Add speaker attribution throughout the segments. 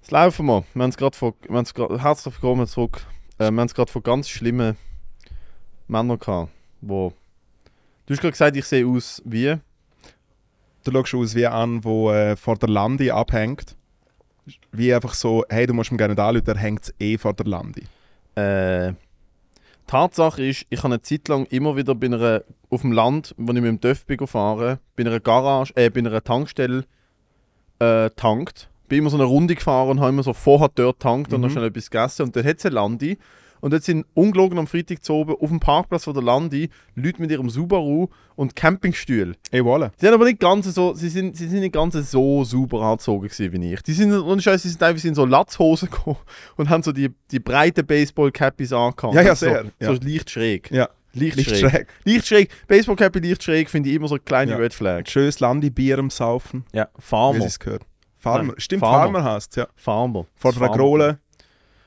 Speaker 1: Jetzt laufen wir. Wir haben es gerade von, wir haben es gerade, herzlich willkommen zurück. Äh, wir haben es gerade von ganz schlimmen Männern gehabt, wo... Du hast gerade gesagt, ich sehe aus wie...
Speaker 2: Du schaust aus wie an, wo äh, vor der Landi abhängt. Wie einfach so, hey, du musst ihm gerne anrufen, der hängt eh vor der Landi.
Speaker 1: Äh, Tatsache ist, ich habe eine Zeit lang immer wieder bei einer, auf dem Land, wo ich mit dem Dörf bin gefahren, bei einer Garage, äh, bei einer Tankstelle äh, tankt. Bin immer so eine Runde gefahren und habe immer so vorher dort tankt und dann schnell etwas gegessen. Und dort hat es eine Landi. Und jetzt sind ungelogen am Freitag zu oben auf dem Parkplatz von der Landi Leute mit ihrem Subaru und Campingstühl.
Speaker 2: Ey, voilà.
Speaker 1: Sie sind aber nicht ganz so, sie sind, sie sind nicht ganz so super angezogen gewesen wie ich. Die sind, ohne Scheiß, die sind teilweise in so Latzhosen gekommen und haben so die, die breiten Baseball-Cappies angehabt.
Speaker 2: Ja, ja,
Speaker 1: so,
Speaker 2: sehr, ja.
Speaker 1: So leicht schräg.
Speaker 2: Ja,
Speaker 1: Leicht,
Speaker 2: nicht
Speaker 1: schräg.
Speaker 2: schräg.
Speaker 1: Leicht schräg. Baseball-Cappy leicht schräg finde ich immer so eine kleine
Speaker 2: Ja.
Speaker 1: Red Flag.
Speaker 2: Schönes Landi-Bier am Saufen,
Speaker 1: Ja,
Speaker 2: wie
Speaker 1: Farmer.
Speaker 2: es gehört. Farmer.
Speaker 1: Nein,
Speaker 2: Stimmt,
Speaker 1: Farmer.
Speaker 2: Farmer, heißt ja.
Speaker 1: Farmer.
Speaker 2: Vor der
Speaker 1: Farmer.
Speaker 2: Agrole.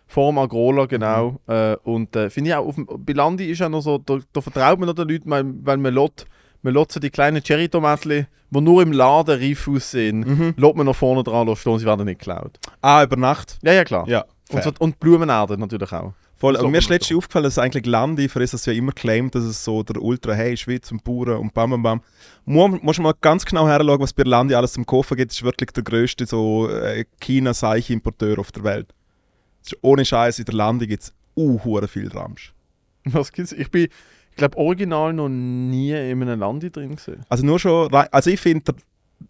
Speaker 1: Vor dem
Speaker 2: Mhm.
Speaker 1: Agrola, genau. Äh, und äh, finde ich auch, auf dem, bei Landi ist auch noch so, da, da vertraut man noch den Leuten, weil, weil man lässt, man lässt so die kleinen Cherry-Tomatli, die nur im Laden reif aussehen,
Speaker 2: Mhm.
Speaker 1: lässt man noch vorne dran stehen, sie werden nicht geklaut.
Speaker 2: Ah, über Nacht.
Speaker 1: Ja, ja, klar.
Speaker 2: Ja.
Speaker 1: Und,
Speaker 2: fair.
Speaker 1: so, und Blumenerde natürlich auch.
Speaker 2: Voll, aber
Speaker 1: So
Speaker 2: mir ist
Speaker 1: kommt
Speaker 2: letztens aufgefallen, dass eigentlich Landi, für das es ja immer claimt, dass es so der Ultra, hey, Schweiz und Bauern und bam, bam, bam. Muss, muss man mal ganz genau heranschauen, was bei Landi alles zum Kaufen gibt. Das ist wirklich der grösste so, äh, China-Seich-Importeur auf der Welt. Das ist ohne Scheiß, in der Landi gibt es uh, viel Ramsch.
Speaker 1: Was gibt's? Ich bin, ich glaube, original noch nie in einem Landi drin gesehen.
Speaker 2: Also nur schon, rein- also ich finde, der-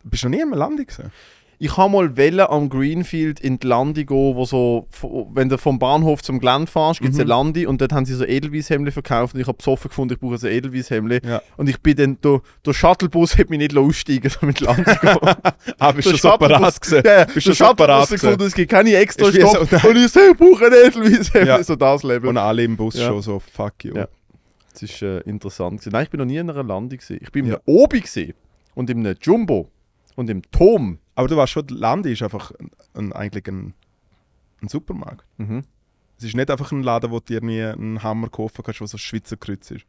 Speaker 2: bist du noch nie im Landi gewesen?
Speaker 1: Ich habe mal Welle am Greenfield in die Landi gehen, wo so, vo- wenn du vom Bahnhof zum Gelände fährst, gibt es
Speaker 2: Mhm.
Speaker 1: eine Landi und dort haben sie so Edelweisshemden verkauft und ich habe besoffen gefunden, ich brauche so Edelweisshemden.
Speaker 2: Ja.
Speaker 1: Und ich bin dann, der, der Shuttlebus hat mich nicht aussteigen lassen, damit Landi gehen.
Speaker 2: Ah, bist du
Speaker 1: Der
Speaker 2: so
Speaker 1: Shuttlebus-
Speaker 2: parat gewesen?
Speaker 1: Ja, ja,
Speaker 2: Bist
Speaker 1: der
Speaker 2: du so parat
Speaker 1: Shuttlebus hat
Speaker 2: gewesen?
Speaker 1: gefunden, es gibt keine extra
Speaker 2: Ist wie
Speaker 1: Stopp
Speaker 2: so-
Speaker 1: und ich sage, ich brauche eine Edelweisshemden.
Speaker 2: Ja.
Speaker 1: So das Leben.
Speaker 2: Und alle im Bus
Speaker 1: Ja.
Speaker 2: schon so, fuck you.
Speaker 1: Ja. Das ist äh, interessant. gewesen. Nein, ich bin noch nie in einer Landung. Gewesen. Ich bin in
Speaker 2: Ja.
Speaker 1: einem Obi gewesen, und in einem Jumbo und im Tom.
Speaker 2: Aber du weißt schon, Landi ist einfach ein, ein, eigentlich ein, ein Supermarkt.
Speaker 1: Mhm.
Speaker 2: Es ist nicht einfach ein Laden, wo du dir nie einen Hammer kaufen kannst, der so ein Schweizer Kreuz ist.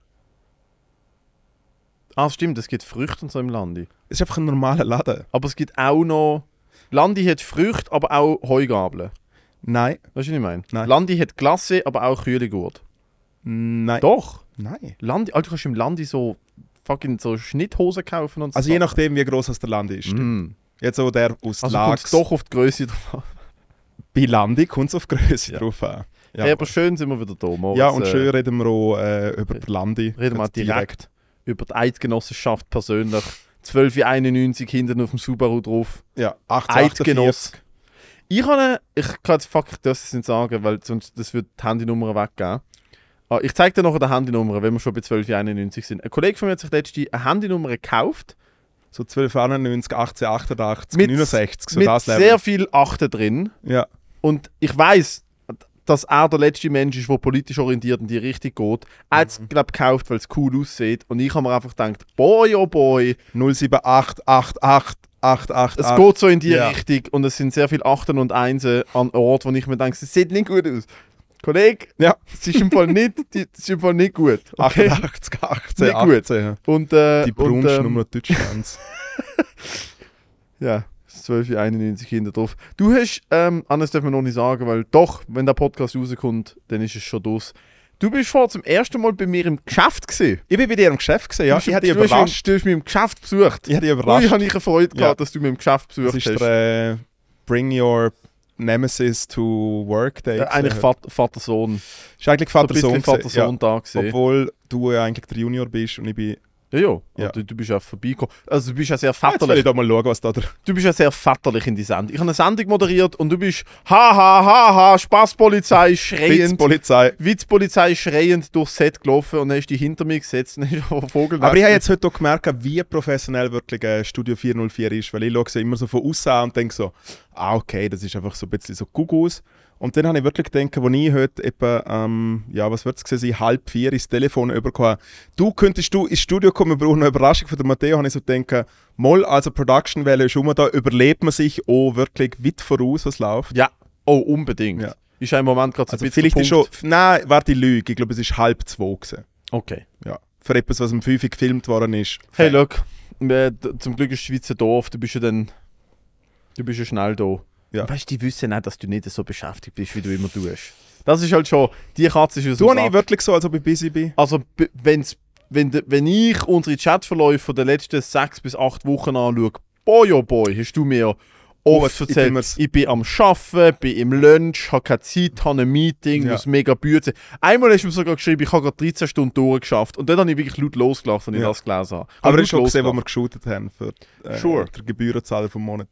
Speaker 1: Ah, stimmt, es gibt Früchte und so im Landi.
Speaker 2: Es ist einfach ein normaler Laden.
Speaker 1: Aber es gibt auch noch. Landi hat Früchte, aber auch Heugabeln.
Speaker 2: Nein,
Speaker 1: Weißt du, was ich meine?
Speaker 2: Nein.
Speaker 1: Landi hat Klasse, aber auch Kühlegurt.
Speaker 2: nein,
Speaker 1: Doch!
Speaker 2: nein.
Speaker 1: Landi, Alter, du also kannst im Landi so fucking so Schnitthosen kaufen und so.
Speaker 2: Also je
Speaker 1: Sachen.
Speaker 2: nachdem, wie groß das der Land ist.
Speaker 1: Mm.
Speaker 2: Jetzt so der aus
Speaker 1: Also kommt
Speaker 2: Lags.
Speaker 1: doch auf die Größe drauf an.
Speaker 2: bei Landi kommt es auf die Größe
Speaker 1: Ja.
Speaker 2: drauf an. Ja,
Speaker 1: Hey, aber schön sind wir wieder da, Moritz.
Speaker 2: ja und schön
Speaker 1: Äh,
Speaker 2: reden wir auch äh, über die Landi.
Speaker 1: reden wir
Speaker 2: Jetzt
Speaker 1: direkt. über die Eidgenossenschaft persönlich. 1291 hinten auf dem Subaru drauf.
Speaker 2: Ja, 1848.
Speaker 1: Eidgenoss. Ich habe eine, ich kann jetzt fuck, ich darf das nicht sagen, weil sonst das wird die Handynummer weggeben. Ah, Ich zeige dir nachher die Handynummer, wenn wir schon bei 1291 sind. Ein Kollege von mir hat sich letztens eine Handynummer gekauft,
Speaker 2: So 1291, 1888,
Speaker 1: Mit-
Speaker 2: 69, so
Speaker 1: mit
Speaker 2: das Level.
Speaker 1: sehr viel Achten drin.
Speaker 2: ja.
Speaker 1: Und ich weiß, dass er der letzte Mensch ist, der politisch orientiert in die Richtung geht. Er hat es,
Speaker 2: Mhm.
Speaker 1: glaube ich, gekauft, weil es cool aussieht. Und ich habe mir einfach gedacht, boy, oh boy,
Speaker 2: 07888888.
Speaker 1: Es geht so in die
Speaker 2: Ah, ja.
Speaker 1: Richtung und es sind sehr viele Achten und Einsen an Ort, wo ich mir denke, es sieht nicht gut aus. Kollege,
Speaker 2: Ja.
Speaker 1: es ist im Fall nicht, die- es ist im Fall nicht gut. Okay?
Speaker 2: 88, 18,
Speaker 1: Nicht gut.
Speaker 2: 18.
Speaker 1: Und, äh,
Speaker 2: Die
Speaker 1: und,
Speaker 2: berühmte
Speaker 1: ähm,
Speaker 2: Nummer Deutschlands.
Speaker 1: Ja, es ist 1291 hinter drauf. Du hast, ähm, anders darf man noch nicht sagen, weil doch, wenn der Podcast rauskommt, dann ist es schon durch. Du bist vor zum ersten Mal bei mir im Geschäft gesehen.
Speaker 2: ich bin bei dir im Geschäft gesehen, ja. Ich hatte dich
Speaker 1: du hast mich-
Speaker 2: überrascht.
Speaker 1: Du hast mich im Geschäft besucht.
Speaker 2: Ich hatte dich
Speaker 1: Ui,
Speaker 2: überrascht.
Speaker 1: habe ich eine Freude
Speaker 2: Ja.
Speaker 1: gehabt, dass du mich im Geschäft
Speaker 2: Das
Speaker 1: besucht
Speaker 2: ist
Speaker 1: hast.
Speaker 2: der äh, Bring Your Nemesis to Work Day.
Speaker 1: Äh, eigentlich
Speaker 2: gewesen.
Speaker 1: Vat- Vater-Sohn.
Speaker 2: ist eigentlich
Speaker 1: So ein bisschen
Speaker 2: Vater-Sohn. gewesen, ja.
Speaker 1: Vater-Sohn-Tag gesehen.
Speaker 2: Obwohl du ja eigentlich der Junior bist und ich bin.
Speaker 1: Ja, ja. Aber
Speaker 2: Ja.
Speaker 1: Du, du bist ja vorbeigekommen. Also du bist ja sehr
Speaker 2: Jetzt will ich
Speaker 1: väterlich.
Speaker 2: da mal schauen, was da der.
Speaker 1: Du bist ja sehr väterlich in die Sendung. Ich habe eine Sendung moderiert und du bist ha ha ha ha Spaßpolizei schreiend.
Speaker 2: Polizei.
Speaker 1: Witzpolizei schreiend durchs Set gelaufen und dann hast du dich hinter mir gesetzt und dann hast du einen Vogel
Speaker 2: Aber ich habe jetzt heute auch gemerkt, wie professionell wirklich äh, Studio 404 ist, weil ich schaue sie immer so von außen an und denke so, ah okay, das ist einfach so ein bisschen so Gugus. Und dann habe ich wirklich gedacht, als ich heute etwa, ähm, ja was wird es gewesen sein, halb vier ins Telefon bekommen du könntest du ins Studio kommen, wir brauchen eine Überraschung von der Matteo, habe ich so gedacht, mal also Production Value ist um da, überlebt man sich auch wirklich weit voraus, was läuft.
Speaker 1: Ja, oh, unbedingt.
Speaker 2: Ja.
Speaker 1: Ist ja im Moment gerade so
Speaker 2: Also
Speaker 1: ein bisschen.
Speaker 2: vielleicht ist schon, nein, war die Lüge, ich glaube es ist halb zwei gewesen.
Speaker 1: Okay.
Speaker 2: Ja, für etwas, was um fünf Uhr gefilmt worden ist.
Speaker 1: Hey, look. äh, d- Zum Glück ist Schweizer Dorf, du bist ja dann. Du bist ja schnell da.
Speaker 2: Ja.
Speaker 1: Weißt du, die wissen auch, dass du nicht so beschäftigt bist, wie du immer tust. Das ist halt schon, die Katze ist aus dem
Speaker 2: Tue
Speaker 1: Sack.
Speaker 2: ich wirklich so, als ob ich busy bin?
Speaker 1: Also, b- wenn's, wenn, de- wenn ich unsere Chatverläufe von den letzten sechs bis acht Wochen anschaue, boy oh boy, hast du mir
Speaker 2: Oh,
Speaker 1: oft
Speaker 2: ich bin
Speaker 1: erzählt,
Speaker 2: mir's-
Speaker 1: ich, bin am Arbeiten, bin im Lunch, habe keine Zeit, habe ein Meeting,
Speaker 2: Ja.
Speaker 1: muss mega büßen. Einmal hast du mir sogar geschrieben, ich habe gerade 13 Stunden durchgeschafft. Und dann habe ich wirklich laut losgelassen, als ich
Speaker 2: Ja.
Speaker 1: das gelesen habe.
Speaker 2: Aber
Speaker 1: Habe
Speaker 2: ich habe schon
Speaker 1: laut
Speaker 2: gesehen, wo
Speaker 1: losgelacht.
Speaker 2: wir geshootet haben für äh,
Speaker 1: Sure.
Speaker 2: die Gebührenzahler vom Monat.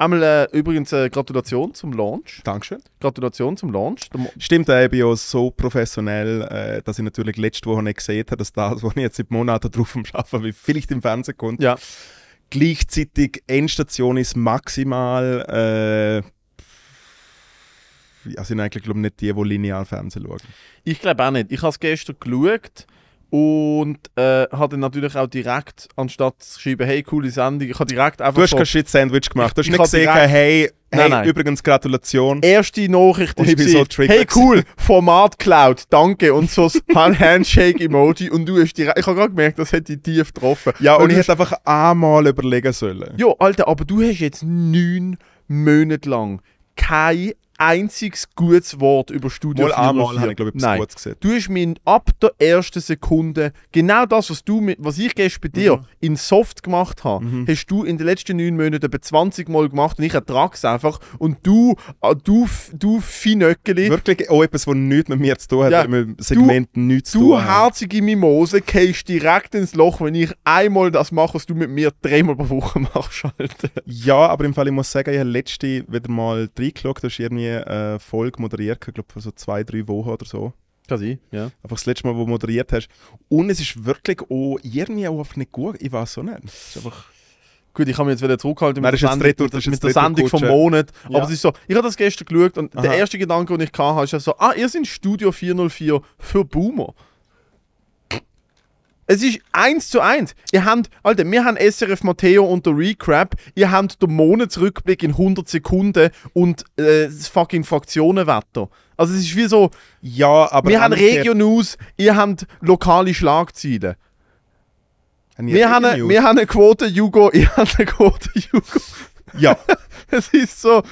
Speaker 1: Einmal äh, übrigens äh, Gratulation zum Launch.
Speaker 2: Dankeschön.
Speaker 1: Gratulation zum Launch. Der Mo-
Speaker 2: Stimmt, äh, ich bin ja so professionell, äh, dass ich natürlich letzte Woche nicht gesehen habe, dass das, was ich jetzt seit Monaten drauf am Arbeiten bin, vielleicht im Fernsehen kommt.
Speaker 1: Ja.
Speaker 2: Gleichzeitig Endstation ist maximal. Äh, ja, sind eigentlich glaub, ich, nicht die, die linear Fernsehen schauen.
Speaker 1: Ich glaube auch nicht. Ich habe es gestern geschaut und äh, habe dann natürlich auch direkt, anstatt zu schreiben, hey, coole Sendung, ich habe direkt einfach
Speaker 2: Du hast
Speaker 1: so...
Speaker 2: kein Shit-Sandwich gemacht. Du hast
Speaker 1: Ich- ich
Speaker 2: nicht
Speaker 1: hab
Speaker 2: gesehen,
Speaker 1: direkt-
Speaker 2: hey, hey
Speaker 1: Nein, nein.
Speaker 2: übrigens Gratulation.
Speaker 1: Erste Nachricht
Speaker 2: Und Oh, ich bin
Speaker 1: gewesen,
Speaker 2: so triggered
Speaker 1: hey cool, Format Cloud, danke und so ein Handshake-Emoji und du hast direkt, ich habe gerade gemerkt, das hätte ich tief getroffen.
Speaker 2: Ja,
Speaker 1: Weil
Speaker 2: und
Speaker 1: du
Speaker 2: ich hätte einfach einmal überlegen sollen.
Speaker 1: Ja, Alter, aber du hast jetzt neun Monate lang kein einziges gutes Wort über Studio
Speaker 2: Mal
Speaker 1: 404.
Speaker 2: einmal habe ich, glaube ich, etwas
Speaker 1: Nein.
Speaker 2: Gutes gesehen.
Speaker 1: Du hast mir ab der ersten Sekunde genau das, was, du mit, was ich gestern bei
Speaker 2: Mhm.
Speaker 1: dir in Soft gemacht habe, hast du in den letzten neun Monaten etwa 20 Mal gemacht und ich ertrage es einfach. Und du, ah, du, f- du Finöckeli,
Speaker 2: Wirklich auch etwas, was nichts mit mir zu tun hat,
Speaker 1: Ja,
Speaker 2: weil mit dem Segment nichts zu
Speaker 1: du
Speaker 2: tun hat.
Speaker 1: herzige Mimose, gehst direkt ins Loch, wenn ich einmal das mache, was du mit mir dreimal pro Woche machst, Alter.
Speaker 2: Ja, aber im Fall, ich muss sagen, ich habe letzte wieder mal reingeschaut, da ist irgendwie eine Folge moderiert, ich glaube vor so zwei, drei Wochen oder so.
Speaker 1: Kann sein, ja.
Speaker 2: Einfach das letzte Mal, wo du moderiert hast. Und es ist wirklich auch irgendwie auch einfach nicht gut, ich weiß auch nicht. Es ist einfach
Speaker 1: Gut, ich habe mich jetzt wieder zurückgehalten
Speaker 2: Nein, das ist jetzt
Speaker 1: Sendung,
Speaker 2: dritt durch,
Speaker 1: mit,
Speaker 2: das ist
Speaker 1: mit
Speaker 2: jetzt
Speaker 1: der
Speaker 2: dritt
Speaker 1: Sendung vom
Speaker 2: durchgerutscht.
Speaker 1: Monat.
Speaker 2: Ja.
Speaker 1: Aber es ist so, ich habe das gestern geschaut und
Speaker 2: Aha.
Speaker 1: der erste Gedanke, den ich hatte, ist so, ah, ihr seid Studio 404 für Boomer. Es ist eins zu eins. Ihr habt, Alter, wir haben SRF Matteo und der Recap, ihr habt den Monatsrückblick in 100 Sekunden und äh, das fucking Fraktionenwetter. Also es ist wie so,
Speaker 2: ja, aber
Speaker 1: wir haben
Speaker 2: umgekehrt-
Speaker 1: Regio News, ihr habt lokale Schlagzeilen.
Speaker 2: Haben
Speaker 1: Wir haben, eine,
Speaker 2: Regio-News?
Speaker 1: wir haben eine Quote Jugo, ihr habt eine Quote Jugo.
Speaker 2: Ja,
Speaker 1: Es ist so,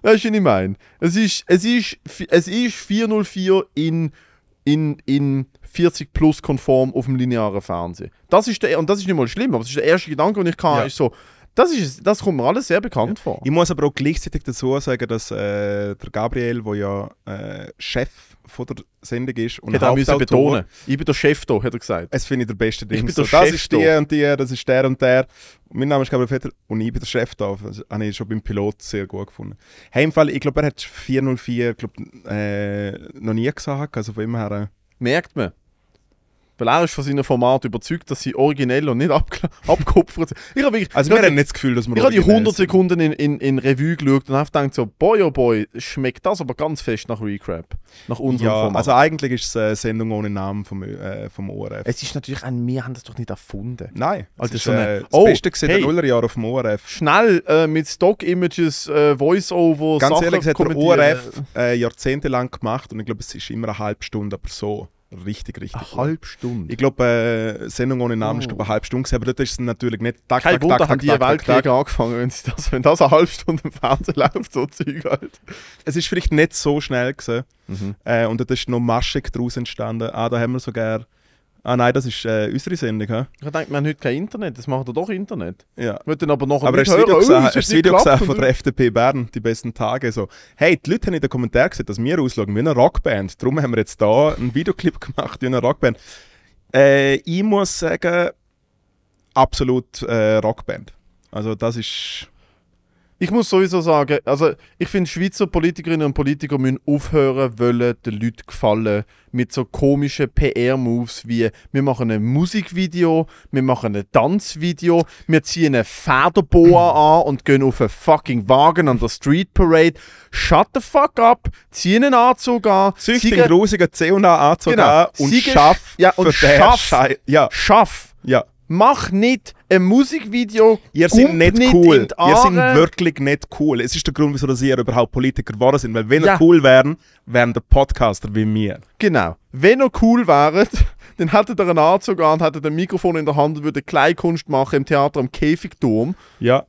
Speaker 1: weißt du, was ich meine? Es ist, es ist, es ist 404 in, in, in 40 plus konform auf dem linearen Fernsehen. Das ist der, und das ist nicht mal schlimm, aber das ist der erste Gedanke, den ich kann,
Speaker 2: Ja.
Speaker 1: ist so, das, ist, das kommt mir alles sehr bekannt vor.
Speaker 2: ich muss aber auch gleichzeitig dazu sagen, dass äh, der Gabriel, der ja äh, Chef von der Sendung ist und
Speaker 1: Hat er müssen
Speaker 2: Hauptautor,
Speaker 1: betonen. Ich bin der Chef da, hat er gesagt.
Speaker 2: Es finde ich der beste Ding.
Speaker 1: bin
Speaker 2: so,
Speaker 1: der
Speaker 2: das
Speaker 1: Chef
Speaker 2: ist
Speaker 1: da.
Speaker 2: die und die, das ist der und der. Mein Name ist Gabriel Vetter und ich bin der Chef da. Das habe ich schon beim Pilot sehr gut gefunden. Hey, im Fall, ich glaube, er hat 404 glaub, äh, noch nie gesagt. Also von immer her.
Speaker 1: Merkt man. Weil er ist von seinem Format überzeugt, dass sie originell und nicht abge- abgekupfert sind. Ich habe wirklich,
Speaker 2: äh, Also
Speaker 1: ich
Speaker 2: wir
Speaker 1: habe
Speaker 2: haben nicht das Gefühl, dass wir
Speaker 1: Ich habe die
Speaker 2: originell
Speaker 1: 100
Speaker 2: sind.
Speaker 1: Sekunden in, in, in Revue geschaut und habe gedacht, so, boy oh boy, schmeckt das aber ganz fest nach Recrap. Nach unserem
Speaker 2: Ja,
Speaker 1: Format.
Speaker 2: also eigentlich ist es eine Sendung ohne Namen vom, Ö- äh, vom ORF.
Speaker 1: es ist natürlich ein, wir haben das doch nicht erfunden.
Speaker 2: Nein,
Speaker 1: Alter,
Speaker 2: es ist,
Speaker 1: so eine-
Speaker 2: äh, das
Speaker 1: Oh,
Speaker 2: Beste gesehen
Speaker 1: hey.
Speaker 2: der Nullerjahre auf dem ORF.
Speaker 1: Schnell äh, mit Stock-Images, äh, Voice-Over,
Speaker 2: Ganz
Speaker 1: Sachen
Speaker 2: ehrlich gesagt, der
Speaker 1: kommentieren.
Speaker 2: ORF äh, jahrzehntelang gemacht und ich glaube, es ist immer eine halbe Stunde, aber so richtig, richtig
Speaker 1: Eine
Speaker 2: gut.
Speaker 1: halbe Stunde.
Speaker 2: Ich glaube, äh, Sendung ohne Namen ist
Speaker 1: Oh.
Speaker 2: glaube eine halbe Stunde, gewesen, aber dort ist es natürlich nicht tak,
Speaker 1: Kein
Speaker 2: tak,
Speaker 1: Wunder
Speaker 2: tak,
Speaker 1: haben
Speaker 2: tak,
Speaker 1: die
Speaker 2: tak, tak,
Speaker 1: Weltkriege
Speaker 2: tak.
Speaker 1: angefangen, wenn, sie das, wenn das eine halbe Stunde im Fernsehen läuft, so Zeug halt.
Speaker 2: Es ist vielleicht nicht so schnell gewesen. Äh, und dort ist noch Maschig daraus entstanden. Ah, da haben wir sogar... Ah nein, das ist äh, unsere Sendung, hä?
Speaker 1: Ich denke, wir haben heute kein Internet, das macht er doch Internet.
Speaker 2: Ja.
Speaker 1: Wird dann aber nachher
Speaker 2: Aber hast
Speaker 1: nicht
Speaker 2: du das Video
Speaker 1: hören,
Speaker 2: gesehen,
Speaker 1: oh, es hat
Speaker 2: hast du das
Speaker 1: nicht
Speaker 2: Video
Speaker 1: geklappt
Speaker 2: gesehen von
Speaker 1: und-
Speaker 2: der FDP Bern, die besten Tage? So, hey, die Leute haben in den Kommentaren gesagt, dass wir ausschauen wie eine Rockband. Darum haben wir jetzt da einen Videoclip gemacht wie eine Rockband. Äh, ich muss sagen, absolut äh, Rockband. Also das ist...
Speaker 1: Ich muss sowieso sagen, also ich finde, Schweizer Politikerinnen und Politiker müssen aufhören wollen, den Leuten gefallen mit so komischen PR-Moves wie wir machen ein Musikvideo, wir machen ein Tanzvideo, wir ziehen eine Federboa an und gehen auf einen fucking Wagen an der Street Parade. Shut the fuck up, ziehen einen Anzug an,
Speaker 2: Zücht
Speaker 1: sieg-
Speaker 2: den grusigen CNA anzugehen
Speaker 1: Genau.
Speaker 2: und
Speaker 1: Siege-
Speaker 2: schaff
Speaker 1: Ja, und
Speaker 2: für den
Speaker 1: schaff.
Speaker 2: Schei- Ja,
Speaker 1: schaff,
Speaker 2: ja.
Speaker 1: mach nicht ein Musikvideo,
Speaker 2: Ihr seid
Speaker 1: gump
Speaker 2: nicht
Speaker 1: in
Speaker 2: cool.
Speaker 1: die
Speaker 2: Ihr seid
Speaker 1: Aare.
Speaker 2: wirklich nicht cool. Es ist der Grund, wieso dass ihr überhaupt Politiker geworden sind. Weil wenn
Speaker 1: Ja.
Speaker 2: ihr cool wären, wären der Podcaster wie mir.
Speaker 1: Genau. Wenn ihr cool wäret, dann hättet ihr einen Anzug an, hättet ein Mikrofon in der Hand und würdet Kleinkunst machen im Theater am Käfigturm.
Speaker 2: Ja.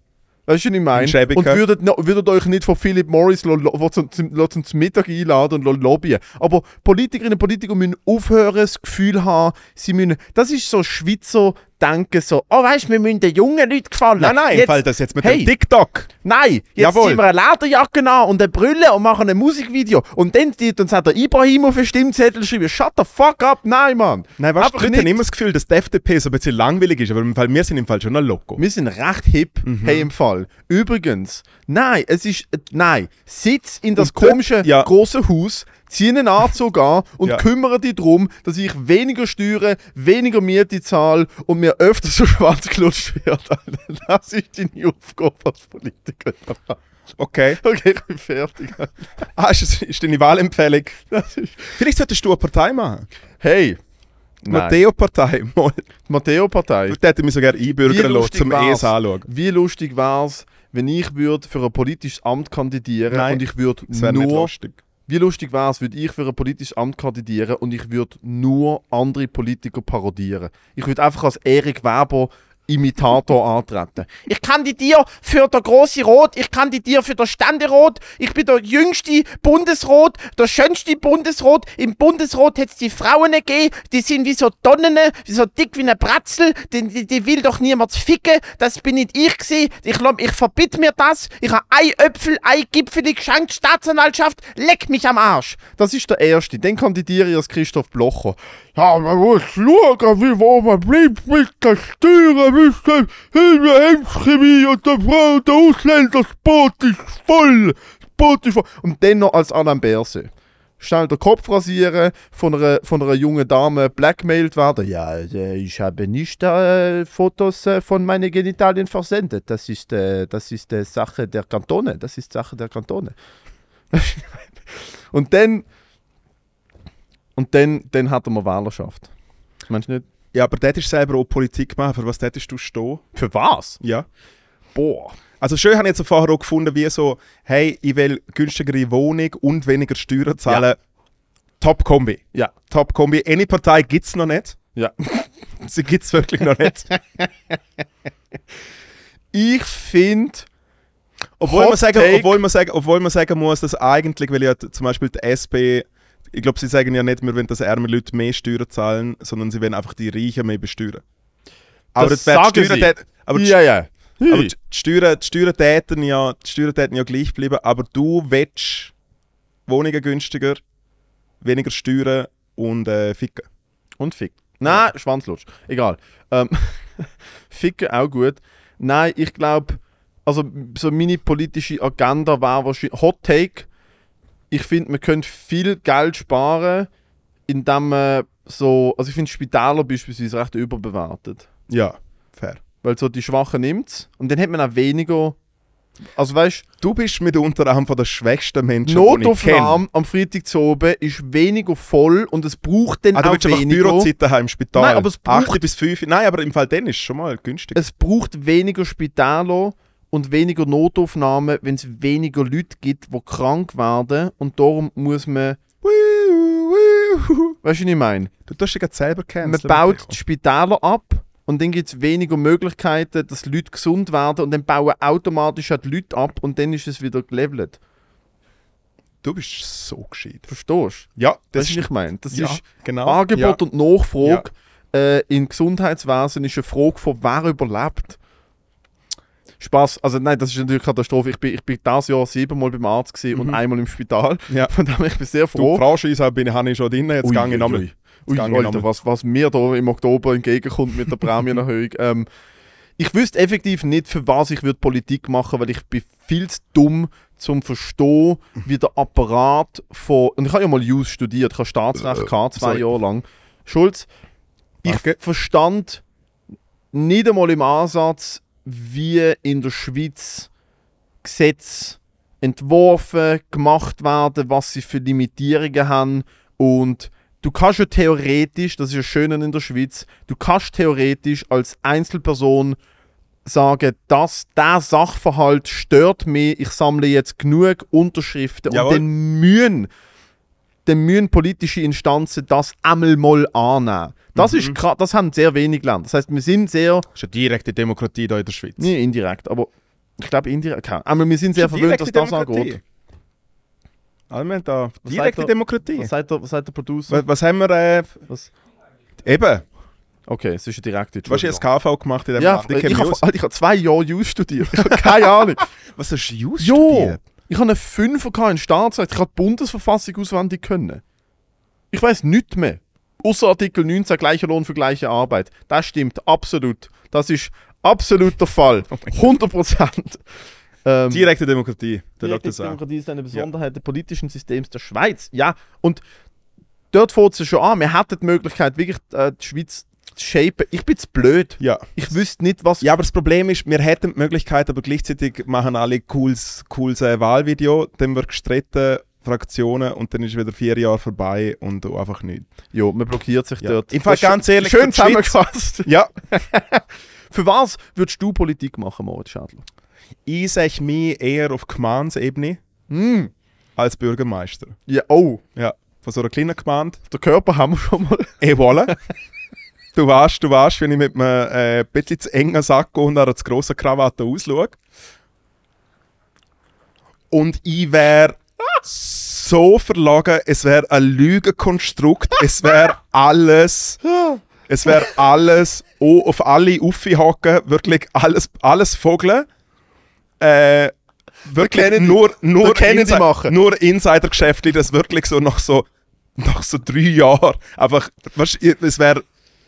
Speaker 1: Weißt du, was ich
Speaker 2: Ein
Speaker 1: meine?
Speaker 2: schäbiger-
Speaker 1: Und würdet, no- würdet euch nicht von Philip Morris lo- lo- wo zum, zum, lo- zum Mittag einladen und lo- lobbyen. Aber Politikerinnen und Politiker müssen aufhören, das Gefühl haben, sie müssen. Das ist so Schweizer Denken, so, oh weißt du, wir müssen den jungen Leuten gefallen.
Speaker 2: Nein, nein, im
Speaker 1: jetzt,
Speaker 2: Fall das jetzt mit
Speaker 1: Hey.
Speaker 2: dem TikTok.
Speaker 1: Nein, jetzt
Speaker 2: Jawohl.
Speaker 1: ziehen wir eine Lederjacke an und eine Brille und machen ein Musikvideo. Und dann steht uns auch der Ibrahim auf den Stimmzettel schreiben, shut the fuck up, nein, Mann.
Speaker 2: Nein, weißt du,
Speaker 1: Einfach
Speaker 2: ich
Speaker 1: nicht.
Speaker 2: habe immer das Gefühl, dass die FDP so ein bisschen langweilig ist, aber im Fall, wir sind im Fall schon ein Loco.
Speaker 1: Wir sind recht hip, hey im Fall. Übrigens, nein, es ist, äh, nein, sitz in das
Speaker 2: Und dort-
Speaker 1: komische
Speaker 2: ja.
Speaker 1: große Haus, zieh einen Anzug an und
Speaker 2: Ja.
Speaker 1: kümmere dich darum, dass ich weniger steuere, weniger Miete zahle und mir öfter so schwarz gelutscht wird. Alter. Das ist deine Aufgabe als Politiker.
Speaker 2: Okay.
Speaker 1: Okay, ich bin fertig.
Speaker 2: Ah, ist, das- ist deine Wahlempfehlung?
Speaker 1: Das ist,
Speaker 2: Vielleicht solltest du eine Partei machen.
Speaker 1: hey,
Speaker 2: Die
Speaker 1: Nein.
Speaker 2: Matteo-Partei. Mal.
Speaker 1: die Matteo-Partei.
Speaker 2: Dort hätte ich mich sogar einbürgern lassen,
Speaker 1: lustig
Speaker 2: zum
Speaker 1: war's?
Speaker 2: ES anschauen.
Speaker 1: Wie lustig wäre es, wenn ich würde für ein politisches Amt kandidieren
Speaker 2: Nein,
Speaker 1: und ich würde
Speaker 2: Das wäre nicht
Speaker 1: nur
Speaker 2: lustig.
Speaker 1: Wie lustig wäre es, würde ich für ein politisches Amt kandidieren und ich würde nur andere Politiker parodieren. Ich würde einfach als Erik Weber Imitator antreten. Ich kandidiere für der große Rot, ich kandidiere für der Ständerot, ich bin der jüngste Bundesrot, der schönste Bundesrot. Im Bundesrot hat es die Frauen gegeben, die sind wie so Tonnen, wie so dick wie eine Bratzel, die, die, die will doch niemand ficken, das bin nicht ich gewesen. Ich, glaub, ich verbitte mir das, ich habe ein Äpfel, ein Gipfel geschenkt, Staatsanwaltschaft, leck mich am Arsch. Das ist der Erste, den kandidiere ich als Christoph Blocher. Ja, man muss schauen, wie wo man bleibt mit der Steuern, mit dem Himmelchemie und der Frau der Ausländer, das Boot ist voll, das Boot ist voll. Und dann noch als Alain Berset schnell den Kopf rasieren, von einer, von einer jungen Dame blackmailt werden. Ja, äh, ich habe nicht äh, Fotos äh, von meinen Genitalien versendet. Das ist, äh, das ist äh, Sache der Kantone. Das ist Sache der Kantone. und dann, und dann, dann hat er mal Wählerschaft. Meinst du nicht?
Speaker 2: Ja, aber dort ist selber auch Politik machen. Für was dort du stehen?
Speaker 1: Für was?
Speaker 2: Ja.
Speaker 1: Boah.
Speaker 2: Also schön habe ich jetzt vorher auch gefunden, wie so, hey, ich will günstigere Wohnung und weniger Steuern zahlen. Top-Kombi.
Speaker 1: Ja.
Speaker 2: Top-Kombi. Eine Partei gibt es noch nicht.
Speaker 1: Ja.
Speaker 2: Sie gibt es wirklich noch nicht.
Speaker 1: Ich finde,
Speaker 2: Obwohl
Speaker 1: Hot
Speaker 2: man, sagen,
Speaker 1: Take.
Speaker 2: obwohl, man sagen, obwohl man sagen muss, dass eigentlich, weil ja t- zum Beispiel die SP, ich glaube, sie sagen ja nicht, wir wollen, dass ärmere Leute mehr Steuern zahlen, sondern sie wollen einfach die Reichen mehr besteuern. Aber
Speaker 1: Das
Speaker 2: die- die
Speaker 1: sagen
Speaker 2: Steuern
Speaker 1: sie.
Speaker 2: tät- aber die
Speaker 1: ja, ja.
Speaker 2: aber die Steuern, die Steuern täten ja, die Steuern täten ja gleich bleiben, aber du willst Wohnungen günstiger, weniger Steuern und äh, ficken.
Speaker 1: Und Fick. Nein, Schwanzlutsch. Egal. Ähm, Ficken auch gut. Nein, ich glaube, also so meine politische Agenda war wahrscheinlich. Hot Take. Ich finde, man könnte viel Geld sparen, indem man so. Also ich finde Spitäler beispielsweise recht überbewertet.
Speaker 2: Ja, fair.
Speaker 1: Weil so die Schwachen nimmt und dann hat man auch weniger. Also weißt
Speaker 2: Du bist mitunter einer von der schwächsten
Speaker 1: du,
Speaker 2: Menschen, die ich kenne.
Speaker 1: Notaufnahme am Freitag zu oben ist weniger voll und es braucht dann
Speaker 2: Ah, du
Speaker 1: auch
Speaker 2: willst einfach
Speaker 1: weniger.
Speaker 2: Bürozeiten haben im Spital.
Speaker 1: Nein, aber es braucht-
Speaker 2: 8 bis 5. Nein, aber im Fall dann ist es schon mal günstig.
Speaker 1: es braucht weniger Spitäler und weniger Notaufnahmen, wenn es weniger Leute gibt, die krank werden. Und darum muss man,
Speaker 2: Du
Speaker 1: weißt du, was ich meine?
Speaker 2: tust dich gerade selber Oh, kennen.
Speaker 1: Man baut die Spitäler ab und dann gibt es weniger Möglichkeiten, dass Leute gesund werden. Und dann bauen automatisch auch die Leute ab und dann ist es wieder gelevelt.
Speaker 2: Du bist so gescheit.
Speaker 1: Verstehst du?
Speaker 2: Ja,
Speaker 1: Das ist, was ich meine. Das
Speaker 2: ja,
Speaker 1: ist
Speaker 2: genau.
Speaker 1: Angebot und Nachfrage. Äh, Im Gesundheitswesen ist eine Frage von, wer überlebt. Spaß, also nein, das ist natürlich Katastrophe. Ich bin, ich bin dieses Jahr siebenmal beim Arzt gewesen und
Speaker 2: Mhm.
Speaker 1: einmal im Spital.
Speaker 2: Ja.
Speaker 1: Von daher ich bin sehr
Speaker 2: Du,
Speaker 1: froh.
Speaker 2: Franchise bin ich schon drin, jetzt gehe ich nochmal.
Speaker 1: Ui, ui,
Speaker 2: gehe ich
Speaker 1: Alter,
Speaker 2: nochmal.
Speaker 1: was, was mir da im Oktober entgegenkommt mit der Prämienerhöhung. ähm, ich wüsste effektiv nicht, für was ich würde Politik machen, weil ich bin viel zu dumm zum Verstehen, wie der Apparat von... Und ich habe ja mal Jus studiert, ich habe Staatsrecht gehabt, zwei
Speaker 2: Äh, sorry.
Speaker 1: Jahre lang. Schulz, ich
Speaker 2: Danke.
Speaker 1: verstand nicht einmal im Ansatz, wie in der Schweiz Gesetze entworfen, gemacht werden, was sie für Limitierungen haben. Und du kannst ja theoretisch, das ist ja schön in der Schweiz, du kannst theoretisch als Einzelperson sagen, dass der Sachverhalt stört mich, ich sammle jetzt genug Unterschriften
Speaker 2: Jawohl.
Speaker 1: und dann mühen, dann mühen politische Instanzen das einmal mal annehmen. Das ist krass, das haben sehr wenig Länder. Das heißt, wir sind sehr,
Speaker 2: Das ist eine direkte Demokratie hier in der Schweiz.
Speaker 1: nee, indirekt, aber Ich glaube indirekt. keine Ahnung. Aber wir sind sehr verwöhnt, dass das angeht.
Speaker 2: Also wir haben da
Speaker 1: Was sagt
Speaker 2: direkte
Speaker 1: er?
Speaker 2: Demokratie.
Speaker 1: Was
Speaker 2: Was,
Speaker 1: sagt der, was sagt der Producer?
Speaker 2: was, haben wir? Äh,
Speaker 1: Was?
Speaker 2: eben,
Speaker 1: Okay, es ist eine direkte
Speaker 2: du hast ja das KV gemacht in dem
Speaker 1: Ja,
Speaker 2: Land,
Speaker 1: ich,
Speaker 2: kenn
Speaker 1: ich
Speaker 2: mich
Speaker 1: habe
Speaker 2: aus.
Speaker 1: Alter, ich hab zwei Jahre Jus studiert. Ich habe keine Ahnung.
Speaker 2: Was hast du Jus
Speaker 1: jo!
Speaker 2: studiert?
Speaker 1: Ich habe einen Fünfer gehabt in Staatsrecht. Ich habe die Bundesverfassung auswendig können. Ich weiß nichts mehr. Außer Artikel 19, gleicher Lohn für gleiche Arbeit. Das stimmt absolut. Das ist absolut der Fall. 100 Prozent. Ähm,
Speaker 2: Direkte Demokratie, der schaut
Speaker 1: Direkte
Speaker 2: das an.
Speaker 1: Demokratie ist eine Besonderheit des politischen Systems der Schweiz. Ja, und dort fängt es ja schon an. Wir hätten die Möglichkeit, wirklich äh, die Schweiz zu shapen. Ich bin zu blöd.
Speaker 2: Ja.
Speaker 1: Ich wüsste nicht, was.
Speaker 2: Ja, aber das Problem ist, wir hätten die Möglichkeit, aber gleichzeitig machen alle cooles, cooles äh, Wahlvideo, dann wird gestritten, Fraktionen und dann ist wieder vier Jahre vorbei und einfach nichts.
Speaker 1: Jo, man blockiert sich
Speaker 2: Ja.
Speaker 1: dort.
Speaker 2: Im Fall
Speaker 1: Das ist
Speaker 2: ganz ehrlich,
Speaker 1: Schön
Speaker 2: für die Schweiz-
Speaker 1: zusammengefasst.
Speaker 2: Ja,
Speaker 1: Für was würdest du Politik machen, Moritz Schadler?
Speaker 2: ich sehe mich eher auf Gemeindeebene als Bürgermeister.
Speaker 1: Ja, oh,
Speaker 2: Ja, von so einer kleinen Gemeinde.
Speaker 1: der Körper haben wir schon mal.
Speaker 2: Eh wollen. du weißt, du weißt, wenn ich mit einem äh, bisschen zu engen Sakko und einer zu grossen Krawatte ausschaue. Und ich wäre so verlogen, es wäre ein Lügenkonstrukt, es wäre alles. Es wäre alles, oh, auf alle aufhocken, wirklich alles, alles vogeln. Äh, wirklich
Speaker 1: Kennedy-
Speaker 2: nur, nur,
Speaker 1: der Kennedy
Speaker 2: Insi-
Speaker 1: machen.
Speaker 2: nur Insider-Geschäfte, das wirklich so nach so, nach so drei Jahren einfach, weißt, du, es wäre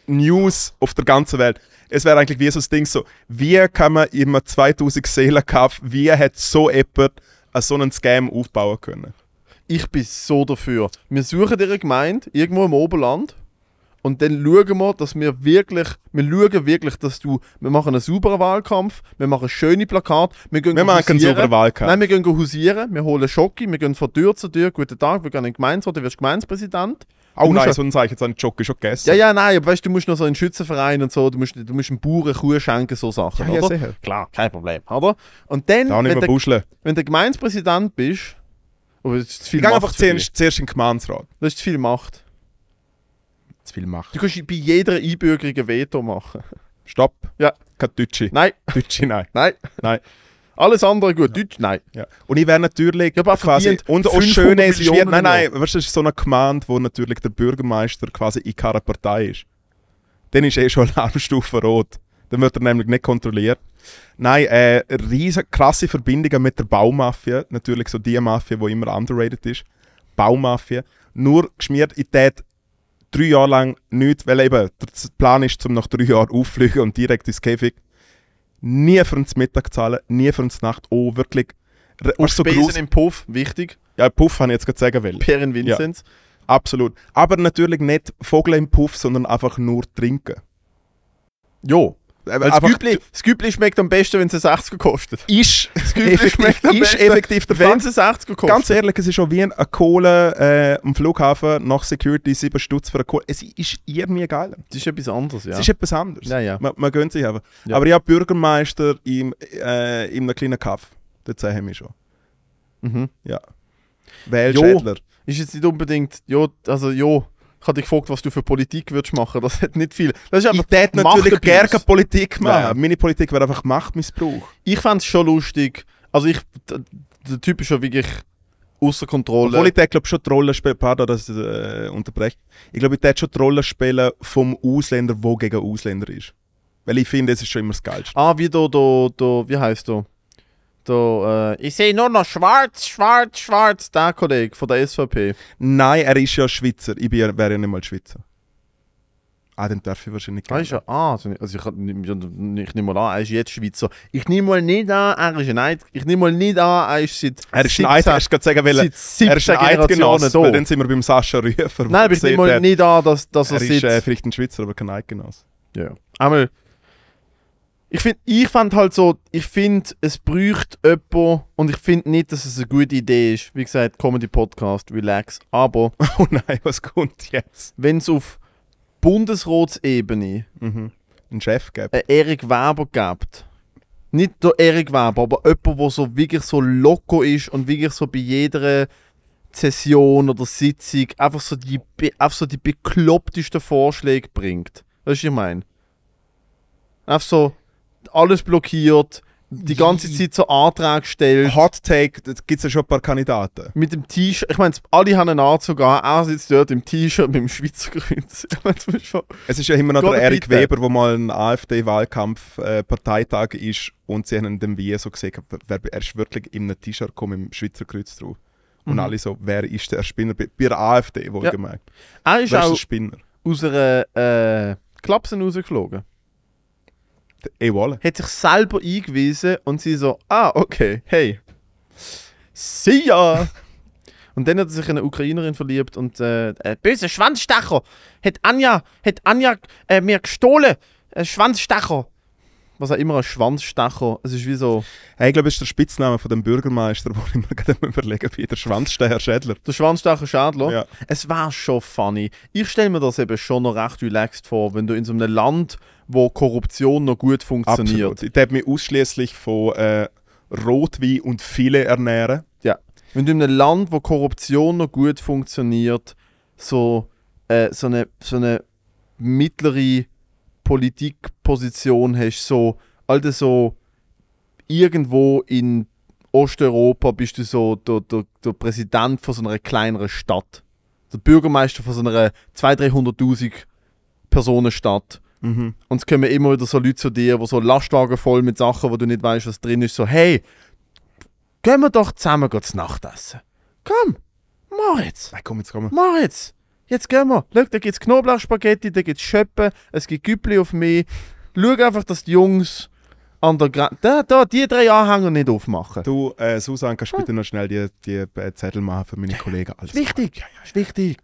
Speaker 2: News auf der ganzen Welt. Es wäre eigentlich wie so das Ding so, wie kann man in einem 2000 seelen kauf wie hat so jemand äh, so einen Scam aufbauen können?
Speaker 1: Ich bin so dafür. Wir suchen dir eine Gemeinde, irgendwo im Oberland. Und dann schauen wir, dass wir wirklich, wir schauen wirklich, dass du, wir machen einen sauberen Wahlkampf, wir machen schöne Plakate, wir gehen
Speaker 2: Wir machen einen
Speaker 1: hausieren.
Speaker 2: sauberen Wahlkampf.
Speaker 1: Nein, wir gehen hausieren, wir holen Schocke, wir gehen von Tür zu Tür, guten Tag, wir gehen in den Gemeinderat, du wirst Gemeindepräsident.
Speaker 2: Oh
Speaker 1: Du musst
Speaker 2: nein,
Speaker 1: ja-
Speaker 2: so ein Zeichen, so ein Joke ist schon gegessen.
Speaker 1: Ja, ja, nein, aber weißt du, du musst noch so einen Schützenverein und so, du musst, du musst einem Bauern Kuh schenken, so Sachen,
Speaker 2: Ja, ja,
Speaker 1: oder?
Speaker 2: sicher.
Speaker 1: Klar, kein Problem, oder? Und dann,
Speaker 2: Da nicht
Speaker 1: wenn der,
Speaker 2: mehr buscheln.
Speaker 1: wenn der Gemeindepräsident bist, aber das ist zu viel
Speaker 2: Ich gehe
Speaker 1: Macht
Speaker 2: einfach
Speaker 1: für dich.
Speaker 2: zuerst, zuerst in den Gemeinderat.
Speaker 1: Das ist zu viel Macht.
Speaker 2: Zu viel Macht.
Speaker 1: Du kannst bei jeder Einbürgerung ein Veto machen.
Speaker 2: Stopp.
Speaker 1: Ja.
Speaker 2: Kein Deutsche.
Speaker 1: Nein,
Speaker 2: Deutsche, nein.
Speaker 1: nein.
Speaker 2: Nein.
Speaker 1: Alles andere gut. Deutsch, nein.
Speaker 2: Ja. Und ich wäre natürlich
Speaker 1: Ja, aber auch
Speaker 2: quasi...
Speaker 1: verdient
Speaker 2: Und auch
Speaker 1: 500
Speaker 2: schön ist, es wird-
Speaker 1: Millionen
Speaker 2: nein, nein, weißt du, das ist so eine Gemeinde, wo natürlich der Bürgermeister quasi in keiner Partei ist. Dann ist eh schon Alarmstufe rot. Dann wird er nämlich nicht kontrolliert. Nein, äh, riesen krasse Verbindungen mit der Baumafia. Natürlich so die Mafia, die immer underrated ist. Baumafia. Nur geschmiert in die drei Jahre lang nichts, weil eben der Z- Plan ist, zum nach drei Jahren auffliegen und direkt ins Käfig. Nie für den Mittag zahlen, nie für den Nacht. Oh, wirklich. Re-
Speaker 1: Und
Speaker 2: Weißt du, so
Speaker 1: Spesen
Speaker 2: groß.
Speaker 1: im Puff, wichtig.
Speaker 2: Ja, Puff habe ich jetzt gerade sagen will.
Speaker 1: Perin Vinzenz.
Speaker 2: Absolut. Aber natürlich nicht Vogel im Puff, sondern einfach nur trinken.
Speaker 1: Jo.
Speaker 2: Äh,
Speaker 1: Weil das
Speaker 2: einfach
Speaker 1: Gübli, das Gübli schmeckt am besten, wenn es einen 60er kostet.
Speaker 2: ist,
Speaker 1: Gübli schmeckt am
Speaker 2: ist
Speaker 1: besten,
Speaker 2: effektiv der
Speaker 1: Wenn
Speaker 2: Fakt.
Speaker 1: es einen 60er kostet.
Speaker 2: Ganz ehrlich, es ist schon wie ein eine Kohle äh, am Flughafen nach Security 7 Stutz für eine Kohle. Es ist irgendwie geil.
Speaker 1: das ist etwas anderes, ja.
Speaker 2: Es ist etwas anderes.
Speaker 1: Ja, ja.
Speaker 2: Man, man gönnt sich einfach.
Speaker 1: Ja.
Speaker 2: Aber ja, Bürgermeister im, äh, in einem kleinen Kaff. Dort sehen wir schon.
Speaker 1: Mhm.
Speaker 2: Ja. Weil
Speaker 1: Jo.
Speaker 2: Schädler.
Speaker 1: ist jetzt nicht unbedingt, jo, also jo, ich habe dich gefragt, was du für Politik würdest machen. Das hat nicht viel. Das ist
Speaker 2: Ich
Speaker 1: einfach
Speaker 2: tät
Speaker 1: Macht
Speaker 2: natürlich
Speaker 1: etwas.
Speaker 2: gerne keine Politik machen.
Speaker 1: Nein.
Speaker 2: Meine Politik wäre einfach Machtmissbrauch.
Speaker 1: Ich fände es schon lustig. Also ich, d- der Typ ist ja wirklich außer Kontrolle.
Speaker 2: Obwohl ich dort, glaub, schon die Rolle spiele, pardon, dass ich äh, unterbreche. Ich glaube, ich dort schon die Rolle spielen vom Ausländer, der gegen Ausländer ist. Weil ich finde, es ist schon immer das Geilste.
Speaker 1: Ah, wie da, da, da wie heißt du? Da, äh, ich sehe nur noch schwarz, schwarz, schwarz, der Kollege von der SVP.
Speaker 2: Nein, er ist ja Schweizer. Ich bin ja, wäre ja nicht mal Schweizer. Ah, den darf ich wahrscheinlich
Speaker 1: Er ist ja, ah, also, also ich, ich, ich nehme mal an, er ist jetzt Schweizer. Ich nehme mal nicht an, er ist ein Eid. Ich nehme mal nicht an, er ist seit.
Speaker 2: Er ist ein Eid, hast du gerade sagen wollen.
Speaker 1: seit 17
Speaker 2: Er ist ein Eidgenosse,
Speaker 1: Generationen
Speaker 2: weil
Speaker 1: da.
Speaker 2: dann sind wir beim Sascha Rüfer.
Speaker 1: Nein, aber ich nehme mal nicht an, dass, dass er,
Speaker 2: Er ist
Speaker 1: seit.
Speaker 2: äh, vielleicht ein Schweizer, aber kein Eidgenosse.
Speaker 1: Ja. Einmal. Ich finde, ich fand halt so, ich finde, es bräucht jemanden und ich finde nicht, dass es eine gute Idee ist. Wie gesagt, Comedy Podcast, relax. Aber
Speaker 2: Oh nein, was kommt jetzt?
Speaker 1: wenn es auf Bundesratsebene
Speaker 2: Mhm. Ein Chef geben.
Speaker 1: einen Erik äh, Weber gibt, nicht der Erik Weber, aber jemand, der so wirklich so locker ist und wirklich so bei jeder Session oder Sitzung einfach so die, be- einfach so die beklopptesten Vorschläge bringt. Weißt du, was ich meine? Einfach so alles blockiert, die ganze Zeit so Anträge stellt.
Speaker 2: Hot Take, da gibt es ja schon ein paar Kandidaten.
Speaker 1: Mit dem T-Shirt. Ich meine, alle haben einen Anzug an. Er sitzt dort im T-Shirt mit dem Schweizer Kreuz. Ich meine, das ist schon...
Speaker 2: Es ist ja immer noch
Speaker 1: Gott,
Speaker 2: der Erik
Speaker 1: bitte.
Speaker 2: Weber, der mal ein AfD-Wahlkampf-Parteitag ist und sie haben ihn dann wie so gesehen, wer- er ist wirklich in einem T-Shirt gekommen, mit dem Schweizer Kreuz drauf. Und alle so, wer ist der Spinner? Bei bei der AfD, wohlgemerkt.
Speaker 1: Er Mhm. ist
Speaker 2: Wer ist der
Speaker 1: auch
Speaker 2: Spinner?
Speaker 1: aus einer äh, Klapsen rausgeflogen.
Speaker 2: Der E-Wolle.
Speaker 1: Hat sich selber eingewiesen und sie so, ah, okay, hey. See ya! und dann hat er sich in eine Ukrainerin verliebt und äh, ein böser Schwanzstacher hat Anja, hat Anja äh, mir gestohlen. Ein Schwanzstacher. Was auch immer ein Schwanzstacher. Es ist wie so.
Speaker 2: Hey, ich glaube, das ist der Spitzname von dem Bürgermeister, wo ich mir gerade am überlegen bin, der Schwanzsteher Schädler.
Speaker 1: Der Schwanzstacher Schädler.
Speaker 2: Ja.
Speaker 1: Es wäre schon funny. Ich stelle mir das eben schon noch recht relaxed vor, wenn du in so einem Land, wo Korruption noch gut funktioniert.
Speaker 2: Absolut. Ich darf mich ausschließlich von äh, Rotwein und Filet ernähren.
Speaker 1: Ja. Wenn du in einem Land, wo Korruption noch gut funktioniert, so, äh, so, eine, so eine mittlere Politikposition hast, so, also so irgendwo in Osteuropa bist du so der, der, der Präsident von so einer kleineren Stadt. Der Bürgermeister von so einer 200.000, 300.000 Personen Stadt.
Speaker 2: Mhm.
Speaker 1: Und es kommen immer wieder so Leute zu dir, die so Lastwagen voll mit Sachen, wo du nicht weißt, was drin ist, so, hey, gehen wir doch zusammen gehen zu Nacht essen. Komm, mach jetzt,
Speaker 2: Nein, komm, jetzt komm.
Speaker 1: mach jetzt. Jetzt gehen wir. Schau, da gibt es Knoblauchspaghetti, da gibt es Schöppen, es gibt Güppli auf mich. Schau einfach, dass die Jungs an der Grenze... Da, da, die drei Anhänger nicht aufmachen.
Speaker 2: Du, äh, Susan, kannst du bitte noch schnell die, die äh, Zettel machen für meine Kollegen? Alles
Speaker 1: Wichtig, ist wichtig.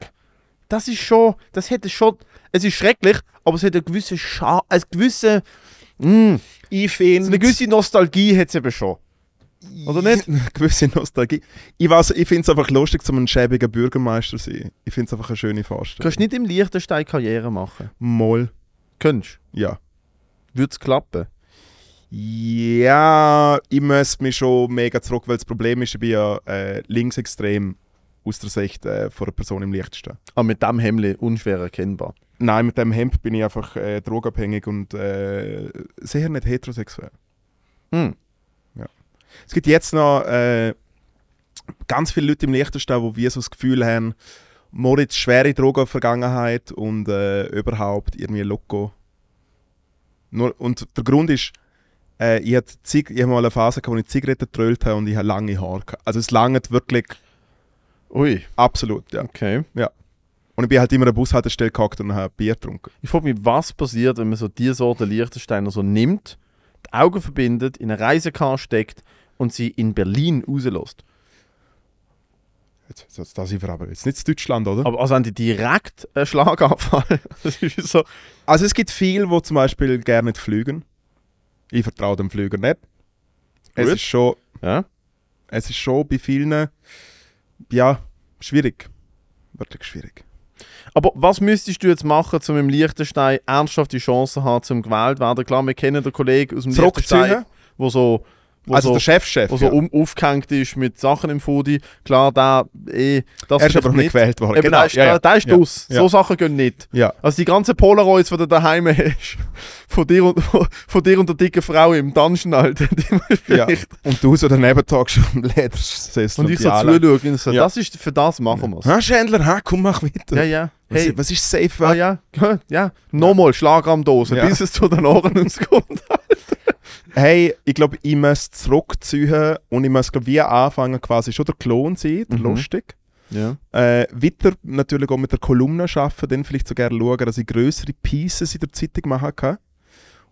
Speaker 1: Das ist schon, das hätte schon... Es ist schrecklich, aber es hat einen gewissen Scha... Einen gewissen... Mm,
Speaker 2: Ich
Speaker 1: so eine
Speaker 2: finde...
Speaker 1: gewisse Nostalgie hat es eben schon. Oder nicht?
Speaker 2: Eine gewisse Nostalgie. Ich, weiss, ich finde es einfach lustig, um ein schäbiger Bürgermeister zu sein. Ich finde es einfach eine schöne Vorstellung.
Speaker 1: Kannst nicht im Liechtenstein Karriere machen.
Speaker 2: Moll.
Speaker 1: Könntest.
Speaker 2: Ja.
Speaker 1: Würde es klappen.
Speaker 2: Ja, ich müsste mich schon mega zurück, weil das Problem ist, ich bin ja äh, linksextrem aus der Sicht äh, von einer Person im Lichtsten.
Speaker 1: Aber mit dem Hemmli unschwer erkennbar.
Speaker 2: Nein, mit dem Hemd bin ich einfach äh, drogenabhängig und äh, sicher nicht heterosexuell.
Speaker 1: Hm.
Speaker 2: Es gibt jetzt noch äh, ganz viele Leute im Liechtenstein, die wie so das Gefühl haben, Moritz schwere Drogenvergangenheit und äh, überhaupt irgendwie Loco. Nur, und der Grund ist, äh, ich hatte Zig- ich hab mal eine Phase, gehabt, wo ich Zigaretten getrölt habe und ich habe lange Haare. gehabt. Also es langt wirklich
Speaker 1: Ui,
Speaker 2: absolut, ja.
Speaker 1: okay.
Speaker 2: Und ich bin halt immer an der Bushaltestelle gehockt und habe Bier getrunken.
Speaker 1: Ich frage mich, was passiert, wenn man so diese Sorte Liechtensteiner so nimmt, die Augen verbindet, in eine Reisekar steckt und sie in Berlin rauslässt.
Speaker 2: Jetzt, jetzt, jetzt, das ist aber jetzt nicht in Deutschland, oder?
Speaker 1: Aber also haben die direkt einen Schlaganfall. Das ist so.
Speaker 2: Also es gibt viele, die zum Beispiel gerne nicht fliegen. Ich vertraue dem Flüger nicht. Es
Speaker 1: Gut.
Speaker 2: ist schon
Speaker 1: Ja.
Speaker 2: es ist schon bei vielen, ja, schwierig. Wirklich schwierig.
Speaker 1: Aber was müsstest du jetzt machen, um im Liechtenstein ernsthafte Chancen haben, zum gewählt werden? Klar, wir kennen den Kollegen aus dem
Speaker 2: Zurückziehen,
Speaker 1: Liechtenstein, wo so, wo
Speaker 2: also
Speaker 1: so
Speaker 2: der Chefchef.
Speaker 1: der so
Speaker 2: ja.
Speaker 1: um, aufgehängt ist mit Sachen im Foodie. Klar, der, eh, das
Speaker 2: Er ist
Speaker 1: vielleicht
Speaker 2: aber noch nicht gewählt worden.
Speaker 1: Eben, genau, der ist,
Speaker 2: ja, ja.
Speaker 1: der, der ist
Speaker 2: ja.
Speaker 1: draus.
Speaker 2: Ja.
Speaker 1: So Sachen gehen nicht.
Speaker 2: Ja.
Speaker 1: Also die ganzen Polaroids, die du daheim hast, von dir und, von dir und der dicken Frau im Dungeon, Alter. Die musst du
Speaker 2: Ja.
Speaker 1: echt-
Speaker 2: Und du so daneben tagst am Ledersessel.
Speaker 1: Und ich so zuschauen und so,
Speaker 2: Ja.
Speaker 1: das ist, für das machen wir es.
Speaker 2: Ha, Schändler, ha, komm, mach weiter.
Speaker 1: Ja, ja. Hey,
Speaker 2: was, was ist safe?
Speaker 1: ah, ja, ja, ja. nochmal Schlag am Dose,
Speaker 2: Ja.
Speaker 1: bis es zu den Ohren uns kommt.
Speaker 2: Hey, ich glaube, ich muss zurückziehen und ich muss, glaube wie anfangen, quasi schon der Klon sein, der
Speaker 1: Mhm.
Speaker 2: lustig.
Speaker 1: Ja.
Speaker 2: Äh, weiter natürlich auch mit der Kolumne arbeiten, dann vielleicht sogar schauen, dass ich größere Pieces in der Zeitung machen kann.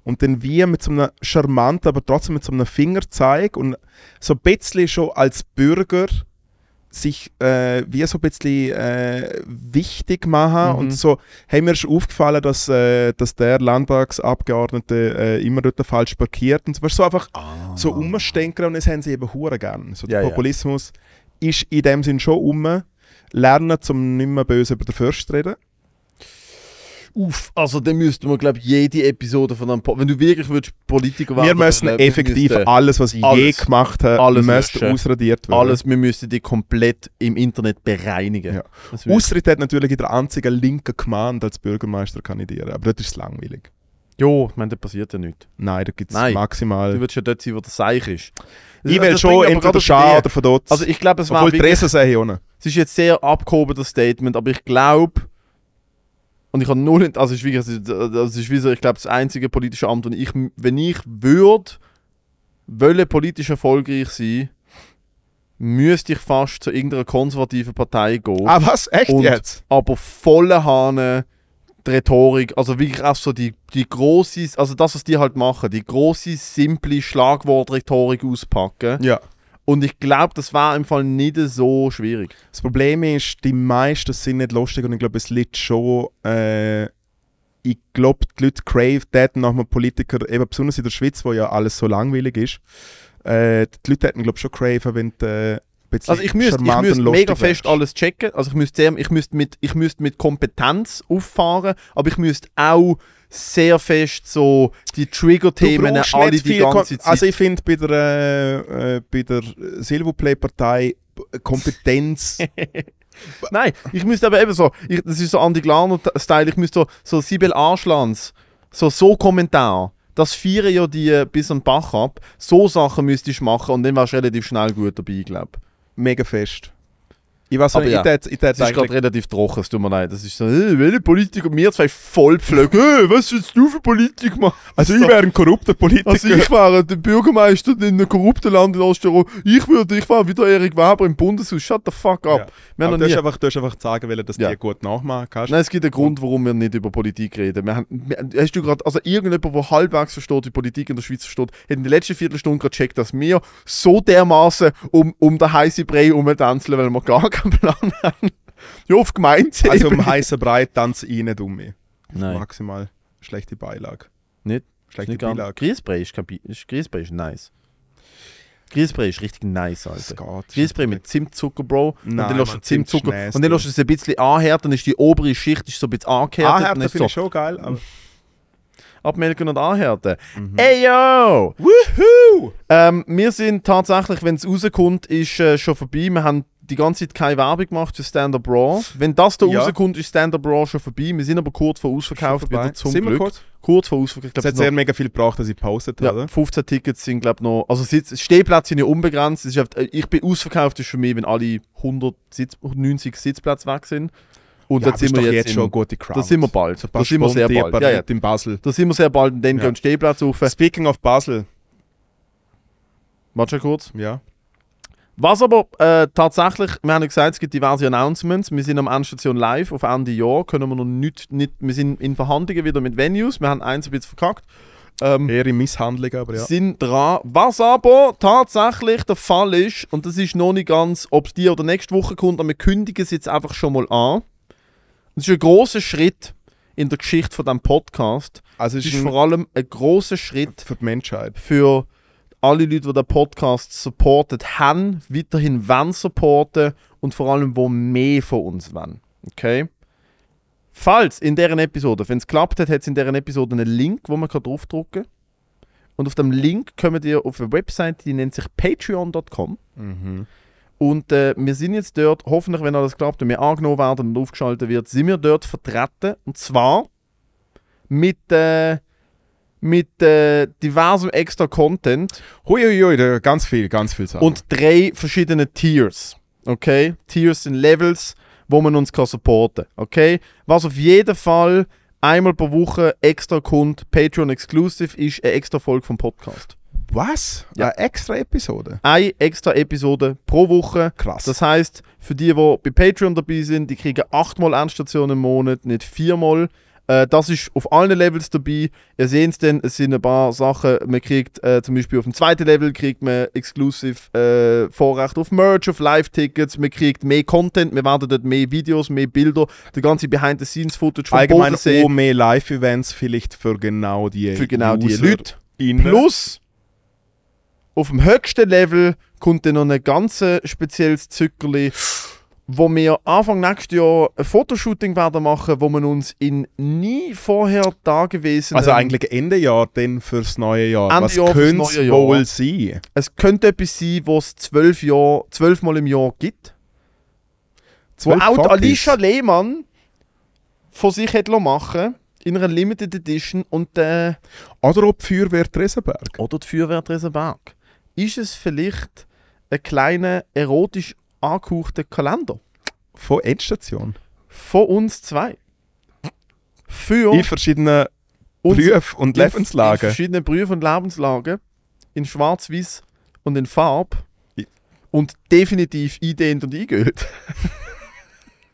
Speaker 2: Und dann wie mit so einem charmanten, aber trotzdem mit so einem Fingerzeig und so ein bisschen schon als Bürger sich äh, wie so ein bisschen äh, wichtig machen
Speaker 1: Mhm.
Speaker 2: und so, hey, mir ist aufgefallen, dass, äh, dass der Landtagsabgeordnete äh, immer dort falsch parkiert und so, weißt du, so einfach so umstenken und das haben sie eben hure gern. So
Speaker 1: Ah. Ja, ja.
Speaker 2: der Populismus ist in dem Sinn schon um. Lernen, zum nicht mehr böse über den Fürst zu reden.
Speaker 1: Uff, also dann müssten wir, glaube ich, jede Episode von einem Po- wenn du wirklich würdest, Politiker
Speaker 2: Wir
Speaker 1: werden
Speaker 2: müssen
Speaker 1: würdest,
Speaker 2: effektiv
Speaker 1: müssten-
Speaker 2: alles, was ich
Speaker 1: alles-
Speaker 2: je gemacht habe,
Speaker 1: alles
Speaker 2: müsste
Speaker 1: löschen.
Speaker 2: ausradiert werden.
Speaker 1: Alles, wir müssen die komplett im Internet bereinigen.
Speaker 2: Ja.
Speaker 1: Das wär-
Speaker 2: Ausritt hat natürlich in der einzigen linken Gemeinde als Bürgermeister kandidieren, aber das ist langweilig.
Speaker 1: Jo, ich meine, da passiert ja nichts.
Speaker 2: Nein, da gibt es
Speaker 1: Nein. Du
Speaker 2: maximal.
Speaker 1: willst ja dort sein, wo der Seich ist. Das- das
Speaker 2: Ich will
Speaker 1: bringt
Speaker 2: schon
Speaker 1: aber
Speaker 2: entweder
Speaker 1: gerade
Speaker 2: der
Speaker 1: auf die Idee.
Speaker 2: Schar oder von dort.
Speaker 1: Also ich glaube, es war
Speaker 2: Obwohl die
Speaker 1: wirklich,
Speaker 2: Resen sehen hier unten.
Speaker 1: es ist jetzt sehr abgehoben, das Statement, aber ich glaube, und ich habe null, int- also es ist wirklich, es ist- das ist wie so, ich glaube, das einzige politische Amt, und ich, wenn ich würde, wollen politisch erfolgreich sein, müsste ich fast zu irgendeiner konservativen Partei gehen.
Speaker 2: Ah was? Echt
Speaker 1: Und-
Speaker 2: jetzt?
Speaker 1: aber volle Hahne die Rhetorik, also wirklich auch so die, die grosse, also das, was die halt machen, die grosse, simple Schlagwortrhetorik auspacken.
Speaker 2: Ja.
Speaker 1: Und ich glaube, das war im Fall nicht so schwierig.
Speaker 2: Das Problem ist, die meisten sind nicht lustig und ich glaube, es liegt schon. Äh, ich glaube, die Leute crave das nach einem Politiker, eben besonders in der Schweiz, wo ja alles so langweilig ist. Äh, die Leute hätten, glaube ich, schon craven, wenn du äh, ein bisschen
Speaker 1: Also ich müsste ich
Speaker 2: charmant
Speaker 1: müsst
Speaker 2: und lustig
Speaker 1: mega fest
Speaker 2: wärst.
Speaker 1: alles checken, also ich müsste sehr, ich müsste mit, ich müsste mit Kompetenz auffahren, aber ich müsste auch sehr fest so die
Speaker 2: Du
Speaker 1: Trigger-Themen
Speaker 2: brauchst
Speaker 1: alle
Speaker 2: nicht
Speaker 1: die
Speaker 2: viel Kon-
Speaker 1: ganze Zeit.
Speaker 2: Also ich finde bei der, äh, äh, bei der Silvoplay-Partei b- Kompetenz.
Speaker 1: Nein, ich müsste aber eben so, ich, das ist so Andi Glaner-Style, ich müsste so, so Sibel Arschlanz, so, so Kommentar, das feiern ja die äh, bis am Bach ab, so Sachen müsstest du machen und dann wärst du relativ schnell gut dabei, glaube ich.
Speaker 2: mega fest. Ich weiß
Speaker 1: Aber
Speaker 2: nicht,
Speaker 1: ja,
Speaker 2: ich tät- ich tät
Speaker 1: Das ist gerade
Speaker 2: eigentlich-
Speaker 1: relativ trocken, es tut mir leid. Das ist so, äh, welche Politik und wir zwei Vollpflöcke, äh, was willst du für Politik machen?
Speaker 2: Also ich
Speaker 1: So.
Speaker 2: wäre ein korrupter Politiker.
Speaker 1: Also ich wäre der Bürgermeister in einem korrupten Land in Osteuropa, ich würde, ich wäre wieder Erik Weber im Bundeshaus, shut the fuck
Speaker 2: Ja.
Speaker 1: up. Wir haben
Speaker 2: Aber
Speaker 1: noch
Speaker 2: du hast
Speaker 1: nie-
Speaker 2: einfach, du hast einfach sagen wollen, dass
Speaker 1: Ja.
Speaker 2: du die gut nachmachen kannst.
Speaker 1: Nein, es gibt einen Grund, warum wir nicht über Politik reden. Wir haben, wir, hast du gerade, also irgendjemand, der halbwegs versteht, wie Politik in der Schweiz versteht, hat in der letzten Viertelstunde gerade gecheckt, dass wir so dermaßen um, um den heißen Brei herumtanzeln, weil wir gar keinen Plan haben. Ja, auf Gemeinde.
Speaker 2: Also um heißen Brei tanze ich nicht um mich.
Speaker 1: Nein,
Speaker 2: Maximal schlechte Beilage.
Speaker 1: Nicht-
Speaker 2: Schlechte
Speaker 1: nicht gar
Speaker 2: Beilage.
Speaker 1: Grießbrei ist, kein Bi- ist, Grießbrei ist nice. Grießbrei ist richtig nice,
Speaker 2: Es
Speaker 1: Alter.
Speaker 2: geht.
Speaker 1: Grießbrei mit Zimtzucker, Bro. und
Speaker 2: Nein,
Speaker 1: dann lässt du
Speaker 2: Mann,
Speaker 1: Zimtzucker.
Speaker 2: Zimt ist
Speaker 1: Und dann lässt du es ein bisschen anhärten, dann ist die obere Schicht ist so ein bisschen angehärtet. und dann
Speaker 2: Anhärten
Speaker 1: ist
Speaker 2: Ah, finde
Speaker 1: so,
Speaker 2: ich schon geil. Aber
Speaker 1: abmelken und anhärten.
Speaker 2: Mhm.
Speaker 1: Ey yo!
Speaker 2: Woohoo!
Speaker 1: Ähm, wir sind tatsächlich, wenn es rauskommt, ist äh, schon vorbei. Wir haben die ganze Zeit keine Werbung gemacht für Stand-Up Raw. Wenn das da
Speaker 2: Ja.
Speaker 1: rauskommt, ist Stand-Up Raw schon vorbei. Wir sind aber kurz vor ausverkauft wieder zum
Speaker 2: Sind wir
Speaker 1: Glück. Kurz?
Speaker 2: kurz?
Speaker 1: vor ausverkauft.
Speaker 2: Es
Speaker 1: Ich
Speaker 2: hat
Speaker 1: glaub,
Speaker 2: sehr mega viel gebraucht, dass ich gepostet
Speaker 1: es noch,
Speaker 2: habe.
Speaker 1: ja, 15 Tickets sind glaube noch, also Sitz, Stehplätze sind ja unbegrenzt. Es Ist, einfach- ich bin ausverkauft ist für mich, wenn alle 100 Sitz, 90 Sitzplätze weg sind. Und
Speaker 2: Ja,
Speaker 1: da
Speaker 2: aber ist
Speaker 1: sind wir
Speaker 2: doch
Speaker 1: jetzt, in,
Speaker 2: schon eine gute Crowd.
Speaker 1: da sind wir bald,
Speaker 2: So ein paar
Speaker 1: da sind wir sehr
Speaker 2: Sponti, ein
Speaker 1: bald.
Speaker 2: paar
Speaker 1: Ja, ja.
Speaker 2: Leute in Basel.
Speaker 1: Da sind wir sehr bald und dann
Speaker 2: Ja.
Speaker 1: gehen Stehplätze auf.
Speaker 2: Speaking of Basel,
Speaker 1: Warte schon kurz.
Speaker 2: ja.
Speaker 1: Was aber äh, tatsächlich, wir haben ja gesagt, es gibt diverse Announcements. Wir sind am Endstation live auf Ende Jahr, können wir noch nicht, nicht wir sind in Verhandlungen wieder mit Venues, wir haben eins ein bisschen verkackt. Ähm,
Speaker 2: Eher in Misshandlungen, aber ja.
Speaker 1: Sind dran. Was aber tatsächlich der Fall ist, und das ist noch nicht ganz, ob es die oder nächste Woche kommt, aber wir kündigen es jetzt einfach schon mal an. Das ist ein großer Schritt in der Geschichte von diesem Podcast.
Speaker 2: Also
Speaker 1: Es
Speaker 2: es
Speaker 1: ist
Speaker 2: ist ein,
Speaker 1: vor allem ein großer Schritt
Speaker 2: für die Menschheit.
Speaker 1: für alle Leute, die den Podcast supportet haben, weiterhin wollen supporten und vor allem, wo mehr von uns wollen. Okay? Falls in deren Episode, wenn es klappt hat, hat es in deren Episode einen Link, wo man kann draufdrücken kann. Und auf dem Link kommt ihr auf eine Website, die nennt sich patreon.com.
Speaker 2: Mhm.
Speaker 1: Und äh, wir sind jetzt dort, hoffentlich, wenn alles klappt und wir angenommen werden und aufgeschaltet wird, sind wir dort vertreten. Und zwar mit, äh, mit äh, diversem extra Content
Speaker 2: Huiuiui, da ganz viel, ganz viel Sachen.
Speaker 1: und drei verschiedene Tiers. Okay? Tiers sind Levels, wo man uns kann supporten Okay? Was auf jeden Fall einmal pro Woche extra kommt, Patreon Exclusive, ist eine extra Folge vom Podcast.
Speaker 2: was?
Speaker 1: Ja.
Speaker 2: Eine extra Episode?
Speaker 1: Eine extra Episode pro Woche.
Speaker 2: Krass.
Speaker 1: Das heißt, für die, die bei Patreon dabei sind, die kriegen achtmal Endstationen im Monat, nicht viermal. Äh, das ist auf allen Levels dabei. Ihr seht es denn, es sind ein paar Sachen. Man kriegt äh, zum Beispiel auf dem zweiten Level kriegt man exklusiv äh, Vorrecht auf Merch, auf Live-Tickets. Man kriegt mehr Content, wir werden dort mehr Videos, mehr Bilder, der ganze Behind-the-Scenes-Footage vom
Speaker 2: Allgemein
Speaker 1: Bodensee
Speaker 2: auch mehr Live-Events vielleicht für genau die
Speaker 1: für genau die
Speaker 2: User
Speaker 1: Leute.
Speaker 2: innen.
Speaker 1: Plus, auf dem höchsten Level kommt dann noch ein ganz spezielles Zückerli, wo wir Anfang nächstes Jahr ein Fotoshooting werden machen, wo man uns in nie vorher dagewesenen...
Speaker 2: Also eigentlich Ende Jahr, dann fürs neue Jahr.
Speaker 1: Ende
Speaker 2: was
Speaker 1: Jahr fürs
Speaker 2: könnte
Speaker 1: neue
Speaker 2: es
Speaker 1: Jahr.
Speaker 2: wohl sein?
Speaker 1: Es könnte etwas sein, was es zwölf Jahr, zwölfmal im Jahr gibt. Wo
Speaker 2: Zwölf
Speaker 1: auch die
Speaker 2: Fotos.
Speaker 1: Alicia Lehmann von sich hat machen lassen. in einer Limited Edition und äh,
Speaker 2: Oder ob die Feuerwehr Tresenberg.
Speaker 1: oder die Feuerwehr Dresenberg. Ist es vielleicht ein kleiner erotisch angehauchter Kalender?
Speaker 2: Von Endstation.
Speaker 1: Von uns zwei. Für
Speaker 2: In verschiedenen
Speaker 1: uns-
Speaker 2: Berufen und
Speaker 1: in- In
Speaker 2: Lebenslagen.
Speaker 1: verschiedenen Berufen und Lebenslagen. In schwarz-weiß und in Farbe.
Speaker 2: I-
Speaker 1: Und definitiv eindehnt und eingehüllt.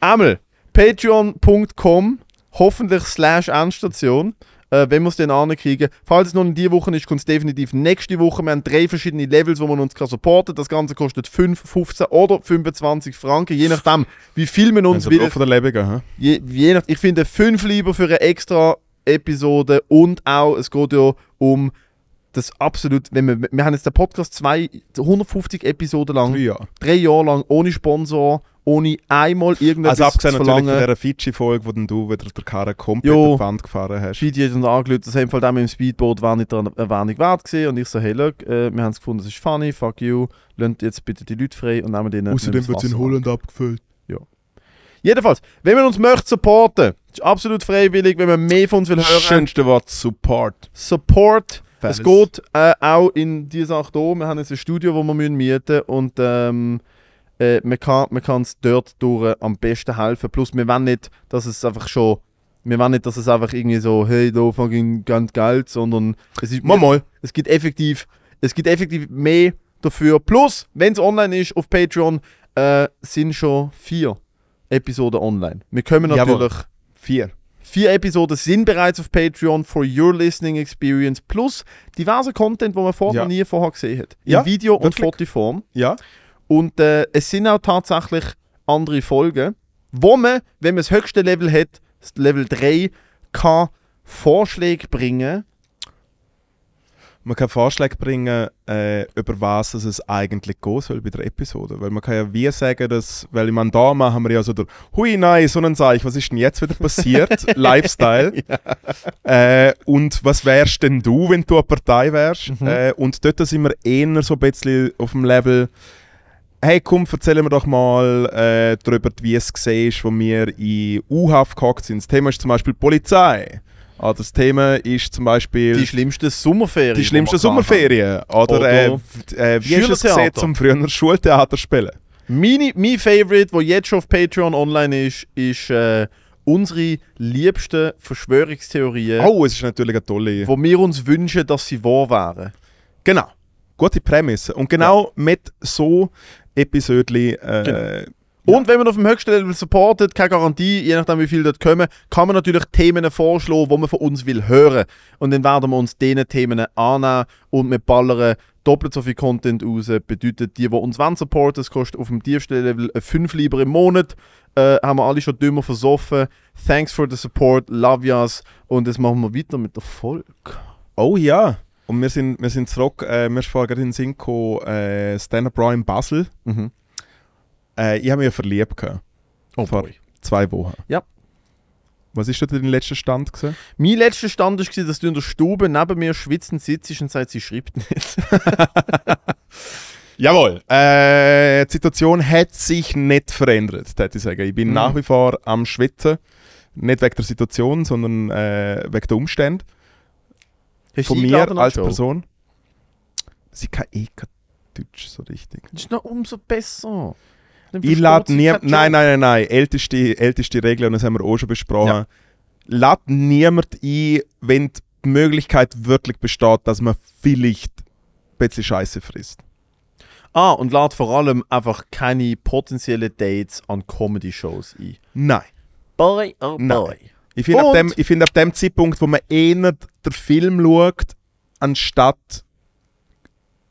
Speaker 1: Einmal patreon.com hoffentlich slash Endstation. Äh, wenn wir es dann ankriegen. Falls es noch in dieser Woche ist, kommt es definitiv nächste Woche. Wir haben drei verschiedene Levels, wo man uns kann supporten kann. Das Ganze kostet 5, 15 oder 25 Franken, je nachdem, wie viel man uns
Speaker 2: Also
Speaker 1: will.
Speaker 2: von der Lebigen, hä?
Speaker 1: Je, je nach, ich finde 5 lieber für eine extra Episode und auch, es geht ja um das absolut, wenn wir, wir haben jetzt den Podcast zwei, 150 Episoden lang,
Speaker 2: Drei
Speaker 1: drei,
Speaker 2: Jahre.
Speaker 1: Jahre lang, ohne Sponsor, ohne einmal irgendetwas
Speaker 2: Also abgesehen
Speaker 1: zu
Speaker 2: natürlich von
Speaker 1: verlangen.
Speaker 2: dieser Fidschi-Folge, wo dann du wieder der Karre komplett
Speaker 1: Jo.
Speaker 2: auf die Wand gefahren hast.
Speaker 1: Schiedi hat uns angelötet, das haben voll dem im Speedboot war nicht dran- eine Warnung wert gewesen. und ich so, hey, look, äh, wir haben es gefunden, es ist funny, fuck you, lasst jetzt bitte die Leute frei und nehmen denen nehmen das
Speaker 2: wird's
Speaker 1: Wasser ab.
Speaker 2: abgefüllt.
Speaker 1: Jedenfalls, wenn man uns möchte supporten, ist absolut freiwillig, wenn man mehr von uns will
Speaker 2: Das
Speaker 1: hören,
Speaker 2: schönste Wort, Support.
Speaker 1: Support
Speaker 2: Fellas.
Speaker 1: Es geht äh, auch in diese Sache hier. Wir haben jetzt ein Studio, das wir mieten müssen und ähm, äh, man kann man kann es dort durch am besten helfen. Plus, wir wollen nicht, dass es einfach schon. Wir wollen nicht, dass es einfach irgendwie so, hey, da fucking ganz Geld, sondern es, ist,
Speaker 2: Mal, mal.
Speaker 1: es gibt effektiv es gibt effektiv mehr dafür. Plus, wenn es online ist auf Patreon, äh, sind schon vier Episoden online. Wir können
Speaker 2: Jawohl.
Speaker 1: natürlich.
Speaker 2: Vier.
Speaker 1: Vier Episoden sind bereits auf Patreon for your listening experience plus diverse Content, wo man vorher
Speaker 2: Ja.
Speaker 1: nie vorher gesehen hat. In
Speaker 2: Ja,
Speaker 1: Video und
Speaker 2: wirklich.
Speaker 1: Fotoform.
Speaker 2: Ja.
Speaker 1: Und äh, es sind auch tatsächlich andere Folgen, wo man, wenn man das höchste Level hat, das Level 3, kann Vorschläge bringen.
Speaker 2: Man kann Vorschläge bringen, äh, über was dass es eigentlich gehen soll bei der Episode. Weil man kann ja wie sagen, dass, weil ich meine, da machen wir ja so der, hui, nein, so ein Zeich, was ist denn jetzt wieder passiert? Lifestyle. Äh, und was wärst denn du, wenn du eine Partei wärst? Äh, und dort sind wir eher so ein bisschen auf dem Level, hey komm, erzähl mir doch mal äh, darüber, wie es gesehen ist, wo wir in U-Haft gehockt sind. Das Thema ist zum Beispiel die Polizei. Ah, das Thema ist zum Beispiel
Speaker 1: Die schlimmste Sommerferien.
Speaker 2: die schlimmste
Speaker 1: die man kann
Speaker 2: Sommerferien. Oder,
Speaker 1: Oder
Speaker 2: äh, f- äh, wie ist es gesehen,
Speaker 1: Schülertheater.
Speaker 2: zum früher Schultheater spielen?
Speaker 1: Meine, mein Favorite, wo jetzt schon auf Patreon online ist, ist äh, unsere liebsten Verschwörungstheorien.
Speaker 2: Oh, es ist natürlich eine tolle.
Speaker 1: wo wir uns wünschen, dass sie wahr wären.
Speaker 2: Genau. Gute Prämisse. Und genau mit so Episoden.
Speaker 1: Genau.
Speaker 2: Äh,
Speaker 1: Und wenn man auf dem höchsten Level supportet, keine Garantie, je nachdem wie viel dort kommen, kann man natürlich Themen vorschlagen, die man von uns will hören. Und dann werden wir uns diesen Themen annehmen und wir ballern doppelt so viel Content raus. Bedeutet, die, die uns wollen supporten, das kostet auf dem tiefsten Level 5 lieber im Monat. Äh, haben wir alle schon dümmer versoffen. Thanks for the support, love yas. Und jetzt machen wir weiter mit Erfolg.
Speaker 2: Oh ja. Und wir sind, wir sind zurück. Äh, mir ist vorher gerade in den Sinn gekommen, äh, Stand-Up Raw in Basel.
Speaker 1: Mhm.
Speaker 2: Äh, ich habe mich ja verliebt. gehabt.
Speaker 1: Oh,
Speaker 2: Vor
Speaker 1: boy.
Speaker 2: zwei Wochen.
Speaker 1: Ja.
Speaker 2: Was ist denn dein letzter Stand? Gewesen?
Speaker 1: Mein letzter Stand war, dass du in der Stube neben mir schwitzend sitzt und sagst, sie schreibt nicht.
Speaker 2: Jawohl. Äh, die Situation hat sich nicht verändert, würde ich sagen. Ich bin
Speaker 1: Mhm.
Speaker 2: nach wie vor am Schwitzen. Nicht wegen der Situation, sondern äh, wegen der Umstände.
Speaker 1: Hast du
Speaker 2: Von mir
Speaker 1: eingeladen an die
Speaker 2: als
Speaker 1: Show?
Speaker 2: Person. Sie kann eh kein Deutsch so richtig.
Speaker 1: Das ist noch umso besser. Dann
Speaker 2: Ich
Speaker 1: versteht
Speaker 2: lade
Speaker 1: sie
Speaker 2: niemand.
Speaker 1: keinen Joke.
Speaker 2: Nein, nein, nein, nein. Älteste, älteste Regel, und das haben wir auch schon besprochen.
Speaker 1: Ja.
Speaker 2: Lad niemand ein, wenn die Möglichkeit wirklich besteht, dass man vielleicht ein bisschen Scheiße frisst.
Speaker 1: Ah, und lade vor allem einfach keine potenziellen Dates an Comedy-Shows ein.
Speaker 2: Nein.
Speaker 1: Boy, oh
Speaker 2: Nein. Ich finde, ab,
Speaker 1: Und-
Speaker 2: dem- ich finde ab dem Zeitpunkt, wo man eher den Film schaut, anstatt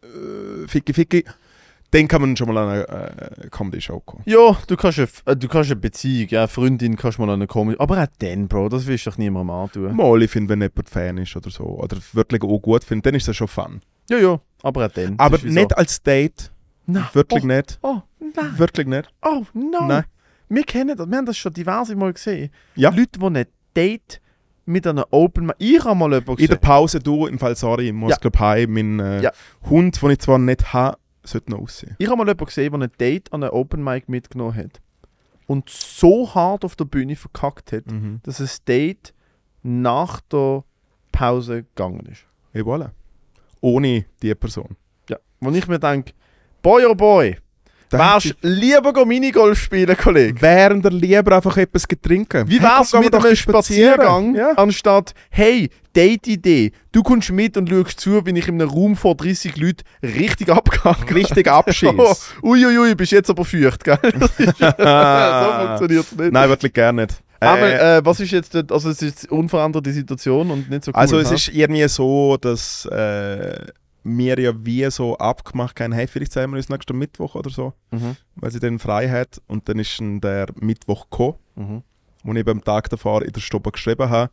Speaker 2: äh, Ficky Ficky, dann kann man schon mal an eine äh, Comedy-Show kommen.
Speaker 1: Ja, du kannst, eine, F- äh, du kannst eine Beziehung, ja, eine Freundin kannst mal an eine Comedy... Aber auch dann, Bro, das willst du doch niemandem antun.
Speaker 2: Mal, ich finde, wenn jemand Fan ist oder so, oder wirklich auch gut findet, dann ist das schon fun.
Speaker 1: Ja, ja, aber auch dann. Das
Speaker 2: Aber
Speaker 1: ist wie so-
Speaker 2: nicht als Date,
Speaker 1: Nein.
Speaker 2: wirklich
Speaker 1: oh,
Speaker 2: nicht.
Speaker 1: Oh, nein.
Speaker 2: Wirklich nicht.
Speaker 1: Oh, no.
Speaker 2: Nein.
Speaker 1: Wir kennen das, wir haben das schon diverse Mal gesehen.
Speaker 2: Ja.
Speaker 1: Leute, die ein Date mit einer Open... Ich habe mal jemanden
Speaker 2: In der
Speaker 1: gesehen.
Speaker 2: Pause, du, im Fall, sorry, ich muss,
Speaker 1: Ja.
Speaker 2: glaub heim, mein äh,
Speaker 1: Ja.
Speaker 2: Hund, den ich zwar nicht habe, sollte noch aussehen.
Speaker 1: Ich habe mal jemanden gesehen, der ein Date an einem Open Mic mitgenommen hat. und so hart auf der Bühne verkackt hat,
Speaker 2: Mhm.
Speaker 1: dass das Date nach der Pause gegangen ist.
Speaker 2: Et voilà. Ohne die Person.
Speaker 1: Ja. Wo ich mir denke, boy oh boy,
Speaker 2: Da hätte
Speaker 1: wärst lieber go Minigolf spielen, Kollege.
Speaker 2: ich- während er lieber einfach etwas getrunken.
Speaker 1: Wie
Speaker 2: Hey, komm,
Speaker 1: wär's
Speaker 2: gehen wir
Speaker 1: mit
Speaker 2: doch
Speaker 1: einem
Speaker 2: spazieren.
Speaker 1: Spaziergang,
Speaker 2: Ja.
Speaker 1: anstatt, hey, Date-Idee, du kommst mit und schaust zu, wenn ich in einem Raum vor 30 Leuten richtig abgehackt
Speaker 2: Richtig abschießen.
Speaker 1: Uiuiui, bist jetzt aber feucht, gell? so funktioniert es nicht.
Speaker 2: Ah. Nein, wirklich gerne nicht.
Speaker 1: Aber
Speaker 2: Äh,
Speaker 1: äh, was ist jetzt, dort- also es ist unveränderte Situation und nicht so cool.
Speaker 2: also es
Speaker 1: hä?
Speaker 2: ist irgendwie so, dass äh, wir ja wie so abgemacht haben, hey, vielleicht sehen wir uns nächsten Mittwoch oder so,
Speaker 1: Mhm.
Speaker 2: weil sie dann frei hat. Und dann ist dann der Mittwoch gekommen,
Speaker 1: Mhm.
Speaker 2: wo ich beim Tag davor in der Stube geschrieben habe,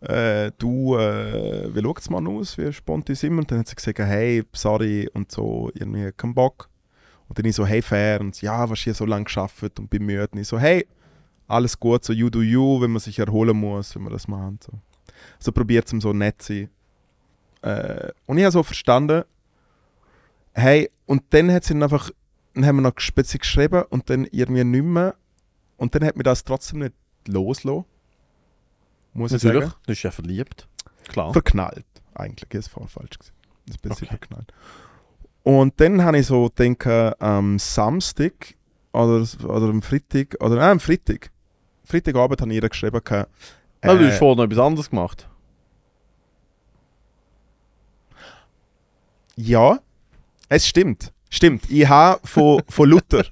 Speaker 2: äh, du, äh, wie schaut es mal aus, wie spontan sind wir? Und dann hat sie gesagt, hey, sorry und so, irgendwie keinen Bock. Und dann ich so, hey, fair. Und sie, ja, was hier so lange geschafft und bin müde. Und ich so, hey, alles gut, so you do you, wenn man sich erholen muss, wenn man das macht. So, so probiert es so nett zu sein. Äh, und ich habe so verstanden, hey, und dann hat sie dann einfach, dann haben wir noch speziell geschrieben und dann irgendwie nicht mehr. Und dann hat mir das trotzdem nicht losgelassen. Muss ich
Speaker 1: Natürlich,
Speaker 2: sagen
Speaker 1: du bist ja verliebt. Klar.
Speaker 2: verknallt. Eigentlich ist voll falsch gewesen. Ist ein bisschen
Speaker 1: Okay.
Speaker 2: verknallt. Und dann habe ich so denken, am Samstag oder, oder am Freitag, oder nein, am Freitag. Freitagabend habe ich ihr geschrieben, gehabt,
Speaker 1: Äh, du hast
Speaker 2: äh,
Speaker 1: vorher noch etwas anderes gemacht.
Speaker 2: ja, es stimmt. Stimmt. Ich habe von, von Luther,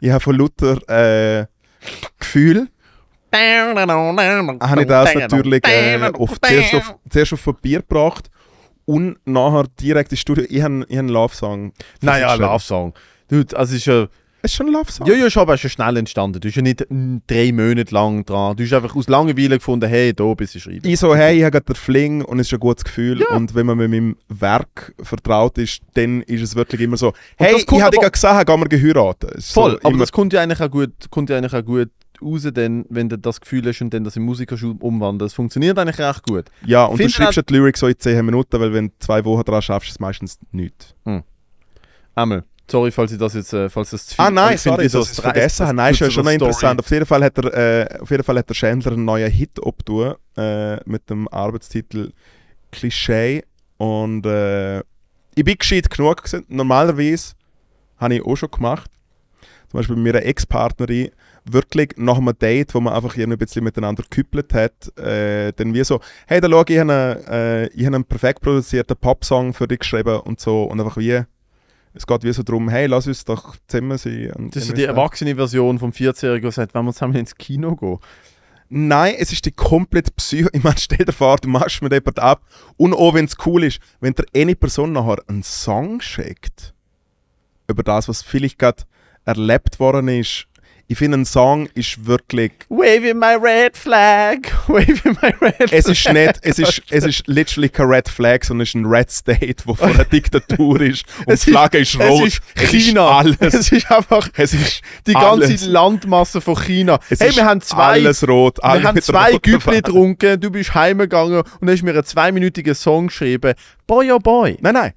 Speaker 2: ich habe von Luther äh, Gefühl, habe ich das natürlich äh, auf, zuerst, auf, zuerst auf Papier gebracht und nachher direkt ins Studio. Ich habe ich habe einen Love-Song. für sie
Speaker 1: Naja,
Speaker 2: geschrieben.
Speaker 1: Love Song. Dude, also es ist ja.
Speaker 2: Es ist schon ein Love-Song.
Speaker 1: Ja, ja, ist aber schon schnell entstanden. Du bist ja nicht mm, drei Monate lang dran. Du hast einfach aus Langeweile gefunden, hey, da bist du schreiben.
Speaker 2: ich so, hey, ich habe gerade den Fling und es ist ein gutes Gefühl. Und wenn man mit meinem Werk vertraut ist, dann ist es wirklich immer so, hey,
Speaker 1: das
Speaker 2: ich
Speaker 1: kommt
Speaker 2: habe dich
Speaker 1: aber-
Speaker 2: gerade gesagt, gehen wir geheiraten. Es ist
Speaker 1: Voll,
Speaker 2: so,
Speaker 1: aber
Speaker 2: immer,
Speaker 1: das kommt ja eigentlich auch gut, kommt ja eigentlich auch gut raus, denn, wenn du das Gefühl hast und dann das in Musik kannst umwandeln. Das funktioniert eigentlich recht gut.
Speaker 2: ja, und du
Speaker 1: Findest du
Speaker 2: schreibst ja die Lyrics so in 10 Minuten, weil wenn du zwei Wochen dran schaffst, ist es meistens nichts.
Speaker 1: Einmal. Sorry, falls ich das jetzt, äh, falls das zu viel
Speaker 2: Ah nein,
Speaker 1: ich
Speaker 2: sorry, dass ich es vergessen habe. Nein, ist ja schon noch interessant. Auf jeden, Fall hat der, äh, auf jeden Fall hat der Chandler einen neuen Hit obtun äh, mit dem Arbeitstitel Klischee. Und äh, ich bin gescheit genug. Gewesen. Normalerweise habe ich auch schon gemacht. Zum Beispiel mit meiner Ex-Partnerin wirklich nach einem Date, wo man einfach irgendwie ein bisschen miteinander geküppelt hat, äh, dann wie so, hey, da schau, ich habe einen, äh, ich habe einen perfekt produzierten Popsong für dich geschrieben und so. Und einfach wie, es geht wie so darum, hey, lass uns doch zusammen sein. Und
Speaker 1: Das ist so die
Speaker 2: irgendwie so.
Speaker 1: erwachsene Version vom 14-Jährigen, der sagt, wenn wir zusammen ins Kino gehen.
Speaker 2: Nein, es ist die komplett Psycho. Ich meine, stell dir vor, du machst mit jemandem ab. Und auch wenn es cool ist, wenn dir eine Person nachher einen Song schickt, über das, was vielleicht gerade erlebt worden ist. Ich finde, ein Song ist wirklich.
Speaker 1: Waving my red flag, waving my red
Speaker 2: Es ist nicht, es ist, es ist literally kein Red Flag, sondern es ist ein Red State, wo vor einer Diktatur ist und
Speaker 1: Es
Speaker 2: die Flagge ist,
Speaker 1: es
Speaker 2: rot.
Speaker 1: ist China.
Speaker 2: Es ist alles.
Speaker 1: Es ist einfach
Speaker 2: Es ist
Speaker 1: die ganze
Speaker 2: alles.
Speaker 1: Landmasse von China.
Speaker 2: Es
Speaker 1: hey,
Speaker 2: ist
Speaker 1: wir haben zwei,
Speaker 2: alles rot.
Speaker 1: wir
Speaker 2: alles
Speaker 1: haben
Speaker 2: mit
Speaker 1: zwei
Speaker 2: roter
Speaker 1: Güppli
Speaker 2: Farbe.
Speaker 1: getrunken, du bist heimgegangen und hast mir einen zweiminütigen Song geschrieben. Boy oh boy.
Speaker 2: Nein, nein.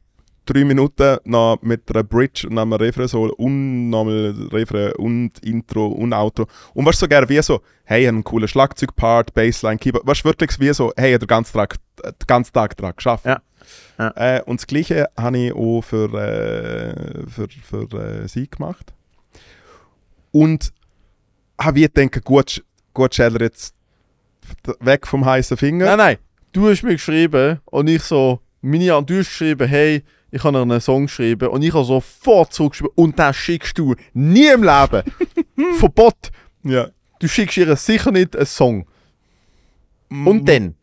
Speaker 2: Drei Minuten noch mit einer Bridge und einem Refrain soll und nochmal Refrain und Intro und Outro. Und was so gerne wie so, hey, ich habe einen coolen Schlagzeugpart, Bassline, Keyboard. Was wirklich wie so, hey, ich habe den ganzen Tag, den ganzen Tag dran geschafft.
Speaker 1: Ja. Ja.
Speaker 2: Äh, und das Gleiche habe ich auch für, äh, für, für äh, sie gemacht. Und habe ich gedacht, gut, gut, Schädler, jetzt weg vom heißen Finger.
Speaker 1: Nein, nein. Du hast mir geschrieben und ich so, meine An, du hast geschrieben, hey, ich habe einen Song geschrieben und ich habe sofort zurückgeschrieben und den schickst du nie im Leben. Verbot.
Speaker 2: Ja.
Speaker 1: Du schickst ihr sicher nicht einen Song. Und dann?
Speaker 2: Mm.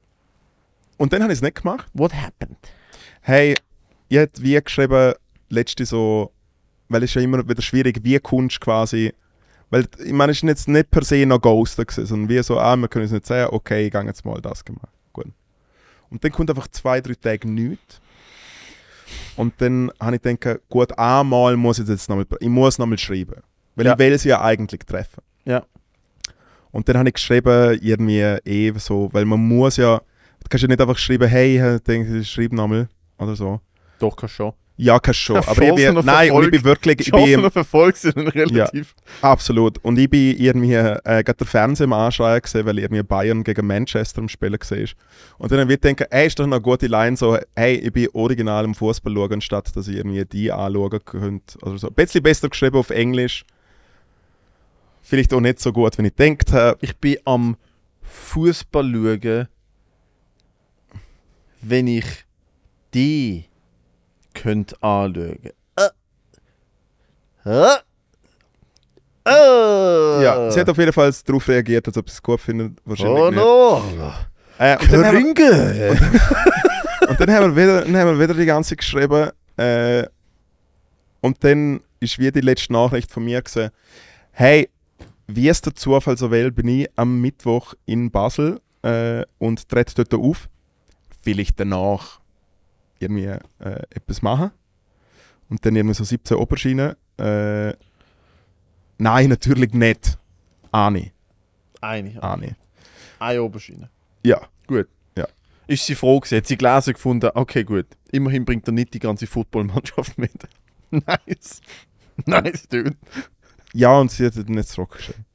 Speaker 2: Und dann habe ich es nicht gemacht.
Speaker 1: What happened?
Speaker 2: Hey, ich hätte wie geschrieben, letzte so, weil es ist ja immer wieder schwierig, wie Kunst quasi. Weil ich meine, es war jetzt nicht per se noch Ghosten, gewesen, sondern wie so, ah, wir können es nicht sehen, okay, ich gehe jetzt mal das gemacht. Gut. Und dann kommt einfach zwei, drei Tage nichts. Und dann habe ich gedacht, gut, einmal muss ich jetzt nochmal, ich muss nochmal schreiben. Weil
Speaker 1: Ja.
Speaker 2: ich will sie ja eigentlich treffen.
Speaker 1: Ja.
Speaker 2: Und dann habe ich geschrieben, irgendwie eh so, weil man muss ja, du kannst ja nicht einfach schreiben, hey, ich denke, schreib nochmal oder so.
Speaker 1: Doch, kannst schon.
Speaker 2: Ja, kannst schon. Aber ich bin,
Speaker 1: Chancen auf
Speaker 2: nein, und ich
Speaker 1: Erfolg.
Speaker 2: bin wirklich, ich bin,
Speaker 1: Chancen auf Erfolg sind relativ.
Speaker 2: Absolut. Und ich bin irgendwie äh, gerade den Fernseher am Anschreien gesehen, weil irgendwie Bayern gegen Manchester am Spielen war. Und dann wird denken, ey, ist doch eine gute Line, so, hey, ich bin original im Fußball schauen, statt dass ich irgendwie die anschauen könnte. Oder so. Ein bisschen besser geschrieben auf Englisch. Vielleicht auch nicht so gut, wenn ich gedacht habe.
Speaker 1: Ich bin am Fußball schauen, wenn ich die könnte anschauen. Äh. Äh. Äh.
Speaker 2: Ja, sie hat auf jeden Fall darauf reagiert, als ob sie es gut findet. Wahrscheinlich
Speaker 1: Oh no!
Speaker 2: nicht. Äh, und, dann haben wir,
Speaker 1: Kringe!
Speaker 2: und dann haben wir wieder, dann haben wir wieder die ganze geschrieben. Äh, und dann ist wie die letzte Nachricht von mir gewesen, hey, wie es der Zufall so will, bin ich am Mittwoch in Basel äh, und trete dort auf. Vielleicht danach irgendwie äh, etwas machen. Und dann irgendwie so 17 Oberschienen. Äh, nein, natürlich nicht. Ani,
Speaker 1: Eine,
Speaker 2: Ani.
Speaker 1: eine Oberschiene.
Speaker 2: Ja.
Speaker 1: Ist sie froh gewesen, hat sie gelesen gefunden, okay gut, immerhin bringt er nicht die ganze Footballmannschaft mit. nice. Nice, dude.
Speaker 2: Ja, und sie hat ihn nicht zurückgeschrieben.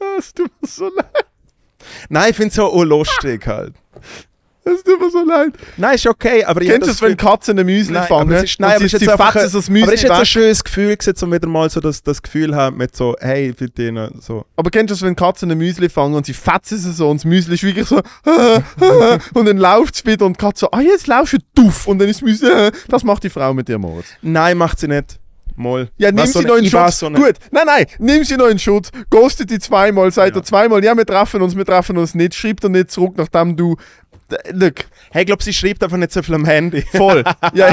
Speaker 1: Ah, Es tut mir so leid.
Speaker 2: Nein, ich finde es ja auch lustig halt.
Speaker 1: Es tut mir so leid.
Speaker 2: Nein, ist okay, aber ich
Speaker 1: Kennst du
Speaker 2: hab
Speaker 1: es, wenn
Speaker 2: Gefühl-
Speaker 1: Katzen ein Müsli
Speaker 2: Nein,
Speaker 1: fangen?
Speaker 2: aber es ist- nein,
Speaker 1: und
Speaker 2: aber
Speaker 1: sie-
Speaker 2: es ist
Speaker 1: sie
Speaker 2: jetzt einfach
Speaker 1: fetzen
Speaker 2: ein-
Speaker 1: so das
Speaker 2: Aber
Speaker 1: Müsli
Speaker 2: es ist jetzt ein
Speaker 1: weg.
Speaker 2: schönes Gefühl, gewesen, um wieder mal so das, das Gefühl haben mit so, hey, für den so.
Speaker 1: Aber kennst du es, wenn Katzen ein Müsli fangen und sie fetzen es so und das Müsli ist wirklich so und dann läuft es wieder und die Katze so, ah, jetzt laufst du duff und dann ist das Müsli, äh, das macht die Frau mit dir, Moritz.
Speaker 2: Nein, macht sie nicht. Moll.
Speaker 1: Ja, nimm
Speaker 2: Was, so
Speaker 1: sie
Speaker 2: eine-
Speaker 1: noch in
Speaker 2: ich war
Speaker 1: Schutz.
Speaker 2: so eine-
Speaker 1: Gut, nein, nein, nimm sie noch in Schutz. Ghostet die zweimal, sagt
Speaker 2: Ja.
Speaker 1: er zweimal, ja, wir treffen uns, wir treffen uns nicht. Schreibt er nicht zurück, nachdem du. D- Look,
Speaker 2: Hey, ich glaube, sie schreibt einfach nicht so viel am Handy.
Speaker 1: voll. ja,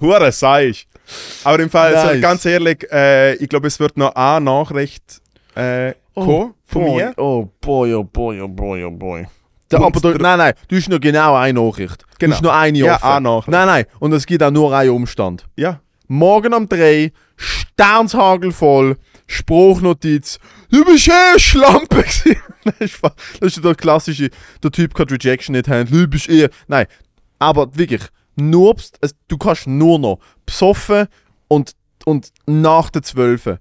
Speaker 2: Hure seich. Aber im Fall, so,
Speaker 1: Nice.
Speaker 2: ganz ehrlich, äh, ich glaube, es wird noch eine Nachricht äh, kommen von
Speaker 1: boy,
Speaker 2: mir.
Speaker 1: Oh boy, oh boy, oh boy, oh boy. Da,
Speaker 2: Und
Speaker 1: aber du,
Speaker 2: der-
Speaker 1: nein, nein, du hast nur genau eine Nachricht. Du
Speaker 2: Genau.
Speaker 1: hast nur eine
Speaker 2: Ja,
Speaker 1: offen.
Speaker 2: eine Nachricht.
Speaker 1: Nein, nein, und es gibt auch nur einen Umstand.
Speaker 2: Ja.
Speaker 1: Morgen um 3, Sternshagel Spruchnotiz. Du bist eh eine Schlampe gewesen. Nein, Spaß. Das ist der klassische, der Typ kann die Rejection nicht haben. Du bist eh. Nein, aber wirklich, nur, bs- es- du kannst nur noch besoffen und, und nach der 12.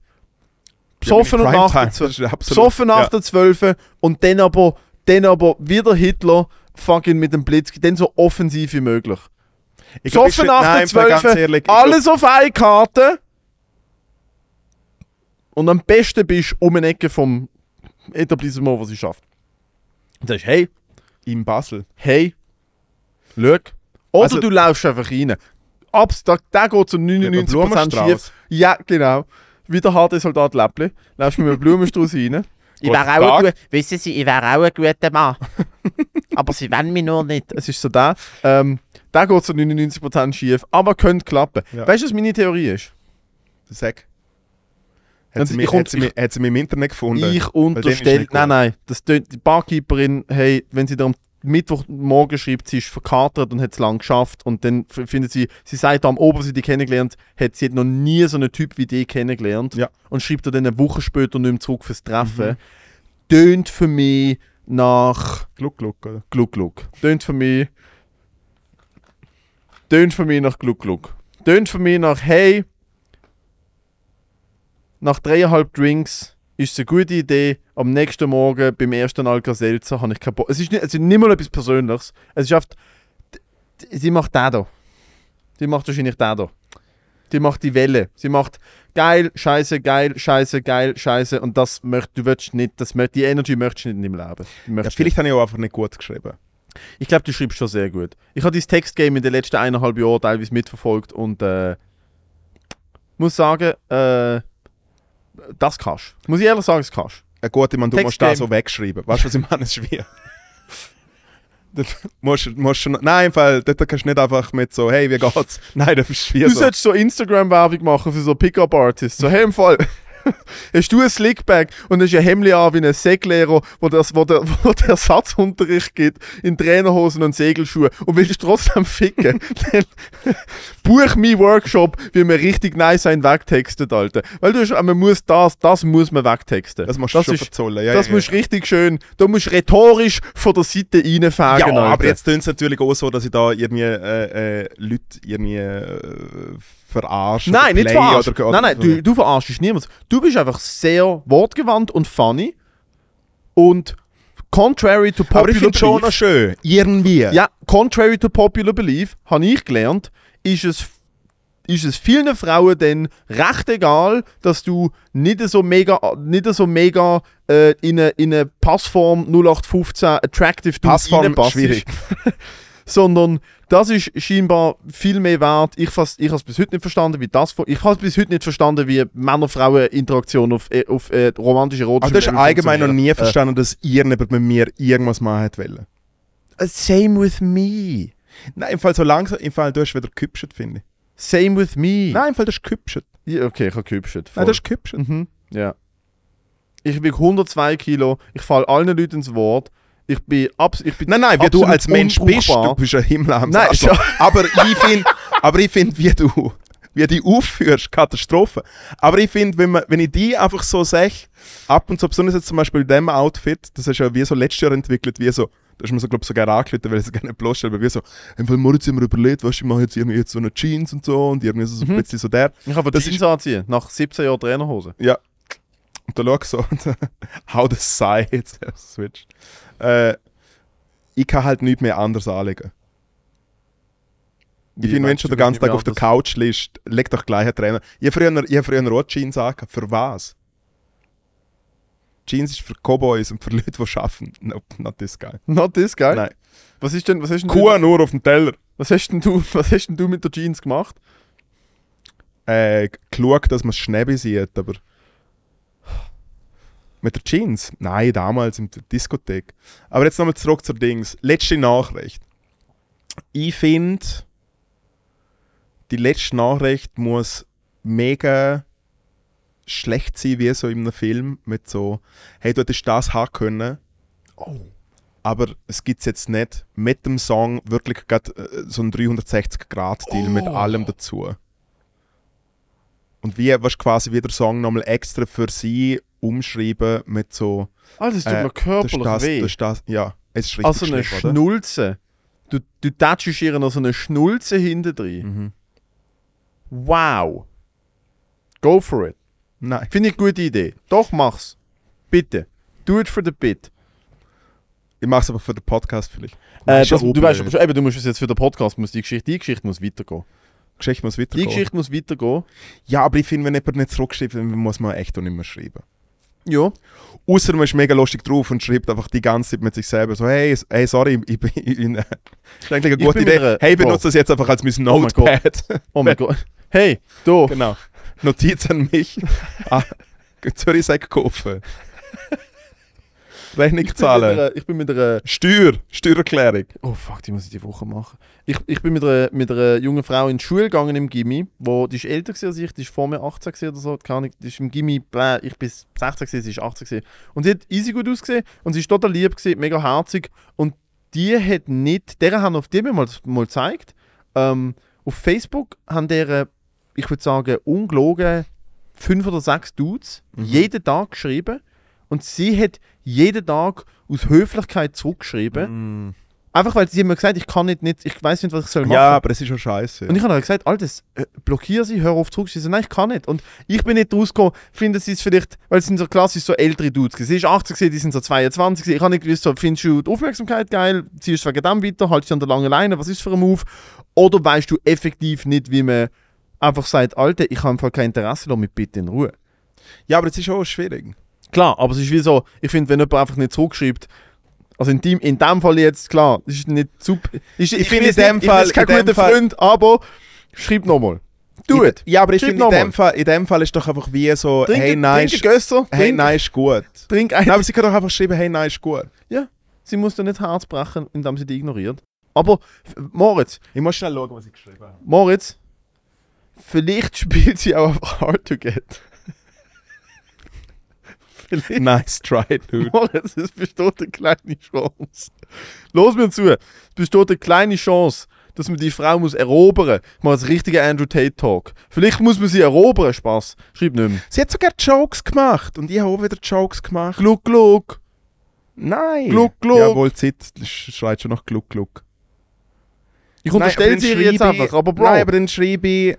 Speaker 1: Besoffen und nach der 12. Besoffen nach
Speaker 2: ja.
Speaker 1: der 12. und dann aber, dann aber wieder Hitler fucking mit dem Blitz, dann so offensiv wie möglich.
Speaker 2: Ich glaub, ich
Speaker 1: Besoffen
Speaker 2: schri-
Speaker 1: nach
Speaker 2: Nein,
Speaker 1: der
Speaker 2: im Fall,
Speaker 1: 12.
Speaker 2: ganz ehrlich, ich
Speaker 1: alles auf eine Karte. Und am besten bist du um eine Ecke vom Etablissement, was sie schafft. Und sagst, hey,
Speaker 2: glaub, in Basel.
Speaker 1: hey, schau. Oder
Speaker 2: Also-
Speaker 1: du läufst einfach rein. Abs, da, der geht zu 99%
Speaker 2: Blumenstrauß.
Speaker 1: schief. Ja, genau. Wie der harte Soldat Läppli. Läufst mit einem Blumenstrauß rein.
Speaker 3: Ich
Speaker 2: Guten
Speaker 3: wäre auch, ein
Speaker 2: Tag.
Speaker 3: gu- wissen Sie, ich wäre auch ein guter Mann. Aber sie wollen mich nur nicht.
Speaker 1: Es ist so der. Ähm, der geht zu 99% schief, aber könnte klappen.
Speaker 2: Ja.
Speaker 1: Weißt du, was meine Theorie ist?
Speaker 2: Sag.
Speaker 1: Und
Speaker 2: Hat sie,
Speaker 1: ich
Speaker 2: mich,
Speaker 1: komm-
Speaker 2: hat, sie mich, hat sie mich im Internet gefunden?
Speaker 1: Ich
Speaker 2: äh, ist
Speaker 1: unterstelle.
Speaker 2: nicht gut.
Speaker 1: Nein, nein. Das tönt die Barkeeperin, hey, wenn sie da am Mittwochmorgen schreibt, sie ist verkatert und hat es lang geschafft. Und dann f- findet sie, sie sagt am Ober, sie die kennengelernt hat, sie hat noch nie so einen Typ wie die kennengelernt.
Speaker 2: Ja.
Speaker 1: Und schreibt ihr dann eine Woche später nicht mehr zurück fürs Treffen.
Speaker 2: Mhm.
Speaker 1: Tönt für mich nach
Speaker 2: Gluck, gluck, oder?
Speaker 1: Gluck Gluck. Tönt für mich. Tönt für mich nach Gluck Gluck. Tönt für mich nach Hey. Nach dreieinhalb Drinks ist es eine gute Idee. Am nächsten Morgen beim ersten Alka-Seltzer habe ich keinen Bock. Es ist, nicht, es ist nicht mal etwas Persönliches. Es ist oft. d- Sie macht den da. Die macht wahrscheinlich den da. Die macht die Welle. Sie macht geil, scheiße, geil, scheiße, geil, scheiße. Und das möcht, du willst nicht, das, mö- die Energy möchtest du nicht in deinem Leben. Die
Speaker 2: Ja,
Speaker 1: möchtest du nicht.
Speaker 2: vielleicht habe ich auch einfach nicht gut geschrieben.
Speaker 1: Ich glaube, du schreibst schon sehr gut. Ich habe dein Textgame in den letzten eineinhalb Jahren teilweise mitverfolgt und äh, muss sagen, äh, das kannst du. Muss ich ehrlich sagen, das kannst
Speaker 2: Ja gut, ich meine, du musst
Speaker 1: Textgame.
Speaker 2: das so wegschreiben. Weißt du, was ich meine? Es ist schwer. Das musst, musst schon, nein, im Fall, dort kannst du nicht einfach mit so, hey, wie geht's? Nein, das ist
Speaker 1: du.
Speaker 2: schwer.
Speaker 1: Du
Speaker 2: so.
Speaker 1: solltest so Instagram-Werbung machen für so Pickup-Artists. So, hey, im Fall, Hast du ein Slickback und hast ein Hemd an wie ein Seglehrer, wo, das, wo, der, wo der Ersatzunterricht gibt in Trainerhosen und Segelschuhen und willst trotzdem ficken, dann buch mir Workshop, wie man richtig nice einen wegtextet, Alter. Weil du hast, man muss das, das muss man wegtexten.
Speaker 2: Das musst du
Speaker 1: das
Speaker 2: schon
Speaker 1: ist,
Speaker 2: verzollen. Ja,
Speaker 1: Das
Speaker 2: ja,
Speaker 1: musst richtig schön, da musst du rhetorisch von der Seite
Speaker 2: ja,
Speaker 1: reinfegen, Genau, Alter.
Speaker 2: aber jetzt tönt es natürlich auch so, dass ich da irgendwie äh, äh, Leute irgendwie äh, verarsche.
Speaker 1: Nein, nicht verarscht.
Speaker 2: Oder,
Speaker 1: Nein, nein, du, du verarschst niemals. Du bist einfach sehr wortgewandt und funny. Und contrary to
Speaker 2: aber
Speaker 1: popular
Speaker 2: ich finde es schon noch
Speaker 1: belief,
Speaker 2: schön. Irgendwie.
Speaker 1: ja, contrary to popular belief, habe ich gelernt, ist es ist es vielen Frauen dann recht egal, dass du nicht so mega, nicht so mega äh, in, eine, in eine Passform 0815 attractive Dude
Speaker 2: Passform
Speaker 1: reinpasst.
Speaker 2: schwierig.
Speaker 1: Sondern das ist scheinbar viel mehr wert. Ich, fass- ich habe es bis heute nicht verstanden, wie das fu- Ich habe bis heute nicht verstanden, wie Männer-Frauen-Interaktion auf, äh, auf äh, romantische Rot
Speaker 2: Aber du hast Also allgemein noch nie verstanden, dass ihr nicht mit mir irgendwas machen hat wollen.
Speaker 1: Äh, Same with me.
Speaker 2: Nein, im Fall so langsam, im Fall du hast wieder gehübscht, finde ich.
Speaker 1: Same with me.
Speaker 2: Nein, im Fall du hast gehübscht.
Speaker 1: Ja, okay, ich habe gehübscht.
Speaker 2: Nein, du hast gehübscht.
Speaker 1: Mhm. Ja. Ich wiege 102 Kilo, ich falle allen Leuten ins Wort. Ich bin abs ich bin
Speaker 2: Nein, nein, wie
Speaker 1: absolut
Speaker 2: du als Mensch bist, du
Speaker 1: unbrauchbar.
Speaker 2: bist ein Himmel am
Speaker 1: Nein,
Speaker 2: Sachsen. Aber ich finde, aber ich finde, wie du, wie du dich aufführst, Katastrophe. Aber ich finde, wenn, man- wenn ich die einfach so sehe, ab und zu, besonders jetzt zum Beispiel in diesem Outfit, das hast du ja wie so letztes Jahr entwickelt, wie so, da ist mir so, glaube ich, sogar angelötet, weil ich es gar nicht bloßstelle, aber wie so, im Fall Moritz immer überlegt, weißt du, ich mache jetzt irgendwie jetzt so eine Jeans und so und irgendwie so,
Speaker 1: Mhm.
Speaker 2: so ein bisschen so der.
Speaker 1: Ich habe
Speaker 2: Das
Speaker 1: das Jeans anziehen, nach 17 Jahren Trainerhose.
Speaker 2: Ja. Und da schau ich so, und how the sides have switched. Äh, ich kann halt nichts mehr anders anlegen. Ich finde, wenn du den ganzen Tag auf der Couch liegst, leg doch gleich einen Trainer. Ich habe früher, ich hab früher rote Jeans angehabt. Für was? Jeans ist für Cowboys und für Leute, die arbeiten. Nope, not this guy.
Speaker 1: Not this guy?
Speaker 2: Nein.
Speaker 1: Was ist denn, was hast denn
Speaker 2: Kuh nur auf dem Teller.
Speaker 1: Du, was hast denn du, was hast denn du mit der Jeans gemacht?
Speaker 2: Äh, geschaut, dass man Schnäbi sieht, aber. Mit der Jeans? Nein, damals in der Diskothek. Aber jetzt nochmal zurück zur Dings. Letzte Nachricht. Ich finde, die letzte Nachricht muss mega schlecht sein, wie so in einem Film mit so, hey, du hättest das haben können, aber es gibt es jetzt nicht mit dem Song wirklich grad, äh, so einen 360-Grad-Deal mit allem dazu. Und wie was quasi wieder Song nochmal extra für sie umschreiben mit so
Speaker 1: Alter, es tut
Speaker 2: Äh,
Speaker 1: mir
Speaker 2: das ist
Speaker 1: körperlich
Speaker 2: das,
Speaker 1: weh.
Speaker 2: das ist das, ja, es ist richtig
Speaker 1: also eine
Speaker 2: schlimm, oder?
Speaker 1: Schnulze. Du, du tätschst ihr noch so eine Schnulze hinten drin.
Speaker 2: Mhm.
Speaker 1: Wow. Go for it.
Speaker 2: Nein.
Speaker 1: Finde ich eine gute Idee. Doch, mach's. Bitte. Do it for the bit.
Speaker 2: Ich mache es aber für den Podcast vielleicht.
Speaker 1: Äh,
Speaker 2: Ist ja
Speaker 1: das, du
Speaker 2: oben,
Speaker 1: weißt
Speaker 2: ey.
Speaker 1: aber schon, eben, du musst es jetzt für den Podcast, muss die Geschichte, die Geschichte muss weitergehen.
Speaker 2: Die Geschichte muss
Speaker 1: Die
Speaker 2: weitergehen.
Speaker 1: Geschichte muss weitergehen.
Speaker 2: Ja, aber ich finde, wenn jemand nicht zurückschreibt, dann muss man echt auch nicht mehr schreiben.
Speaker 1: Ja.
Speaker 2: Außer man ist mega lustig drauf und schreibt einfach die ganze Zeit mit sich selber so, hey, s- hey sorry, ich bin in, Das ist eigentlich eine
Speaker 1: Ich
Speaker 2: gute
Speaker 1: bin
Speaker 2: Idee.
Speaker 1: mit einer-
Speaker 2: hey, benutze das jetzt einfach als mein
Speaker 1: mein
Speaker 2: Notepad.
Speaker 1: Oh mein Gott. Hey, du.
Speaker 2: genau. Notiz an mich. ah, Zürich sagt kaufen. Rechnung
Speaker 1: Ich bin mit
Speaker 2: zahlen.
Speaker 1: einer, ich bin mit einer
Speaker 2: Steuer, Steuererklärung.
Speaker 1: Oh fuck, die muss ich die Woche machen. Ich, ich bin mit einer, mit einer jungen Frau in die Schule gegangen im Gimmi, wo die ist älter gewesen als ich, die ist vor mir 18 gewesen oder so, keine Ahnung, die ist im Gimmi, bläh, ich bin 16 gewesen, sie ist 18 gewesen. Und sie hat easy gut ausgesehen und sie ist total lieb gewesen, mega herzig und die hat nicht, deren haben auf die haben mir mal, mal gezeigt, ähm, auf Facebook haben deren, ich würde sagen, ungelogen fünf oder sechs Dudes jeden Tag geschrieben und sie hat jeden Tag aus Höflichkeit zurückgeschrieben. Einfach weil sie haben mir gesagt, ich kann nicht, nicht ich weiß nicht, was ich soll machen.
Speaker 2: Mm. Ja, aber es ist schon scheiße.
Speaker 1: Und ich habe dann gesagt, Altes, äh, blockier sie, hör auf zurückzuschießen. Nein, ich kann nicht. Und ich bin nicht rausgekommen, finde sie es vielleicht, weil es sind so klassisch so ältere Dudes. gewesen. Sie ist 80, gewesen, die sind so 22. gewesen. Ich habe nicht gewusst, so, findest du die Aufmerksamkeit geil, ziehst du wegen dem weiter, haltest dich an der langen Leine, was ist für ein Move? Oder weißt du effektiv nicht, wie man einfach sagt, Alter, ich habe im Fall kein Interesse, lass mich bitte in Ruhe.
Speaker 2: Ja, aber es ist auch schwierig.
Speaker 1: Klar, aber es ist wie so, ich finde, wenn jemand einfach nicht zurückschreibt, also in dem, in dem Fall jetzt, klar, es ist nicht super. Ich, ich
Speaker 2: finde
Speaker 1: bin jetzt
Speaker 2: in dem
Speaker 1: nicht- ich bin
Speaker 2: Fall-
Speaker 1: jetzt kein
Speaker 2: in dem
Speaker 1: guter
Speaker 2: Fall-
Speaker 1: Freund, aber schreib nochmal. Do it.
Speaker 2: Ja, aber ich
Speaker 1: Schreib
Speaker 2: finde, in,
Speaker 1: nochmal.
Speaker 2: dem Fall- in dem Fall ist doch einfach wie so,
Speaker 1: Trink,
Speaker 2: hey, nein, ist-
Speaker 1: trink ein Gösser,
Speaker 2: hey,
Speaker 1: trink,
Speaker 2: nein, ist gut.
Speaker 1: trink
Speaker 2: Nein,
Speaker 1: ein.
Speaker 2: aber sie kann doch einfach schreiben, hey, nein, ist gut.
Speaker 1: Ja, sie muss dir nicht Herz brechen, indem sie dich ignoriert. Aber F- Moritz,
Speaker 2: Ich muss schnell schauen, was ich geschrieben habe.
Speaker 1: Moritz, vielleicht spielt sie auch auf Hard to Get. vielleicht.
Speaker 2: Nice try, dude.
Speaker 1: Mal, es besteht eine kleine Chance. Los mir zu. Es besteht eine kleine Chance, dass man die Frau muss erobern muss. Mal als richtiger Andrew Tate-Talk. Vielleicht muss man sie erobern, Spaß. Schreib nicht mehr.
Speaker 2: Sie hat sogar Jokes gemacht und ich habe auch wieder Jokes gemacht.
Speaker 1: Gluck, gluck.
Speaker 2: Nein!
Speaker 1: Gluck, gluck.
Speaker 2: Jawohl, Zeit sch- schreit schon nach Gluck, Gluck.
Speaker 1: Ich unterstelle sie ihr jetzt einfach, aber Bro.
Speaker 2: Nein, aber dann schreibe ich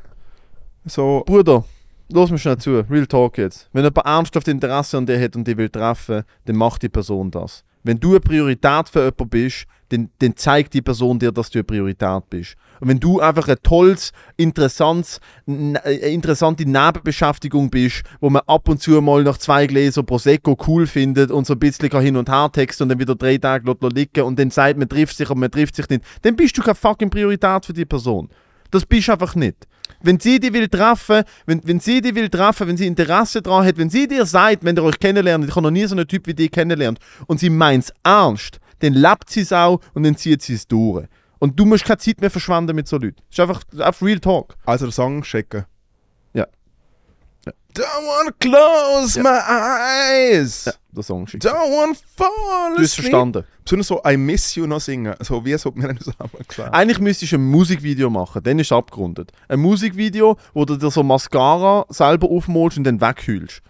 Speaker 2: so...
Speaker 1: Bruder, los mir schnell zu. Real Talk jetzt. Wenn jemand ernsthaft Interesse an dir hat und dich will treffen, dann macht die Person das. Wenn du eine Priorität für jemanden bist, dann, dann zeigt die Person dir, dass du eine Priorität bist. Und wenn du einfach ein tolles, interessantes, n- eine interessante Nebenbeschäftigung bist, wo man ab und zu mal nach zwei Gläser Prosecco cool findet und so ein bisschen kann hin und her texten und dann wieder drei Tage lässt- lässt liegen und dann sagt, man trifft sich und man trifft sich nicht, dann bist du keine fucking Priorität für die Person. Das bist du einfach nicht. Wenn sie dich will treffen, wenn, wenn sie dich will treffen, wenn sie Interesse daran hat, wenn sie dir sagt, wenn ihr euch kennenlernt, ich habe noch nie so einen Typ wie dich kennengelernt, und sie meint es ernst, dann lebt sie es auch und dann zieht sie es durch. Und du musst keine Zeit mehr verschwenden mit so Leuten. Das ist einfach, das ist einfach Real Talk.
Speaker 2: Also den Song schicken.
Speaker 1: Ja. Ja.
Speaker 2: Don't wanna close my eyes.
Speaker 1: Der Song schickt.
Speaker 2: Don't wanna fall
Speaker 1: Du hast verstanden.
Speaker 2: Besonders so I miss you noch singen. So wie es hat mir nicht zusammen gesagt.
Speaker 1: Eigentlich müsstest du ein Musikvideo machen, dann ist es abgerundet. Ein Musikvideo, wo du dir so Mascara selber aufmalst und dann weghüllst.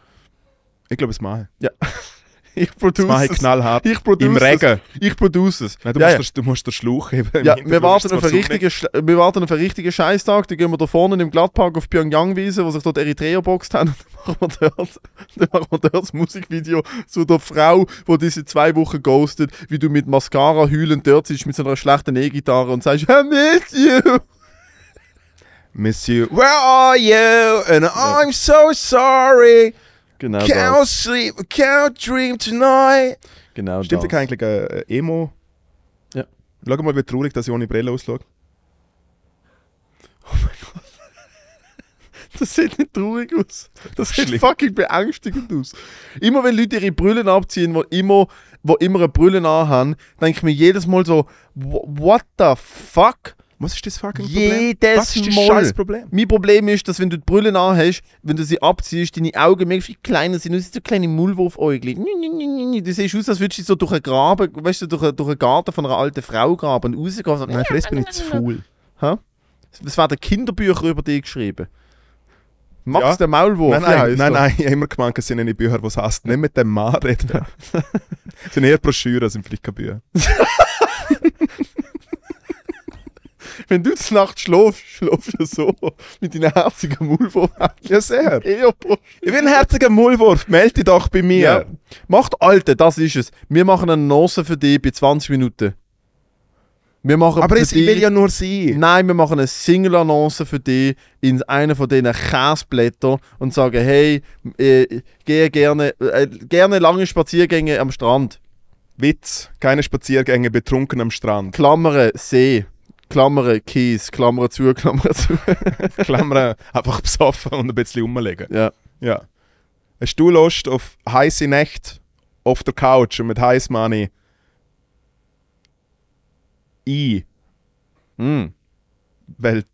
Speaker 2: Ich glaube, es mache ich.
Speaker 1: Ich
Speaker 2: Das mache
Speaker 1: produziere
Speaker 2: ich knallhart.
Speaker 1: Ich produziere
Speaker 2: Im Regen.
Speaker 1: Es. Ich produziere es.
Speaker 2: Nein, du,
Speaker 1: Ja, ja.
Speaker 2: musst Den, du musst den Schlauch heben.
Speaker 1: Ja,
Speaker 2: Im
Speaker 1: wir
Speaker 2: Hintergrund
Speaker 1: warten,
Speaker 2: ist
Speaker 1: auf einen
Speaker 2: zwar die Sonne.
Speaker 1: richtigen, Sch- wir warten auf einen richtigen Scheißtag. Dann gehen wir da vorne im Gladpark auf Pyongyang-Wiese, wo sich dort Eritreer boxt haben. Und dann machen wir dort, dann machen wir dort das Musikvideo zu der Frau, die diese zwei Wochen ghostet, wie du mit Mascara heulend dort sitzt mit so einer schlechten E-Gitarre und sagst, I miss you.
Speaker 2: Miss you. Where are you? And I'm so sorry.
Speaker 1: Genau
Speaker 2: Can't
Speaker 1: das.
Speaker 2: sleep, can't dream tonight.
Speaker 1: Genau
Speaker 2: Stimmt
Speaker 1: das.
Speaker 2: da eigentlich ein äh, Emo?
Speaker 1: Ja.
Speaker 2: Schau mal, wie traurig, dass ich ohne Brille ausschaue.
Speaker 1: Das sieht nicht traurig aus. Das sieht
Speaker 2: Schlimm.
Speaker 1: fucking beängstigend aus. Immer wenn Leute ihre Brüllen abziehen, wo immer, wo immer eine Brille anhaben, denke ich mir jedes Mal so, "Wha- what the fuck?
Speaker 2: Was ist das fucking Problem?
Speaker 1: Jedes
Speaker 2: Was ist das
Speaker 1: Mal.
Speaker 2: scheiß Problem?
Speaker 1: Mein Problem ist, dass wenn du die Brille anhast, wenn du sie abziehst, deine Augen mega viel kleiner sind. Du siehst so kleine Maulwurfäugel. Du siehst aus, als würdest du dich so durch einen Graben, weißt du, durch, einen- durch einen Garten von einer alten Frau graben und rausgehen. So,
Speaker 2: Nein, vielleicht bin ich zu faul.
Speaker 1: Es werden Kinderbücher über dich geschrieben. Max
Speaker 2: Ja.
Speaker 1: der Maulwurf.
Speaker 2: Nein,
Speaker 1: wie
Speaker 2: nein,
Speaker 1: heisst
Speaker 2: nein,
Speaker 1: er?
Speaker 2: nein, ich habe immer gemeint, es sind nicht Bücher, die es heißt, nicht mit dem Mann reden. Es sind eher Broschüren, sind vielleicht keine Bücher.
Speaker 1: Wenn du zur Nacht schläfst, schläfst du so mit deinen herzigen Maulwurfhänden.
Speaker 2: Ja, sehr.
Speaker 1: Eher
Speaker 2: Ich bin ein herziger Mullwurf, melde dich doch bei mir.
Speaker 1: Ja. Macht Alte, das ist es. Wir machen eine Nase für dich bei 20 Minuten. Wir machen
Speaker 2: Aber
Speaker 1: für
Speaker 2: es will ja nur sein.
Speaker 1: Nein, wir machen eine Single-Annonce für dich in einer von diesen Käseblättern und sagen, hey, äh, gehe gerne, äh, gerne lange Spaziergänge am Strand.
Speaker 2: Witz, keine Spaziergänge betrunken am Strand.
Speaker 1: Klammern See, Klammern Kies, Klammern zu, Klammern zu.
Speaker 2: Klammern, einfach besoffen und ein bisschen rumlegen.
Speaker 1: Ja.
Speaker 2: Ja. Hast du Lust auf heiße Nächte auf der Couch und mit heiß Money? I,
Speaker 1: Hm.
Speaker 2: weil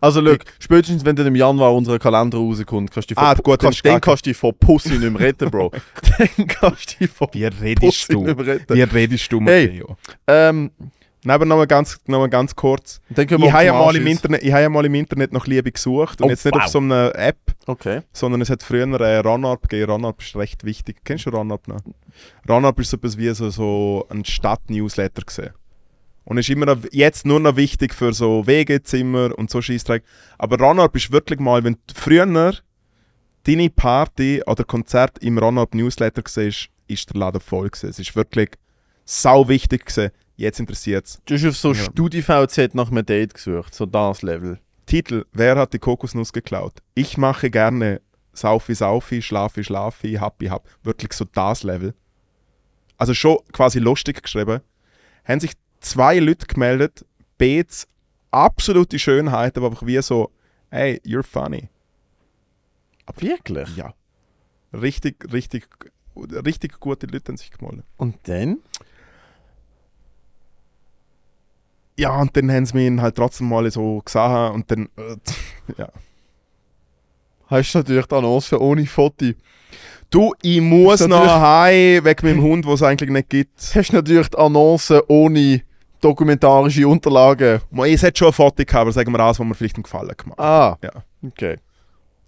Speaker 1: Also, look, spätestens wenn dann im Januar unser Kalender rauskommt, kannst du dich
Speaker 2: Ah,
Speaker 1: vor-
Speaker 2: gut, dann
Speaker 1: kannst,
Speaker 2: ist
Speaker 1: dann
Speaker 2: gar kein-
Speaker 1: kannst du dich vor Pussy nicht mehr retten, Bro. dann kannst du dich vor
Speaker 2: wie redest
Speaker 1: Pussy nicht
Speaker 2: du?
Speaker 1: mehr retten.
Speaker 2: Wie redest du mit
Speaker 1: Hey.
Speaker 2: mir? ja?
Speaker 1: Ähm,
Speaker 2: Nein, aber nochmal ganz, noch mal ganz kurz.
Speaker 1: dann können
Speaker 2: Ich
Speaker 1: wir
Speaker 2: habe ja
Speaker 1: zum
Speaker 2: mal
Speaker 1: Arsch
Speaker 2: im
Speaker 1: jetzt.
Speaker 2: Internet, ich habe ja mal im Internet nach Liebe gesucht und
Speaker 1: Oh,
Speaker 2: jetzt nicht
Speaker 1: wow.
Speaker 2: auf so einer App,
Speaker 1: Okay.
Speaker 2: sondern es hat früher äh, Ranarp gegeben. Ranarp ist recht wichtig. Kennst du Ranarp noch? Ranarp ist so etwas wie so, so ein Stadt-Newsletter gesehen. Und ist immer noch, jetzt nur noch wichtig für so Wegezimmer und so Scheißdreck. Aber Ranarp ist wirklich mal, wenn du früher deine Party oder Konzert im Ranarp Newsletter gesehen ist der Laden voll gewesen. Es ist wirklich sau wichtig gewesen. Jetzt interessiert es.
Speaker 1: Du hast auf so
Speaker 2: Ja.
Speaker 1: StudiVZ nach einem Date gesucht, so das Level.
Speaker 2: Titel: Wer hat die Kokosnuss geklaut? Ich mache gerne Saufi, Saufi, Schlafi, Schlafi, Happy, Happy. Wirklich so das Level. Also schon quasi lustig geschrieben. Haben sich zwei Leute gemeldet, Beats, absolute Schönheit, aber einfach wie so: Hey, you're funny.
Speaker 1: Wirklich?
Speaker 2: Ja. Richtig, richtig, richtig gute Leute haben sich gemeldet.
Speaker 1: Und dann?
Speaker 2: Ja, und dann haben sie mich halt trotzdem mal so gesehen und dann. Äh, ja.
Speaker 1: Hast du natürlich die Annonce ohne Foto.
Speaker 2: Du, ich muss
Speaker 1: Ist
Speaker 2: noch
Speaker 1: natürlich-
Speaker 2: heim wegen meinem Hund, wo es eigentlich nicht gibt.
Speaker 1: hast natürlich die Annoncen ohne dokumentarische Unterlagen.
Speaker 2: Mo, Es hat schon ein Foto gehabt, aber sagen wir alles, was mir vielleicht einen Gefallen gemacht hat.
Speaker 1: Ah.
Speaker 2: Ja.
Speaker 1: Okay.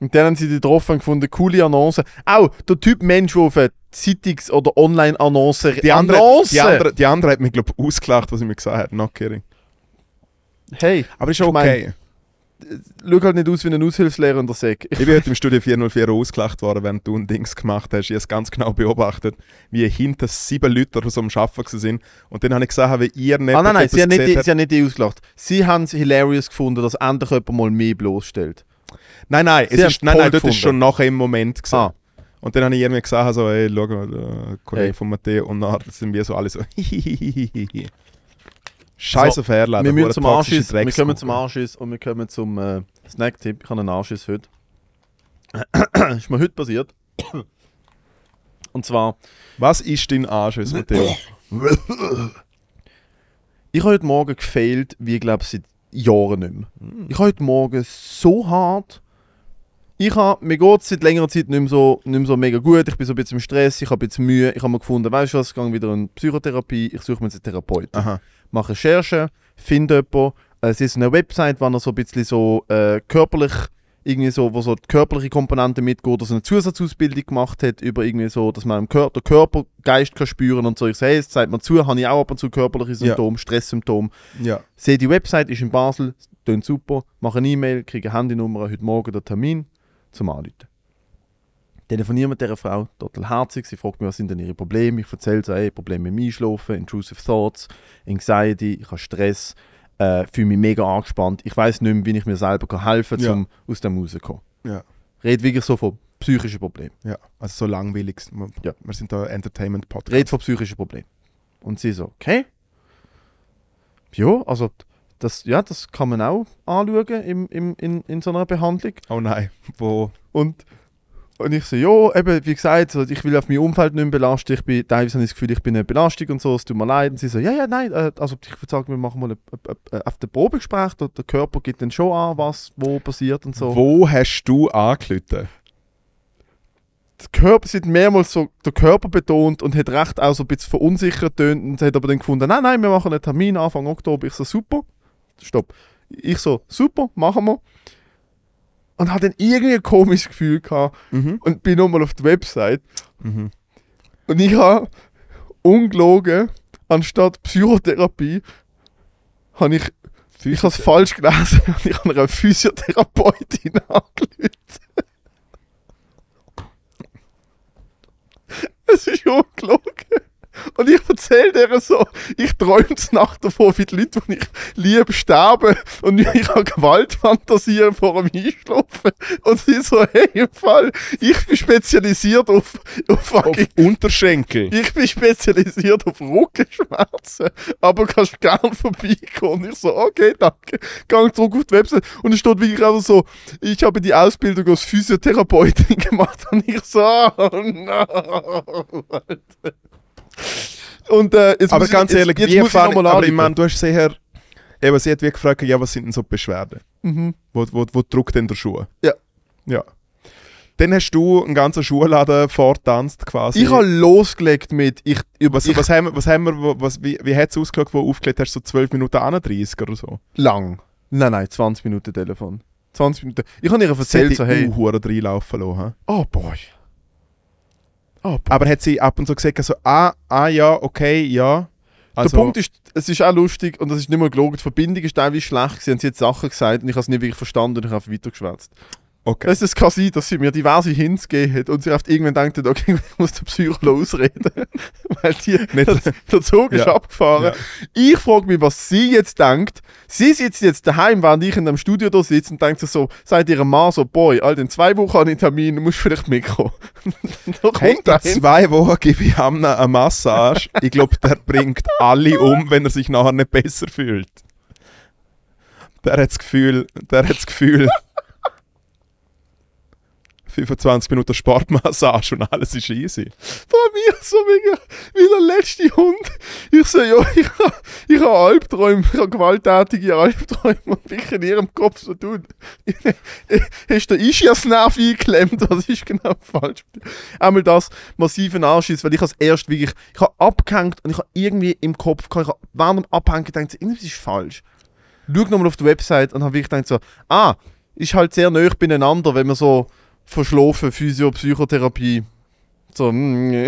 Speaker 1: Und dann haben sie die getroffen und gefunden, coole Annoncen. Auch der Typ Mensch, der auf eine Zeitungs- oder Online-Annonce
Speaker 2: Die andere,
Speaker 1: Annoncen!
Speaker 2: die, andere, die andere hat mich, glaube ich, ausgelacht, was ich mir gesagt habe. Not kidding.
Speaker 1: Hey,
Speaker 2: Aber ist schon
Speaker 1: Ich mein-
Speaker 2: okay.
Speaker 1: schau halt nicht aus wie ein Aushilfslehrer in der Säck.
Speaker 2: Ich bin heute im Studio 404 ausgelacht worden, während du ein Dings gemacht hast. Ich habe es ganz genau beobachtet, wie hinter sieben Leute aus dem Arbeiten gewesen sind. Und dann habe ich gesehen, wie ihr nicht
Speaker 1: Ah nein, nein,
Speaker 2: etwas
Speaker 1: sie haben, nicht,
Speaker 2: gesehen
Speaker 1: die-
Speaker 2: habt.
Speaker 1: sie haben nicht die ausgelacht. Sie haben es hilarious gefunden, dass endlich jemand mal mehr bloßstellt.
Speaker 2: Nein, nein, es
Speaker 1: Sie
Speaker 2: ist,
Speaker 1: haben
Speaker 2: nein,
Speaker 1: toll
Speaker 2: nein dort ist
Speaker 1: gefunden.
Speaker 2: schon nachher im Moment. Gewesen.
Speaker 1: Ah.
Speaker 2: Und dann habe ich irgendwie gesagt, so, ey, schau mal, der Kollege
Speaker 1: Hey.
Speaker 2: von Matteo. Und dann sind wir so alle so, Scheiße, Fairladen.
Speaker 1: wir müssen
Speaker 2: verdammt
Speaker 1: zum
Speaker 2: toxische
Speaker 1: Arschiss, wir kommen
Speaker 2: Dreckskuchen.
Speaker 1: zum Arschiss und wir kommen zum äh, Snacktipp. Ich habe einen Arschiss heute. ist mir heute passiert. Und zwar,
Speaker 2: Was ist dein Arsch, Matteo?
Speaker 1: ich habe heute Morgen gefehlt, wie ich glaube seit Jahren nicht mehr. Ich habe heute Morgen so hart. Ich habe, mir geht es seit längerer Zeit nicht mehr, so, nicht mehr so mega gut. Ich bin so ein bisschen im Stress, ich habe ein bisschen Mühe. Ich habe mir gefunden, weißt du was, ich gehe wieder in Psychotherapie, ich suche mir jetzt einen Therapeuten.
Speaker 2: Aha.
Speaker 1: mache Recherchen, finde jemanden. Äh, Es ist eine Website, wo er so ein bisschen so äh, körperlich, irgendwie so, wo so die körperliche Komponente mitgeht, dass er eine Zusatzausbildung gemacht hat, über irgendwie so, dass man im Kör den Körper, Geist kann spüren und so. Ich sage, hey, jetzt zeigt man zu, habe ich auch ab und zu körperliche
Speaker 2: Ja.
Speaker 1: Symptome, Stresssymptome.
Speaker 2: Ja.
Speaker 1: Sehe die Website, ist in Basel, tönt super, mache eine E-Mail, kriege eine Handynummer, heute Morgen den Termin zum Anrufen. Telefoniere mit dieser Frau, total herzig, sie fragt mich, was sind denn ihre Probleme, ich erzähle so, hey, Probleme mit dem Einschlafen, Intrusive Thoughts, Anxiety, ich habe Stress, äh, fühle mich mega angespannt, ich weiß nicht mehr, wie ich mir selber kann helfen
Speaker 2: Ja.
Speaker 1: kann, um aus dem rauszukommen.
Speaker 2: Ja.
Speaker 1: Red wirklich so von psychischen Problemen.
Speaker 2: Ja, also so langweilig. Wir,
Speaker 1: Ja.
Speaker 2: wir sind da Entertainment-Podcast.
Speaker 1: Red von psychischen Problemen. Und sie so, okay. Ja, also das, ja, das kann man auch anschauen im, im, in, in so einer Behandlung.
Speaker 2: Oh nein, wo?
Speaker 1: Und, und ich so, ja, eben, wie gesagt, so, ich will auf mein Umfeld nicht mehr belasten. Ich bin, teilweise habe ich das Gefühl, ich bin eine Belastung und so, es tut mir leid. Und sie so, ja, ja, nein, äh, also ich würde sagen, wir machen mal ein, ein, ein, auf der Probegespräch. Der, der Körper gibt dann schon an, was wo passiert und so.
Speaker 2: Wo hast du angelötet?
Speaker 1: Der Körper sind mehrmals so der Körper betont und hat recht auch so ein bisschen verunsichert tönt und hat aber dann gefunden, nein, nein, wir machen einen Termin Anfang Oktober. Ich so, super. Stopp. Ich so, super, machen wir. Und hatte dann irgendwie ein komisches Gefühl gehabt
Speaker 2: Mhm.
Speaker 1: und bin nochmal auf die Website
Speaker 2: Mhm.
Speaker 1: Und ich habe ungelogen, anstatt Psychotherapie, habe ich, ich habe es falsch gelesen und ich habe eine Physiotherapeutin angelüht. Es ist ungelogen. Und ich erzähle deren so, ich träume es Nacht davon, wie die Leute, die ich liebe, sterben und ich habe Gewaltfantasien vor dem Einschlafen. Und sie so, hey, im Fall, ich bin spezialisiert auf, auf
Speaker 2: Auf
Speaker 1: fucking
Speaker 2: Unterschenkel.
Speaker 1: ich bin spezialisiert auf Rückenschmerzen, aber kannst gern vorbeikommen. Und ich so, okay, danke. Gang zurück auf die Website. Und es steht wirklich einfach so, ich habe die Ausbildung als Physiotherapeutin gemacht. Und ich so, oh no. Alter. Und äh, jetzt
Speaker 2: Aber
Speaker 1: muss
Speaker 2: ganz
Speaker 1: ich,
Speaker 2: ehrlich,
Speaker 1: jetzt,
Speaker 2: wie
Speaker 1: jetzt muss ich
Speaker 2: fang-
Speaker 1: nochmal
Speaker 2: aber ich
Speaker 1: anrufen.
Speaker 2: meine, du hast sehr, eben, sie hat wie gefragt, ja, was sind denn so die Beschwerden?
Speaker 1: Mhm.
Speaker 2: Wo, wo, wo drückt denn der Schuh?
Speaker 1: Ja.
Speaker 2: Ja. Dann hast du einen ganzen Schuhladen vortanzt quasi.
Speaker 1: Ich habe losgelegt mit, ich, über,
Speaker 2: was,
Speaker 1: ich,
Speaker 2: was haben wir, was haben wir wo- was, wie, wie hat es ausgeschaut, wo du aufgelegt hast? So 12 Minuten 31 oder so?
Speaker 1: lang. Nein, nein, 20 Minuten Telefon. 20 Minuten. Ich habe ihr erzählt, so, hey,
Speaker 2: uh, reinlaufen lassen. hä?
Speaker 1: oh boy. Oh boy.
Speaker 2: Aber hat sie ab und zu gesagt, so, ah, ah ja, okay, ja. Also,
Speaker 1: der Punkt ist, es ist auch lustig und das ist nicht mehr gelogen. Die Verbindung ist teilweise schlecht gewesen, und sie hat Sachen gesagt und ich habe es nicht wirklich verstanden und ich habe einfach weitergeschwätzt.
Speaker 2: okay.
Speaker 1: Es kann sein, dass sie mir diverse Hints gegeben hat und sie oft irgendwann denkt, okay, ich muss den Psychologen ausreden, weil die,
Speaker 2: Nicht-
Speaker 1: der, der Zug ist
Speaker 2: Ja.
Speaker 1: abgefahren. Ich frage mich, was sie jetzt denkt. Sie sitzt jetzt daheim, während ich in dem Studio da sitze und denkt sich so, sagt ihrem Mann so, boy, all in zwei Wochen habe ich einen Termin, du musst vielleicht mitkommen. da kommt
Speaker 2: Hey, in
Speaker 1: einer.
Speaker 2: zwei Wochen gebe ich Hamna eine Massage. Ich glaube, der bringt alle um, wenn er sich nachher nicht besser fühlt. Der hat das Gefühl, der hat das Gefühl. 25 Minuten Sportmassage und alles ist easy. Vor mir so mega, wie der letzte Hund. Ich so, ja, ich habe ich ha Albträume, ich habe gewalttätige Albträume und ich in ihrem Kopf so, du, hast du den Ischias-Nerv eingeklemmt, das ist genau falsch. Einmal das massiven Anschiss, weil ich als erst wirklich, ich habe abgehängt und ich habe irgendwie im Kopf, gehabt, ich habe während dem Abhängen gedacht, so, irgendwas ist falsch. Schau nochmal auf die Website und habe wirklich gedacht so, ah, ist halt sehr nöch beieinander, wenn man so verschlafen, Physio, Psychotherapie. So, mm.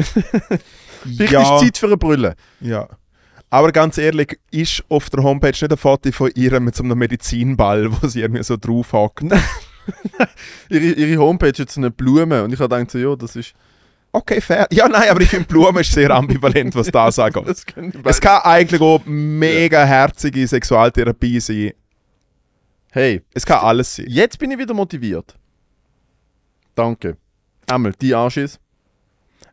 Speaker 2: Vielleicht ist Zeit für eine Brille. Ja. Aber ganz ehrlich, ist auf der Homepage nicht ein Foto von ihr mit so einem Medizinball, wo sie irgendwie so draufhackt?
Speaker 1: Ihre, ihre Homepage hat so eine Blume und ich habe gedacht so, ja, das ist...
Speaker 2: Okay, fair. Ja, nein, aber ich finde, Blume ist sehr ambivalent, was da sagen.
Speaker 1: Das können die
Speaker 2: Es
Speaker 1: beiden-
Speaker 2: kann eigentlich auch mega herzige Sexualtherapie sein.
Speaker 1: Hey,
Speaker 2: Es kann alles sein.
Speaker 1: jetzt bin ich wieder motiviert. Danke. Einmal, die Anschiss.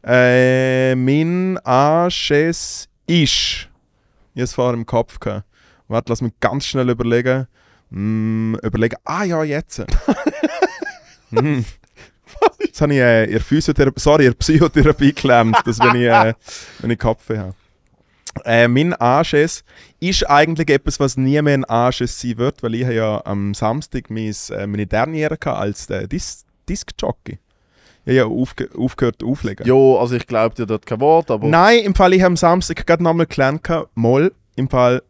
Speaker 2: Äh, mein Anschiss ist. Ich habe es vorher im Kopf gehabt. Warte, lass mich ganz schnell überlegen. Mm, überlegen. Ah ja, jetzt. mm. Jetzt habe ich äh, ihr Physiotherapie, sorry, ihr Psychotherapie geklemmt, dass wenn ich, äh, wenn ich Kopf habe. Äh, mein Anschiss ist eigentlich etwas, was nie mehr ein Anschiss sein wird, weil ich habe ja am Samstag mein, äh, meine Derniere hatte als äh, Dis Disc-Jockey. Ich habe ja aufge aufgehört auflegen.
Speaker 1: Jo, also ich glaube dir dort kein Wort, aber...
Speaker 2: Nein, im Fall, ich habe am Samstag gerade nochmal gelernt, gehabt, mal, im Fall,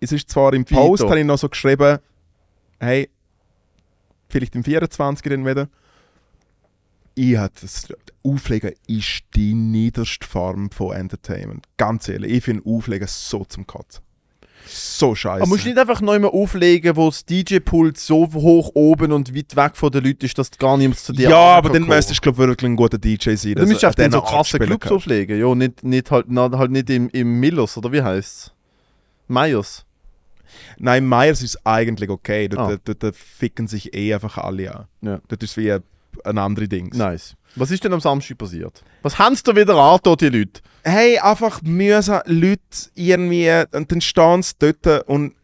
Speaker 2: es ist zwar im
Speaker 1: Vito.
Speaker 2: Post, habe ich noch so geschrieben, hey, vielleicht im 24. dann wieder. Ich hatte das, Auflegen ist die niederste Form von Entertainment. Ganz ehrlich, ich finde Auflegen so zum Kotzen. So scheiße.
Speaker 1: Man muss nicht einfach neu mal auflegen, wo das DJ-Pult so hoch oben und weit weg von den Leuten ist, dass gar niemand zu dir
Speaker 2: ja, aber
Speaker 1: herankommt.
Speaker 2: dann müsstest du, glaube ich, wirklich ein guter DJ sein.
Speaker 1: Dann müsstest du auf den so krassen
Speaker 2: krassen
Speaker 1: Clubs auflegen. Ja, nicht, nicht halt, na, halt nicht im, im Millers, oder wie heisst's? Meyers.
Speaker 2: Nein, Meyers ist eigentlich okay. Dort,
Speaker 1: Ah.
Speaker 2: dort, dort, ficken sich eh einfach alle an.
Speaker 1: Ja.
Speaker 2: Dort ist wie ein, ein anderes Ding.
Speaker 1: Nice. Was ist denn am Samstag passiert? Was haben sie da wieder an, da, die Leute?
Speaker 2: Hey, einfach mühsam Leute irgendwie. Und dann stehen sie dort und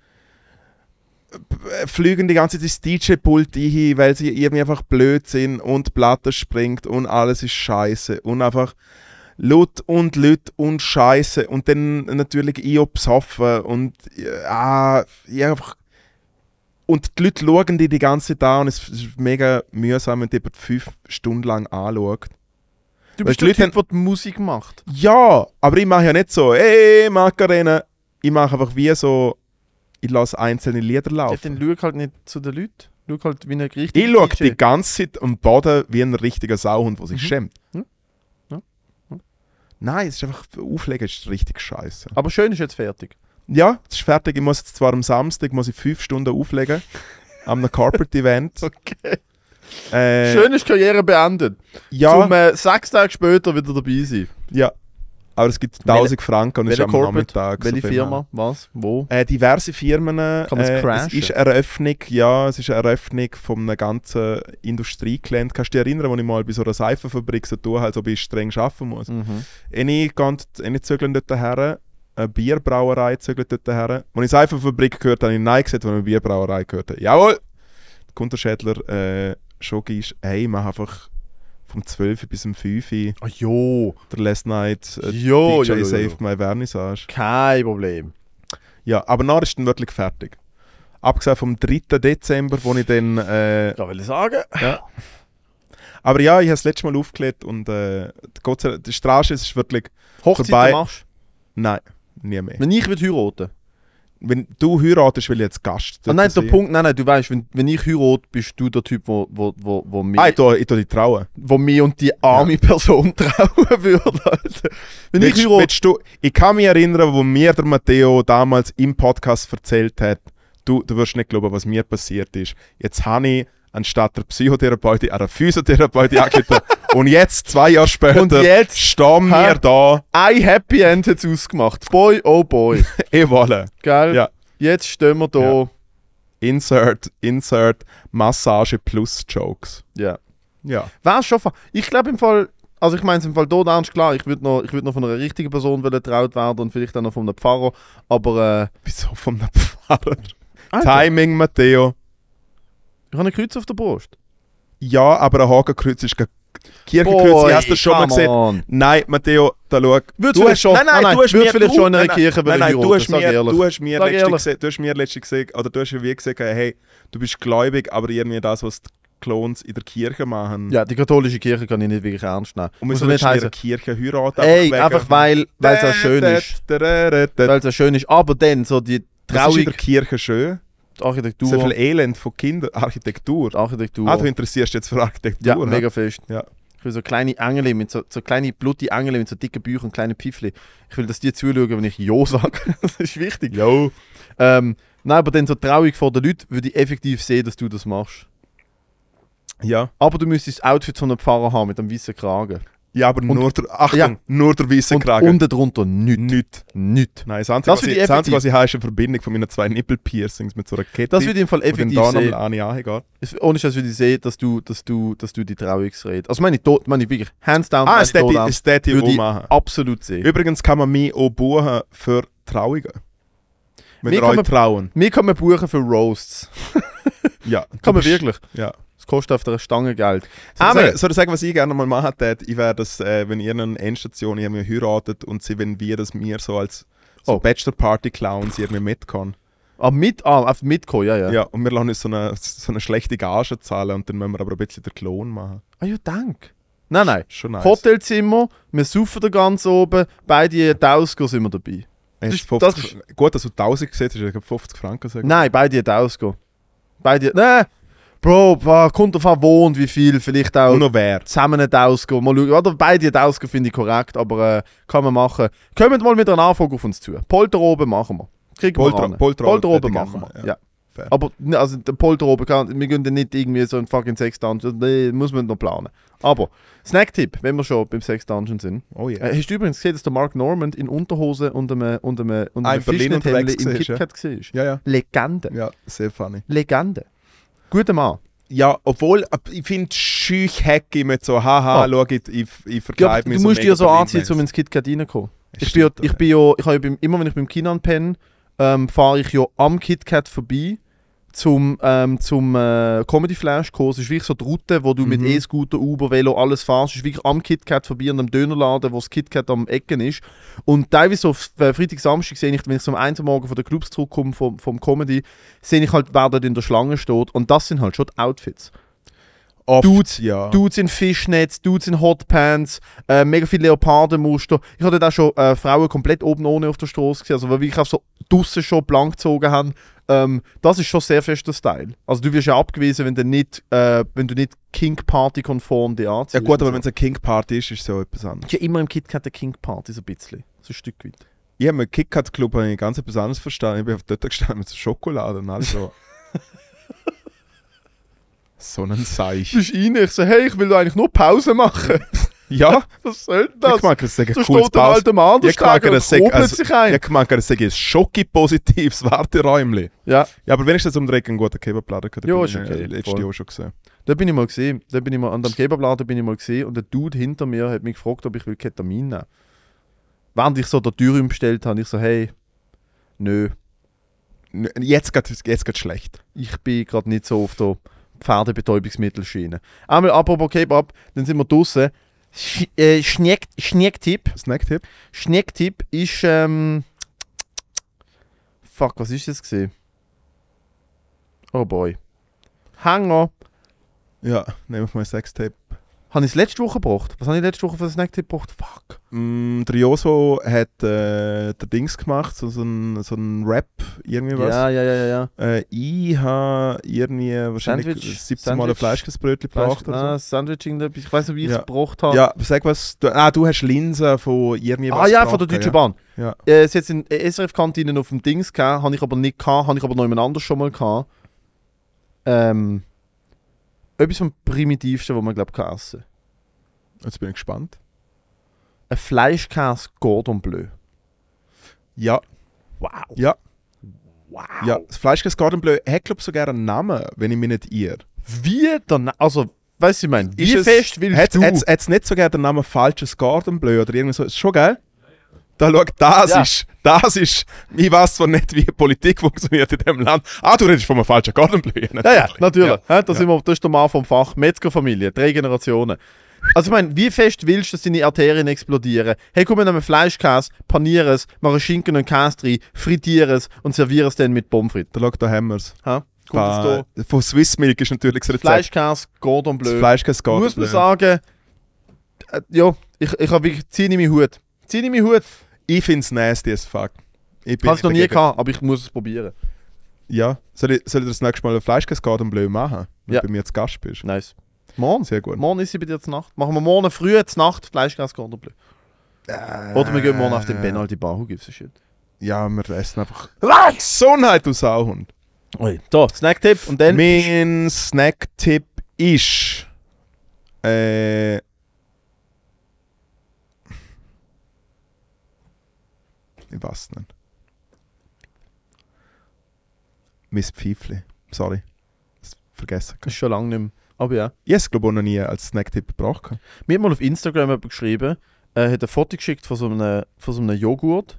Speaker 2: äh, fliegen die ganze Zeit ins DJ-Pult ein, weil sie irgendwie einfach blöd sind und die Platte springt und alles ist scheiße. Und einfach Leute und Leute und scheiße. Und dann natürlich ich auch besoffen und äh, ah, ich einfach. Und die Leute schauen die die ganze Zeit an und es ist mega mühsam, wenn du jemand fünf Stunden lang anschaut.
Speaker 1: Du
Speaker 2: Weil
Speaker 1: bist
Speaker 2: die
Speaker 1: der
Speaker 2: Leute
Speaker 1: Typ, der die Musik macht.
Speaker 2: Ja, aber ich mache ja nicht so, hey Macarena. Ich mache einfach wie so, ich lasse einzelne Lieder
Speaker 1: Ja,
Speaker 2: laufen.
Speaker 1: dann schau halt nicht zu den Leuten. Schau halt wie ein richtiger
Speaker 2: Ich schaue
Speaker 1: DJ.
Speaker 2: die ganze Zeit am Boden wie ein richtiger Sauhund, der sich
Speaker 1: Mhm.
Speaker 2: schämt.
Speaker 1: Ja. Ja. Ja.
Speaker 2: Nein, es ist einfach, Auflegen ist richtig scheiße.
Speaker 1: Aber schön ist jetzt fertig.
Speaker 2: Ja, es ist fertig. Ich muss jetzt zwar am Samstag muss ich fünf Stunden auflegen. Am Corporate-Event.
Speaker 1: Okay.
Speaker 2: Äh,
Speaker 1: Schön ist die Karriere beendet.
Speaker 2: Ja,
Speaker 1: Zum äh, sechs Tage später wieder dabei sein.
Speaker 2: ja. Aber es gibt 1000 Franken und es ist
Speaker 1: welche
Speaker 2: am
Speaker 1: Corporate?
Speaker 2: Nachmittag. so
Speaker 1: Welche
Speaker 2: viel
Speaker 1: Firma? Was? Wo?
Speaker 2: Äh, diverse Firmen. Kann
Speaker 1: man's
Speaker 2: äh, es
Speaker 1: crashen?
Speaker 2: ist eine Eröffnung, ja, es ist eine Eröffnung von einem ganzen Industriegelände. Kannst du dich erinnern, als ich mal bei so einer Seifenfabrik so tue, als ob ich streng arbeiten muss?
Speaker 1: Mhm.
Speaker 2: Eine geht, eine zügeln dort her, eine Bierbrauerei zügelt dort her. Als ich Seifenfabrik gehört habe, habe ich Nein gesagt, als ich Bierbrauerei gehört habe. Jawohl! Der Kunterschädler äh, Schogi ist, hey, mach einfach vom 12 bis um zum 5 Uhr
Speaker 1: Ah, jo.
Speaker 2: der Last Night äh,
Speaker 1: Oh, Jo,
Speaker 2: DJ
Speaker 1: jo, jo, jo.
Speaker 2: Saved My Vernissage.
Speaker 1: Kein Problem.
Speaker 2: Ja, aber nachher ist dann wirklich fertig. Abgesehen vom 3. Dezember, wo ich dann. Äh,
Speaker 1: Ich will sagen.
Speaker 2: aber ja, ich habe das letzte Mal aufgelegt und äh, Gott sei Dank, die Straße ist wirklich.
Speaker 1: Hochzeit
Speaker 2: Vorbei.
Speaker 1: machst
Speaker 2: Nein, nie mehr.
Speaker 1: Wenn ich würde heiraten.
Speaker 2: Wenn du heiratest, will ich jetzt Gast.
Speaker 1: Ah, nein, der
Speaker 2: sein.
Speaker 1: Punkt, nein, nein, du weißt, wenn, wenn ich heirate, bist du der Typ, wo, wo, wo, wo, mich,
Speaker 2: Ah, ich tue, ich tue dich trauen.
Speaker 1: wo mich und die arme Person trauen würde. Alter. Wenn
Speaker 2: Willst,
Speaker 1: ich heirate,
Speaker 2: willst du, ich kann mich erinnern, wo mir der Matteo damals im Podcast erzählt hat, du, du wirst nicht glauben, was mir passiert ist. Jetzt habe ich anstatt der Psychotherapeutin eine Physiotherapeutin angeleitet. und jetzt, zwei Jahre später,
Speaker 1: Und jetzt?
Speaker 2: stehen wir
Speaker 1: Hä?
Speaker 2: da.
Speaker 1: ein Happy End hat es ausgemacht. Boy, oh boy.
Speaker 2: Ich wolle.
Speaker 1: Gell?
Speaker 2: Ja.
Speaker 1: Jetzt stehen wir da.
Speaker 2: Insert, Insert, Massage plus Jokes.
Speaker 1: Ja.
Speaker 2: Ja.
Speaker 1: Wär's schon fa- Ich glaube im Fall, also ich meine es im Fall tot ernst, klar, ich würde noch, ich würd noch von einer richtigen Person wollen getraut werden und vielleicht auch noch von einem Pfarrer, aber
Speaker 2: Wieso von der Pfarrer?
Speaker 1: äh, Alter,
Speaker 2: Timing, Matteo.
Speaker 1: ich habe ein Kreuz auf der Brust.
Speaker 2: Ja, aber ein Hakenkreuz ist kein Kirchenkreuz. Hast du das schon mal gesehen? Nein, Matteo, da schau.
Speaker 1: Würd
Speaker 2: Du hast schon,
Speaker 1: nein, nein,
Speaker 2: du hast
Speaker 1: würd
Speaker 2: mir,
Speaker 1: vielleicht
Speaker 2: du,
Speaker 1: schon in einer
Speaker 2: nein,
Speaker 1: Kirche
Speaker 2: nein, nein,
Speaker 1: heiraten,
Speaker 2: du hast
Speaker 1: sag
Speaker 2: mir,
Speaker 1: ehrlich.
Speaker 2: du hast mir
Speaker 1: Sag
Speaker 2: letztens
Speaker 1: ehrlich.
Speaker 2: gesehen, du hast mir letztens gesehen, oder du hast mir wie gesagt, hey, du bist gläubig, aber irgendwie das, was die Clones in der Kirche machen.
Speaker 1: Ja, die katholische Kirche kann ich nicht wirklich ernst nehmen.
Speaker 2: Und wir
Speaker 1: Muss
Speaker 2: sollen
Speaker 1: nicht
Speaker 2: nicht in
Speaker 1: heißen.
Speaker 2: der Kirche heiraten.
Speaker 1: Ey,
Speaker 2: wegen-
Speaker 1: einfach weil weil es ja schön ist. Weil
Speaker 2: Das
Speaker 1: es ja schön ist. Aber dann, so die
Speaker 2: ist in der
Speaker 1: traurige
Speaker 2: Kirche schön.
Speaker 1: Architektur.
Speaker 2: So viel Elend von Kindern. Architektur.
Speaker 1: die Architektur.
Speaker 2: Ah, du interessierst jetzt für Architektur.
Speaker 1: ja,
Speaker 2: hä?
Speaker 1: mega fest.
Speaker 2: ne? Ja.
Speaker 1: Ich will so kleine Engel mit so, so kleine blutige Engel mit so dicken Büchern und kleinen Pfiffli. Ich will, dass die zuschauen, wenn ich Jo sage. das ist wichtig.
Speaker 2: Jo.
Speaker 1: Ähm, nein, aber dann so traurig vor den Leuten würde ich effektiv sehen, dass du das machst.
Speaker 2: Ja.
Speaker 1: Aber du müsstest das Outfit von einem Pfarrer haben mit einem weißen Kragen.
Speaker 2: ja, aber nur der, Achtung,
Speaker 1: ja.
Speaker 2: nur der weiße
Speaker 1: Und
Speaker 2: Kragen.
Speaker 1: unten drunter nichts.
Speaker 2: Nicht.
Speaker 1: Nichts.
Speaker 2: Nein, das Einzige,
Speaker 1: Das
Speaker 2: was
Speaker 1: würde
Speaker 2: ich,
Speaker 1: ich
Speaker 2: das Einzige,
Speaker 1: effektiv-
Speaker 2: was ich habe, ist eine Verbindung von meinen zwei Nippelpiercings mit so einer Kette.
Speaker 1: Das würde ich im Fall effektiv
Speaker 2: Und dann
Speaker 1: sehen.
Speaker 2: nochmal eine angehen.
Speaker 1: Es- Ohne Scheiß würde ich sehen, dass du, dass du, dass du die Trauungsrede. Also meine ich tot, meine ich wirklich. Hands down,
Speaker 2: Ah,
Speaker 1: meine
Speaker 2: es täte
Speaker 1: tot an.
Speaker 2: es täte ich
Speaker 1: Würde
Speaker 2: auch
Speaker 1: ich-
Speaker 2: machen.
Speaker 1: Absolut sehen.
Speaker 2: Übrigens kann man mich auch buchen für Trauungen. Wenn
Speaker 1: Mir
Speaker 2: ihr
Speaker 1: kann
Speaker 2: euch
Speaker 1: man-
Speaker 2: trauen.
Speaker 1: Wir können buchen für Roasts.
Speaker 2: Ja.
Speaker 1: Kann man
Speaker 2: du bist-
Speaker 1: wirklich.
Speaker 2: Ja.
Speaker 1: Es kostet auf der Stange Geld. Also,
Speaker 2: Soll ich
Speaker 1: Aber-
Speaker 2: sagen- soll ich sagen, was ich gerne mal machen würde? Ich wäre das, äh, wenn ihr eine Endstation irgendwie heiratet und sie, wenn wir das mir so als so
Speaker 1: Oh.
Speaker 2: Bachelor-Party-Clowns irgendwie mitkommen.
Speaker 1: Ah, mit, ah, auf mitkommen, ja, ja.
Speaker 2: Ja, und wir lassen uns so eine, so eine schlechte Gage zahlen und dann müssen wir aber ein bisschen den Klon machen.
Speaker 1: Ah ja, danke. Nein, nein.
Speaker 2: Schon nice.
Speaker 1: Hotelzimmer, wir saufen da ganz oben, beide 1000 sind wir dabei.
Speaker 2: Jetzt
Speaker 1: das ist-
Speaker 2: 50,
Speaker 1: das
Speaker 2: gut, dass du 1000 gesehen hast, ich habe 50 Franken gesagt.
Speaker 1: Nein, beide 1000. Beide, nein. Bro, wa- kommt auf an, wo und wie viel, vielleicht auch...
Speaker 2: Und noch wer?
Speaker 1: zusammen einen Ausgang. Mal schauen. Oder beide einen Ausgang finde ich korrekt, aber äh, kann man machen. Kommt mal mit einer Anfrage auf uns zu. Polter oben machen wir. Kriegen
Speaker 2: Polter-
Speaker 1: wir ran.
Speaker 2: Polter-
Speaker 1: Polter
Speaker 2: hätte
Speaker 1: oben
Speaker 2: ich gerne
Speaker 1: machen wir. Ja.
Speaker 2: mal, ja. Fair.
Speaker 1: Aber ne, also, der Polter oben, kann, wir gehen dann nicht irgendwie so einen fucking Sex-Dungeon. Nee, muss man noch planen. Aber, Snack-Tipp, wenn wir schon beim Sex-Dungeon sind.
Speaker 2: Oh ja.
Speaker 1: Äh, hast du übrigens gesehen, dass der Mark Normand in Unterhose und einem, und einem, und
Speaker 2: Ah,
Speaker 1: einem
Speaker 2: in Berlin
Speaker 1: Fischnethemd
Speaker 2: unterwegs
Speaker 1: im
Speaker 2: gewesen,
Speaker 1: KitKat gesehen
Speaker 2: Ja, ja.
Speaker 1: Legende.
Speaker 2: Ja, sehr funny.
Speaker 1: Legende. Guter Mann.
Speaker 2: Ja, obwohl, ab- ich finde schüch hacky mit so, haha,
Speaker 1: Ah.
Speaker 2: schau, ich, ich, ich
Speaker 1: Ich glaub,
Speaker 2: verkleide mich
Speaker 1: du musst
Speaker 2: mega
Speaker 1: dich ja so
Speaker 2: Berlin-mäßig.
Speaker 1: anziehen, um ins KitKat reinzukommen.
Speaker 2: Das
Speaker 1: Ich bin, ja,
Speaker 2: stimmt,
Speaker 1: ich bin ja, ich habe ja beim, immer wenn ich beim Kino penne, ähm, fahre ich ja am KitKat vorbei zum, ähm, zum äh, Comedy Flash Kurs. Es ist wirklich so die Route, wo du mit
Speaker 2: Mhm.
Speaker 1: E-Scooter, Uber, Velo, alles fährst. Es ist wirklich am KitKat vorbei an dem Dönerladen, wo das KitKat am Ecken ist. Und teilweise auf äh, Freitag, Samstag sehe ich, wenn ich so am 1. Uhr Morgen von den Clubs zurückkomme, vom, vom Comedy, sehe ich halt, wer dort in der Schlange steht. Und das sind halt schon die Outfits.
Speaker 2: Oft,
Speaker 1: Dudes-
Speaker 2: ja.
Speaker 1: Ah. Dudes in Fischnetz, Dudes in Hotpants, äh, mega viele Leopardenmuster. Ich hatte da schon äh, Frauen komplett oben ohne auf der Straße gesehen, also weil wirklich auch so draussen schon blank gezogen haben. Ähm, das ist schon sehr fester Style. Also du wirst ja abgewiesen, wenn du nicht, äh, wenn du nicht King Party konform die anziehst.
Speaker 2: ja gut, aber wenn
Speaker 1: und
Speaker 2: es eine King-Party ist, ist es ja etwas anderes.
Speaker 1: so. ist ja immer im KitKat eine King Party so ein bisschen, so ein Stück weit.
Speaker 2: Ich habe einen KitKat-Club hab ich ganz etwas anderes verstanden. Ich bin auf dort gestanden mit so Schokolade und alles so. so ein Seich.
Speaker 1: Du bist rein, ich so, hey, ich will eigentlich nur Pause machen.
Speaker 2: Ja,
Speaker 1: Was soll
Speaker 2: ich
Speaker 1: das?
Speaker 2: mag das sagen,
Speaker 1: so
Speaker 2: cooles
Speaker 1: steht Ah. ein
Speaker 2: Pause.
Speaker 1: alter Mann da
Speaker 2: Ich mag das
Speaker 1: und
Speaker 2: sagen,
Speaker 1: kurbelt
Speaker 2: also,
Speaker 1: sich ein.
Speaker 2: ich mag das sagen, es ist schocki-positives Warteräumli.
Speaker 1: Ja.
Speaker 2: Ja, aber wenigstens um den Eck einen guten Kebabladen gehabt.
Speaker 1: Ja,
Speaker 2: bin
Speaker 1: ist
Speaker 2: ich, äh,
Speaker 1: okay,
Speaker 2: Letztes
Speaker 1: voll.
Speaker 2: Jahr schon gesehen.
Speaker 1: Da bin ich mal gesehen, da bin ich mal an dem Kebabladen bin ich mal gesehen und der Dude hinter mir hat mich gefragt, ob ich will Ketamin nehmen. Während ich so der Dürüm bestellt habe, ich so hey, nö,
Speaker 2: N- Jetzt geht es jetzt geht's schlecht.
Speaker 1: ich bin gerade nicht so auf der Pferdebetäubungsmittelschiene. Einmal apropos Kebab, dann sind wir draußen. Sch äh, Schneck- Schnecktipp,
Speaker 2: Snacktipp?
Speaker 1: Schnecktipp ist ähm Fuck, was ist das gesehen? Oh boy. Hanger,
Speaker 2: Ja, nehme ich mal ein Sextape.
Speaker 1: habe ich es letzte Woche gebracht? Was habe ich letzte Woche für einen Snacktipp gebracht? Fuck.
Speaker 2: Mm, der Joso hat äh, der Dings gemacht, so, so ein, so ein Rap, irgendwie was.
Speaker 1: Ja, ja, ja, ja, ja.
Speaker 2: Äh, ich habe irgendwie wahrscheinlich
Speaker 1: Sandwich?
Speaker 2: 17 Mal ein
Speaker 1: Sandwich?
Speaker 2: Fleischkäsebrötchen
Speaker 1: Fleisch,
Speaker 2: gebracht
Speaker 1: ah,
Speaker 2: oder
Speaker 1: Sandwich irgendetwas. Ich weiß nicht, wie ich es
Speaker 2: Ja.
Speaker 1: gebraucht
Speaker 2: so.
Speaker 1: habe.
Speaker 2: Ja, sag was. Du, ah, du hast Linsen von irgendwie
Speaker 1: ah
Speaker 2: was
Speaker 1: ja, von der
Speaker 2: gebracht,
Speaker 1: Deutschen Bahn.
Speaker 2: Ja.
Speaker 1: Äh, es hat in der SRF-Kantine auf dem Dings gegeben, habe ich aber nicht gehabt, habe ich aber noch jemand anders schon mal gehabt. Ähm, etwas vom Primitivsten, was man, glaube ich, essen kann.
Speaker 2: ja. Jetzt bin ich gespannt.
Speaker 1: Ein Fleischkäse Gordon Bleu.
Speaker 2: Ja,
Speaker 1: Wow.
Speaker 2: ja,
Speaker 1: Wow.
Speaker 2: ja. Das Fleischkäse Gordon Bleu hat, glaube ich, sogar einen Namen, wenn ich mich nicht irre.
Speaker 1: Wie dann, also, weißt du, ich meine, wie
Speaker 2: Ist es-
Speaker 1: fest willst
Speaker 2: Hat's-
Speaker 1: du?
Speaker 2: Hat's hat's nicht sogar den Namen Falsches Gordon Bleu oder irgendwie so? Ist schon geil? Da schau, das
Speaker 1: Ja.
Speaker 2: ist, das ist, ich weiß zwar nicht, wie Politik funktioniert in diesem Land. Ah, du redest von einem falschen Gartenblühen.
Speaker 1: Ja, ja, natürlich. Ja. Das, sind wir, das ist der Mann vom Fach. Metzgerfamilie, drei Generationen. Also ich meine, wie fest willst du, dass deine Arterien explodieren? Hey, komm, wir nehmen Fleischkäse, panieren es, machen Schinken und Käse rein, frittieren es und servieren es dann mit Pommes frites.
Speaker 2: Da schau, da haben wir es.
Speaker 1: Ha? Kommt das da?
Speaker 2: Von Swissmilk ist natürlich das Rezept.
Speaker 1: Fleischkäse, Gordon
Speaker 2: das
Speaker 1: Bleu.
Speaker 2: Fleisch kein
Speaker 1: Muss man
Speaker 2: Gartenblühen.
Speaker 1: sagen, äh, ja, ich, ich habe wirklich, ziehe ich meinen Hut. Ziehe ich meinen Hut.
Speaker 2: Ich finde es nasty as fuck. Ich bin
Speaker 1: Habe ich noch nie
Speaker 2: dagegen.
Speaker 1: gehabt, aber ich muss es probieren.
Speaker 2: Ja. Soll ich, soll ich dir das nächste Mal ein Fleischkaskartenbleu machen? Wenn
Speaker 1: Ja.
Speaker 2: du bei mir zu Gast bist.
Speaker 1: Nice. Morgen?
Speaker 2: Sehr gut.
Speaker 1: Morgen ist sie bei dir zur Nacht. Machen wir morgen früh zur Nacht Fleischkäse, Gordon Bleu.
Speaker 2: Äh.
Speaker 1: Oder wir gehen morgen auf den Penalty Bar, who gives a shit.
Speaker 2: Ja, wir essen einfach. Gesundheit, du Sauhund.
Speaker 1: Oi. So, Snacktipp und dann.
Speaker 2: Mein Snacktipp ist. Äh. Ich weiß nicht. Mein Pfeifli. Sorry. Das vergessen.
Speaker 1: ist schon lange nicht mehr. Aber ja.
Speaker 2: Ich habe es, glaube ich, auch noch nie als Snacktipp gebraucht.
Speaker 1: Mir hat mal auf Instagram jemand geschrieben, äh, hat ein Foto geschickt von so einem, von so einem Joghurt.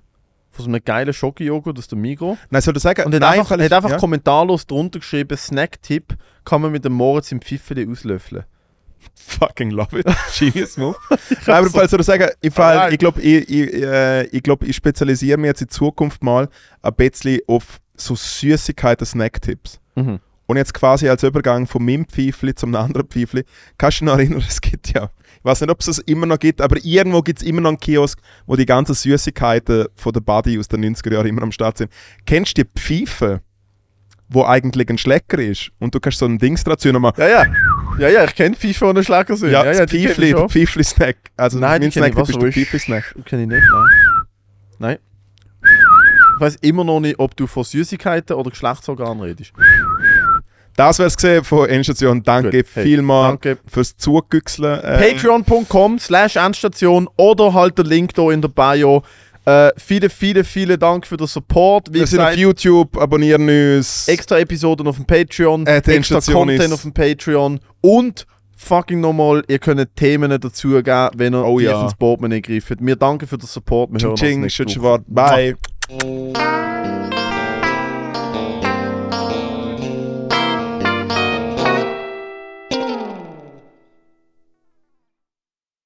Speaker 1: Von so einem geilen Schoki-Joghurt aus dem Migro.
Speaker 2: Nein, soll ich sagen?
Speaker 1: Und hat
Speaker 2: nein,
Speaker 1: einfach, hat einfach
Speaker 2: ja.
Speaker 1: kommentarlos drunter geschrieben, Snacktipp kann man mit dem Moritz im Pfiffeli auslöffeln.
Speaker 2: Fucking love it. Genius move. Nein, aber im Fall soll ich sagen, im Fall,
Speaker 1: Alright.
Speaker 2: ich glaube, ich, ich, äh, ich, glaub, ich spezialisiere mich jetzt in Zukunft mal ein bisschen auf so Süßigkeiten, Snacktipps.
Speaker 1: Mhm.
Speaker 2: Und jetzt quasi als Übergang von meinem Pfeifli zum anderen Pfeifli, kannst du dich noch erinnern, es gibt ja, ich weiß nicht, ob es das immer noch gibt, aber irgendwo gibt es immer noch einen Kiosk, wo die ganzen Süßigkeiten von der Buddy aus den 90er Jahren immer am Start sind. Kennst du die Pfeife, wo eigentlich ein Schlecker ist? Und du kannst so ein Dings dran zünden und machen,
Speaker 1: Ja, ja. Ja, ja, ich kenne Pfiffe ohne Schlagersinn.
Speaker 2: ja, das Pfeifli, der Pfeifli-Snack. Also
Speaker 1: Nein, die
Speaker 2: mein
Speaker 1: kenn ich.
Speaker 2: Snack
Speaker 1: Was,
Speaker 2: ist
Speaker 1: wo
Speaker 2: der
Speaker 1: ist-
Speaker 2: Pfeifli-Snack.
Speaker 1: Kenne ich nicht, nein. Nein. Ich weiß immer noch nicht, ob du von Süßigkeiten oder Geschlechtsorganen redest.
Speaker 2: Das wär's gesehen von Endstation. Danke
Speaker 1: Gut, hey,
Speaker 2: vielmals
Speaker 1: Danke.
Speaker 2: fürs Zugüchseln. Äh,
Speaker 1: Patreon.com slash Endstation oder halt der Link hier in der Bio. Äh, vielen, vielen, vielen Dank für den Support. Wie
Speaker 2: Wir sind auf
Speaker 1: gesagt,
Speaker 2: YouTube, abonnieren uns.
Speaker 1: extra Episoden auf dem Patreon,
Speaker 2: Äh, die
Speaker 1: extra
Speaker 2: Endstation
Speaker 1: Content
Speaker 2: ist-
Speaker 1: auf dem Patreon und fucking nochmal, ihr könnt Themen dazugeben, wenn ihr
Speaker 2: Oh
Speaker 1: tief
Speaker 2: ja.
Speaker 1: ins Portemonnaie greift. Wir danken für den Support, wir hören uns
Speaker 2: Ching,
Speaker 1: nächste Woche.
Speaker 2: Schützwort. Bye.
Speaker 1: Mua.